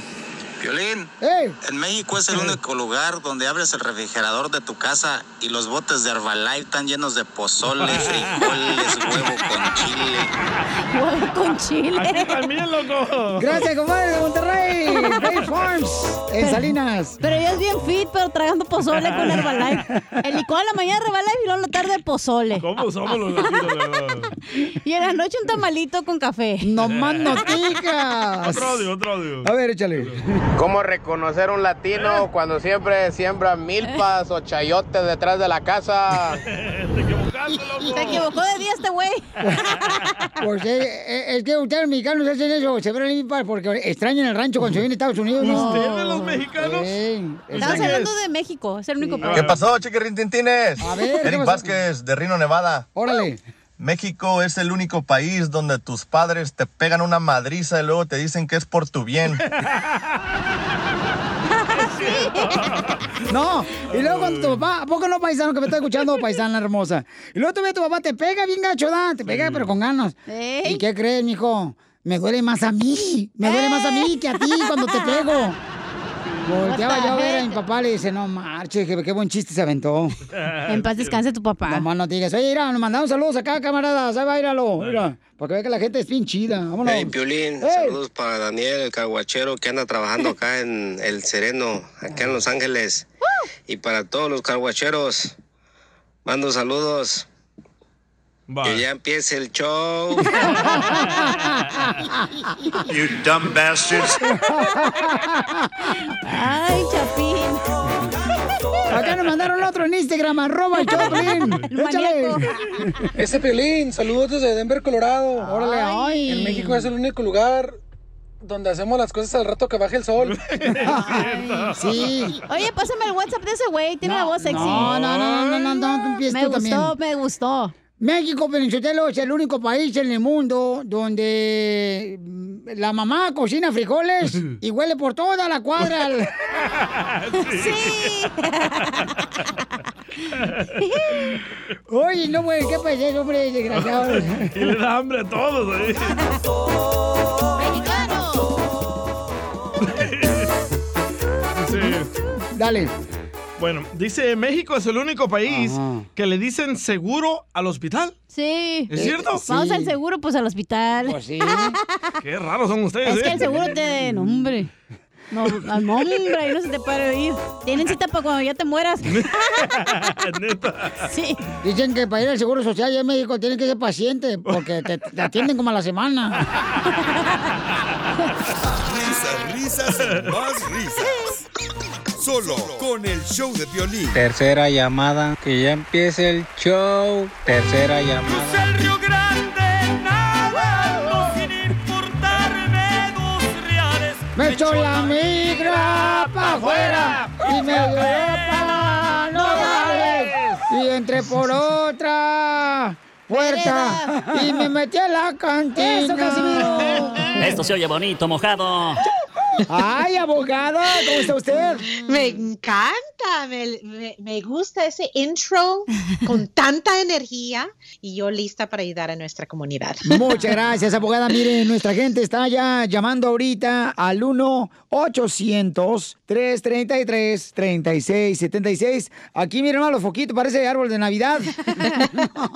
Speaker 24: Violín, en México es el único lugar donde abres el refrigerador de tu casa y los botes de Herbalife están llenos de pozole, frijoles, huevo con chile.
Speaker 1: Huevo con chile.
Speaker 24: Aquí
Speaker 3: también, loco.
Speaker 1: Gracias, compadre de Monterrey. Bay Farms, en
Speaker 7: Pero-
Speaker 1: Salinas.
Speaker 7: Pero ella es bien fit, pero tragando pozole con Herbalife. El licuado en la mañana Herbalife y luego en la tarde pozole.
Speaker 3: ¿Cómo somos los latinos, de verdad?
Speaker 7: Y en la noche un tamalito con café.
Speaker 1: No
Speaker 7: más
Speaker 1: noticas.
Speaker 3: Otro audio, otro audio. Eh.
Speaker 1: A ver, échale.
Speaker 12: ¿Cómo reconocer un latino cuando siempre siembra milpas o chayotes detrás de la casa?
Speaker 7: Se equivocó de día este güey.
Speaker 1: Pues eh, eh, es que ustedes los mexicanos hacen eso, se ven ahí para- porque extrañan el rancho cuando se viene a Estados Unidos.
Speaker 7: ¿Ustedes, los
Speaker 1: mexicanos?
Speaker 7: Estamos hablando de México, es el único problema.
Speaker 16: ¿Qué pasó, chiquirrintintines?
Speaker 7: A ver, ¿qué
Speaker 16: Eric
Speaker 7: pasó?
Speaker 16: Vázquez, de Rino, Nevada.
Speaker 1: Órale.
Speaker 16: México es el único país donde tus padres te pegan una madriza y luego te dicen que es por tu bien.
Speaker 1: No, y luego cuando tu papá, ¿a poco no, paisano, que me está escuchando, paisana hermosa? Y luego todavía tu papá te pega bien gacho, ¿da? Te pega, pero con ganas. ¿Y qué crees, mijo? Me duele más a mí, me duele más a mí que a ti cuando te pego. Volteaba yo a ver a mi papá, le dice, no marches, que- qué, buen chiste se aventó.
Speaker 7: En paz descanse tu papá.
Speaker 1: Mamá, no digas, oye, mira, nos mandamos saludos acá, camaradas, ahí va, íralo, mira, para que vea que la gente es bien chida, vámonos.
Speaker 24: Hey, Piolín, saludos para Daniel, el caguachero que anda trabajando acá en El Sereno, acá en Los Ángeles. Y para todos los caguacheros, mando saludos. Que ya empiece el show.
Speaker 25: You dumb bastards.
Speaker 7: Ay, Chapín.
Speaker 1: Acá nos mandaron otro en Instagram, arroba el Choplin. Échale.
Speaker 11: Este Piolín, saludos desde Denver, Colorado.
Speaker 1: Órale, ay.
Speaker 11: En México es el único lugar donde hacemos las cosas al rato que baje el sol.
Speaker 1: Sí.
Speaker 7: Oye, pásame el WhatsApp de ese güey, tiene la voz Oh, sexy.
Speaker 1: No, no, no, no, no, no, no empieces
Speaker 7: Me
Speaker 1: tú
Speaker 7: gustó,
Speaker 1: también.
Speaker 7: me gustó.
Speaker 1: México, Venezuela es el único país en el mundo donde mm, la mamá cocina frijoles y huele por toda la cuadra. al-
Speaker 7: sí.
Speaker 1: Oye, no, güey, qué país, hombre, desgraciado.
Speaker 3: Y le da hambre a todos ahí.
Speaker 1: Dale.
Speaker 3: Bueno, dice México es el único país que le dicen seguro al hospital.
Speaker 7: Sí.
Speaker 3: ¿Es cierto?
Speaker 7: Vamos
Speaker 3: Sí.
Speaker 7: al seguro, pues al hospital. Pues
Speaker 1: sí.
Speaker 3: Qué raros son ustedes,
Speaker 7: Es que
Speaker 3: ¿eh?
Speaker 7: el seguro te... No, hombre. No, al nombre, ahí no se te puede ir. Tienen cita para cuando ya te mueras.
Speaker 3: Neta.
Speaker 7: Sí.
Speaker 1: Dicen que para ir al Seguro Social allá en México tienen que ser paciente porque te, te atienden como a la semana.
Speaker 4: Risas, risas y más risas. Solo con el show de violín.
Speaker 21: Tercera llamada, que ya empiece el show. Tercera llamada.
Speaker 1: Me echó la migra pa' afuera y me dio pa' Nogales y entré por otra puerta y me metí a la cantina.
Speaker 26: Esto se oye bonito, mojado.
Speaker 1: Ay, abogado, ¿cómo está usted?
Speaker 27: Me encanta, me, me- me gusta ese intro con tanta energía y yo lista para ayudar a nuestra comunidad.
Speaker 1: Muchas gracias, abogada. Mire, nuestra gente está ya llamando ahorita al 1-800-333-3676. Aquí, miren, más los foquitos, parece árbol de Navidad.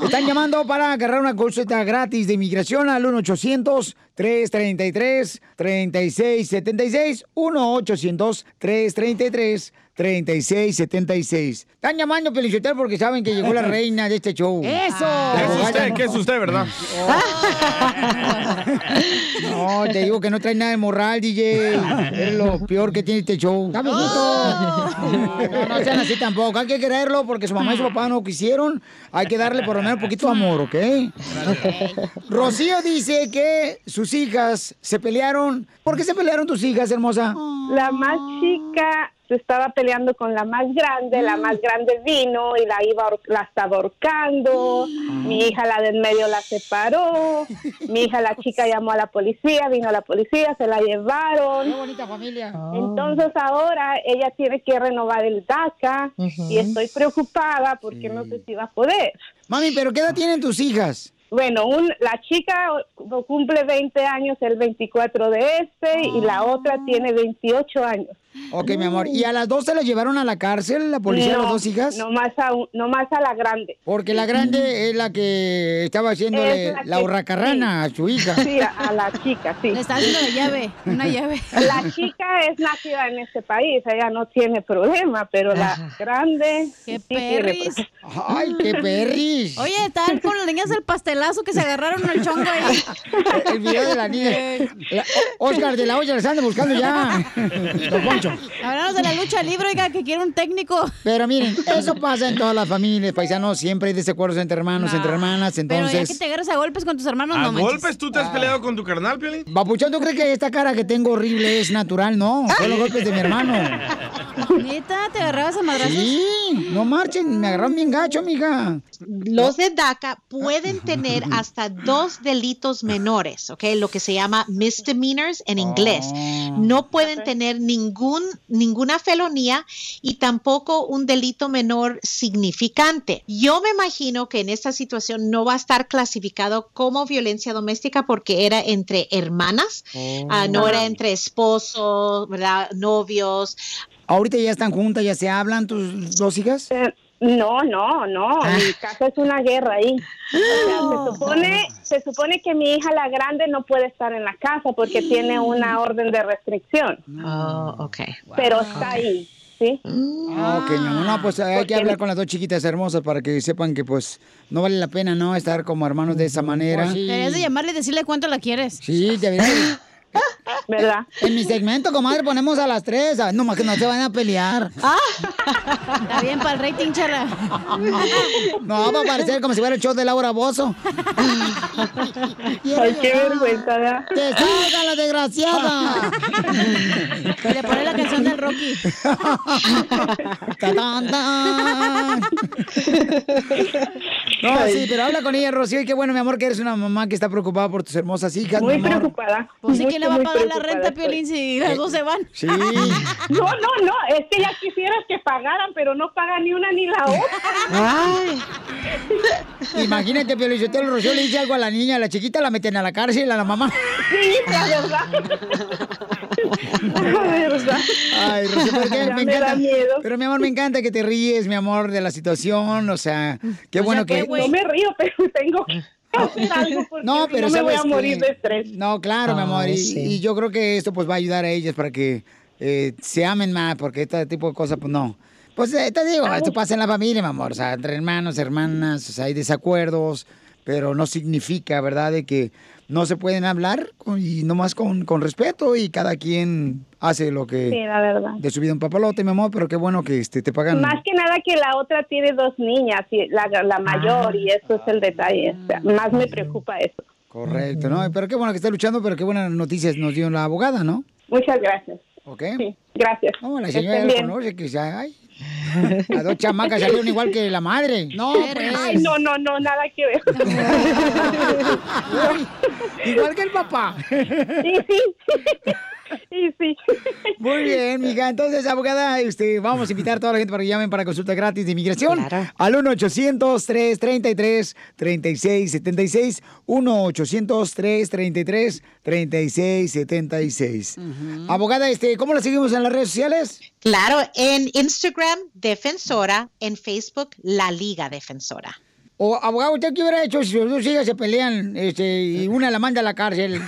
Speaker 1: Están llamando para agarrar una consulta gratis de inmigración al 1-800-333-3676. 1-800-333-3676. 3676. Están llamando Pelichotel porque saben que llegó la reina de este show.
Speaker 3: ¡Eso!
Speaker 1: La
Speaker 3: ¿Qué es
Speaker 1: abogada
Speaker 3: usted?
Speaker 1: no-
Speaker 3: ¿Qué es usted, verdad?
Speaker 1: no, te digo que no trae nada de moral, DJ. Es lo peor que tiene este show. Está viejito. No, no sean así tampoco. Hay que quererlo porque su mamá y su papá no quisieron. Hay que darle por lo menos un poquito de amor, ¿ok? Rocío dice que sus hijas se pelearon. ¿Por qué se pelearon tus hijas, hermosa?
Speaker 27: La
Speaker 28: más chica se estaba peleando con la más grande, la más grande vino y la iba a ahor- la estaba ahorcando, mi hija la del medio la separó, mi hija la chica llamó a la policía, vino la policía, se la llevaron.
Speaker 1: familia.
Speaker 28: Ah. Entonces ahora ella tiene que renovar el DACA y estoy preocupada porque no sé si va a poder.
Speaker 1: Mami, ¿pero qué edad tienen tus hijas?
Speaker 28: Bueno, un, la chica o- cumple 20 años el 24 de este y la otra tiene 28 años.
Speaker 1: Ah. Ok, mi amor. ¿Y a las dos se las llevaron a la cárcel la policía a las
Speaker 28: No,
Speaker 1: dos hijas?
Speaker 28: Nomás a, un- nomás a la grande.
Speaker 1: Porque la grande es la que estaba haciendo
Speaker 28: Es
Speaker 1: la,
Speaker 28: la que-
Speaker 1: hurracarrana a su hija.
Speaker 28: Sí, a, a la chica, sí.
Speaker 1: Le está haciendo la llave, una llave.
Speaker 28: La chica es nacida en este país, ella no tiene problema, pero la grande. ¡Qué
Speaker 7: perris.
Speaker 1: ¡Ay, qué perris!
Speaker 7: Oye, están con las niñas del pastelazo que se agarraron el chongo ahí.
Speaker 1: El video de la niña. La- O- Oscar de la olla, les anda buscando ya. Don Poncho.
Speaker 7: Hablamos de la lucha libre, oiga, que quiere un técnico.
Speaker 1: Pero miren, eso pasa en todas las familias, paisanos. Siempre hay desacuerdos entre hermanos, entre hermanas.
Speaker 7: Pero ya que
Speaker 1: Entonces, Ah,
Speaker 7: te agarras a golpes con tus hermanos,
Speaker 3: ¿A
Speaker 7: no manches.
Speaker 3: golpes tú te has peleado con tu carnal, Piolín?
Speaker 1: Papuchón, ¿tú crees que esta cara que tengo horrible es natural? No, son los golpes de mi hermano.
Speaker 7: Ah. Neta, te agarrabas a madrazos.
Speaker 1: Sí, no marchen, me agarraron bien gacho, mija.
Speaker 27: Los de DACA pueden tener hasta dos delitos menores, ¿ok? Lo que se llama misdemeanors en inglés.
Speaker 1: Oh.
Speaker 27: No pueden tener ningún, ninguna felonía y tampoco un delito menor significante. Yo me imagino que en esta situación no va a estar clasificado como violencia doméstica porque era entre hermanas, ah,
Speaker 1: Oh.
Speaker 27: no era entre esposos, ¿verdad? novios.
Speaker 1: Ahorita ya están juntas, ya se hablan tus dos hijas.
Speaker 28: Eh,
Speaker 1: Ah.
Speaker 28: No, no, no. Mi casa es una guerra ahí. O sea, se, supone, se supone que mi hija, la grande, no puede estar en la casa porque tiene una orden de restricción.
Speaker 27: Oh, ok.
Speaker 28: Pero está ahí, ¿sí?
Speaker 1: Ah, ok, mi amor. No, pues hay que hablar con las dos chiquitas hermosas para que sepan que, pues, no vale la pena, ¿no? Estar como hermanos de esa manera.
Speaker 7: pues, Deberías de llamarle y decirle cuánto la quieres.
Speaker 1: Sí, debería.
Speaker 28: ¿Verdad?
Speaker 1: En mi segmento, comadre, ponemos a las tres. Ah, No, más que no se van a pelear.
Speaker 7: Ah. Está bien para el rating, charla.
Speaker 1: No, va a parecer como si fuera el show de Laura Bozo.
Speaker 28: Ay, qué vergüenza, ¿verdad?
Speaker 1: ¡Que salga la desgraciada!
Speaker 7: Le pone la canción del Rocky.
Speaker 1: ¡Tan, tan! No,
Speaker 7: Ay.
Speaker 1: sí, pero habla con ella, Rocío. Y qué bueno, mi amor, que eres una mamá que está preocupada por tus hermosas hijas.
Speaker 28: Muy
Speaker 1: mi amor.
Speaker 28: preocupada.
Speaker 7: Pues sí,
Speaker 28: Mucho,
Speaker 7: ¿quién le va a
Speaker 28: muy
Speaker 7: pagar la
Speaker 28: preocupada
Speaker 7: renta,
Speaker 28: estoy.
Speaker 7: Piolín, si las dos se van?
Speaker 1: Sí.
Speaker 28: No, no, no, es que ya quisiera que pagaran, pero no pagan ni una ni la otra.
Speaker 1: Ay. Imagínate, Pio Lizotelo, Rocío le dice algo a la niña, a la chiquita la meten a la cárcel, a la mamá.
Speaker 28: Sí, la verdad. La verdad.
Speaker 1: Ay, Rocío, pero que
Speaker 28: Ya
Speaker 1: me
Speaker 28: me da
Speaker 1: encanta.
Speaker 28: miedo.
Speaker 1: Pero mi amor, me encanta que te ríes, mi amor, de la situación. O sea, qué
Speaker 28: O sea,
Speaker 1: bueno
Speaker 28: qué
Speaker 1: que.
Speaker 28: güey. No me río, pero tengo que hacer algo porque
Speaker 1: No,
Speaker 28: si
Speaker 1: pero
Speaker 28: no me voy
Speaker 1: ¿sabes
Speaker 28: a morir
Speaker 1: qué?
Speaker 28: de estrés.
Speaker 1: No, claro, mi amor.
Speaker 28: Ay,
Speaker 1: Y,
Speaker 28: sí.
Speaker 1: y yo creo que esto pues va a ayudar a ellas para que eh, se amen más, porque este tipo de cosas, pues no. Pues eh, te digo, esto pasa en la familia, mi amor. O sea, entre hermanos, hermanas, o sea, hay desacuerdos, pero no significa, ¿verdad?, de que no se pueden hablar con- y nomás con, con respeto y cada quien hace lo que...
Speaker 28: Sí, la verdad.
Speaker 1: De su vida un papalote, mi amor, pero qué bueno que este, te pagan.
Speaker 28: Más que nada que la otra tiene dos niñas, y la, la mayor, y eso es el detalle. o sea, más me preocupa eso.
Speaker 1: Correcto, ¿no? Pero qué bueno que esté luchando, pero qué buenas noticias nos dio la abogada, ¿no?
Speaker 28: Muchas gracias.
Speaker 1: ¿Ok?
Speaker 28: Sí, gracias.
Speaker 1: No, la
Speaker 28: Que
Speaker 1: señora
Speaker 28: estén
Speaker 1: ya
Speaker 28: bien.
Speaker 1: lo conoce, que ya, ay. Las dos chamacas salieron igual que la madre. No, pues.
Speaker 28: Ay, no, no, no, nada que ver. Ah,
Speaker 1: Igual que el papá.
Speaker 28: Sí, sí. Sí, sí.
Speaker 1: Muy bien, mija. Entonces, abogada, este, vamos a invitar a toda la gente para que llamen para consulta gratis de inmigración al 1-800-333-3676. 1-800-333-3676. Abogada, este, ¿cómo la seguimos en las redes sociales?
Speaker 27: Claro, en Instagram Defensora, en Facebook La Liga Defensora.
Speaker 1: O, abogado, ¿usted qué hubiera hecho si sus dos hijas se pelean este, y una la manda a la cárcel?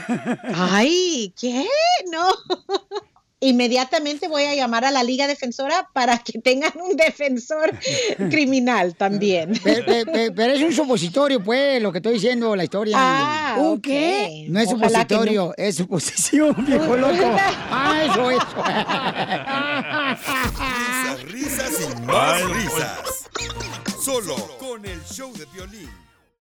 Speaker 27: Ay, ¿qué? No. Inmediatamente voy a llamar a la Liga Defensora para que tengan un defensor criminal también.
Speaker 1: Pe- pe- pe- pero es un supositorio, pues, lo que estoy diciendo, la historia.
Speaker 27: Ah,
Speaker 1: ¿Un
Speaker 27: ok.
Speaker 1: qué? No es
Speaker 27: Ojalá que
Speaker 1: supositorio, es suposición, viejo loco. Ah, eso es.
Speaker 4: Risas, risas y más risas. Solo con el show de violín.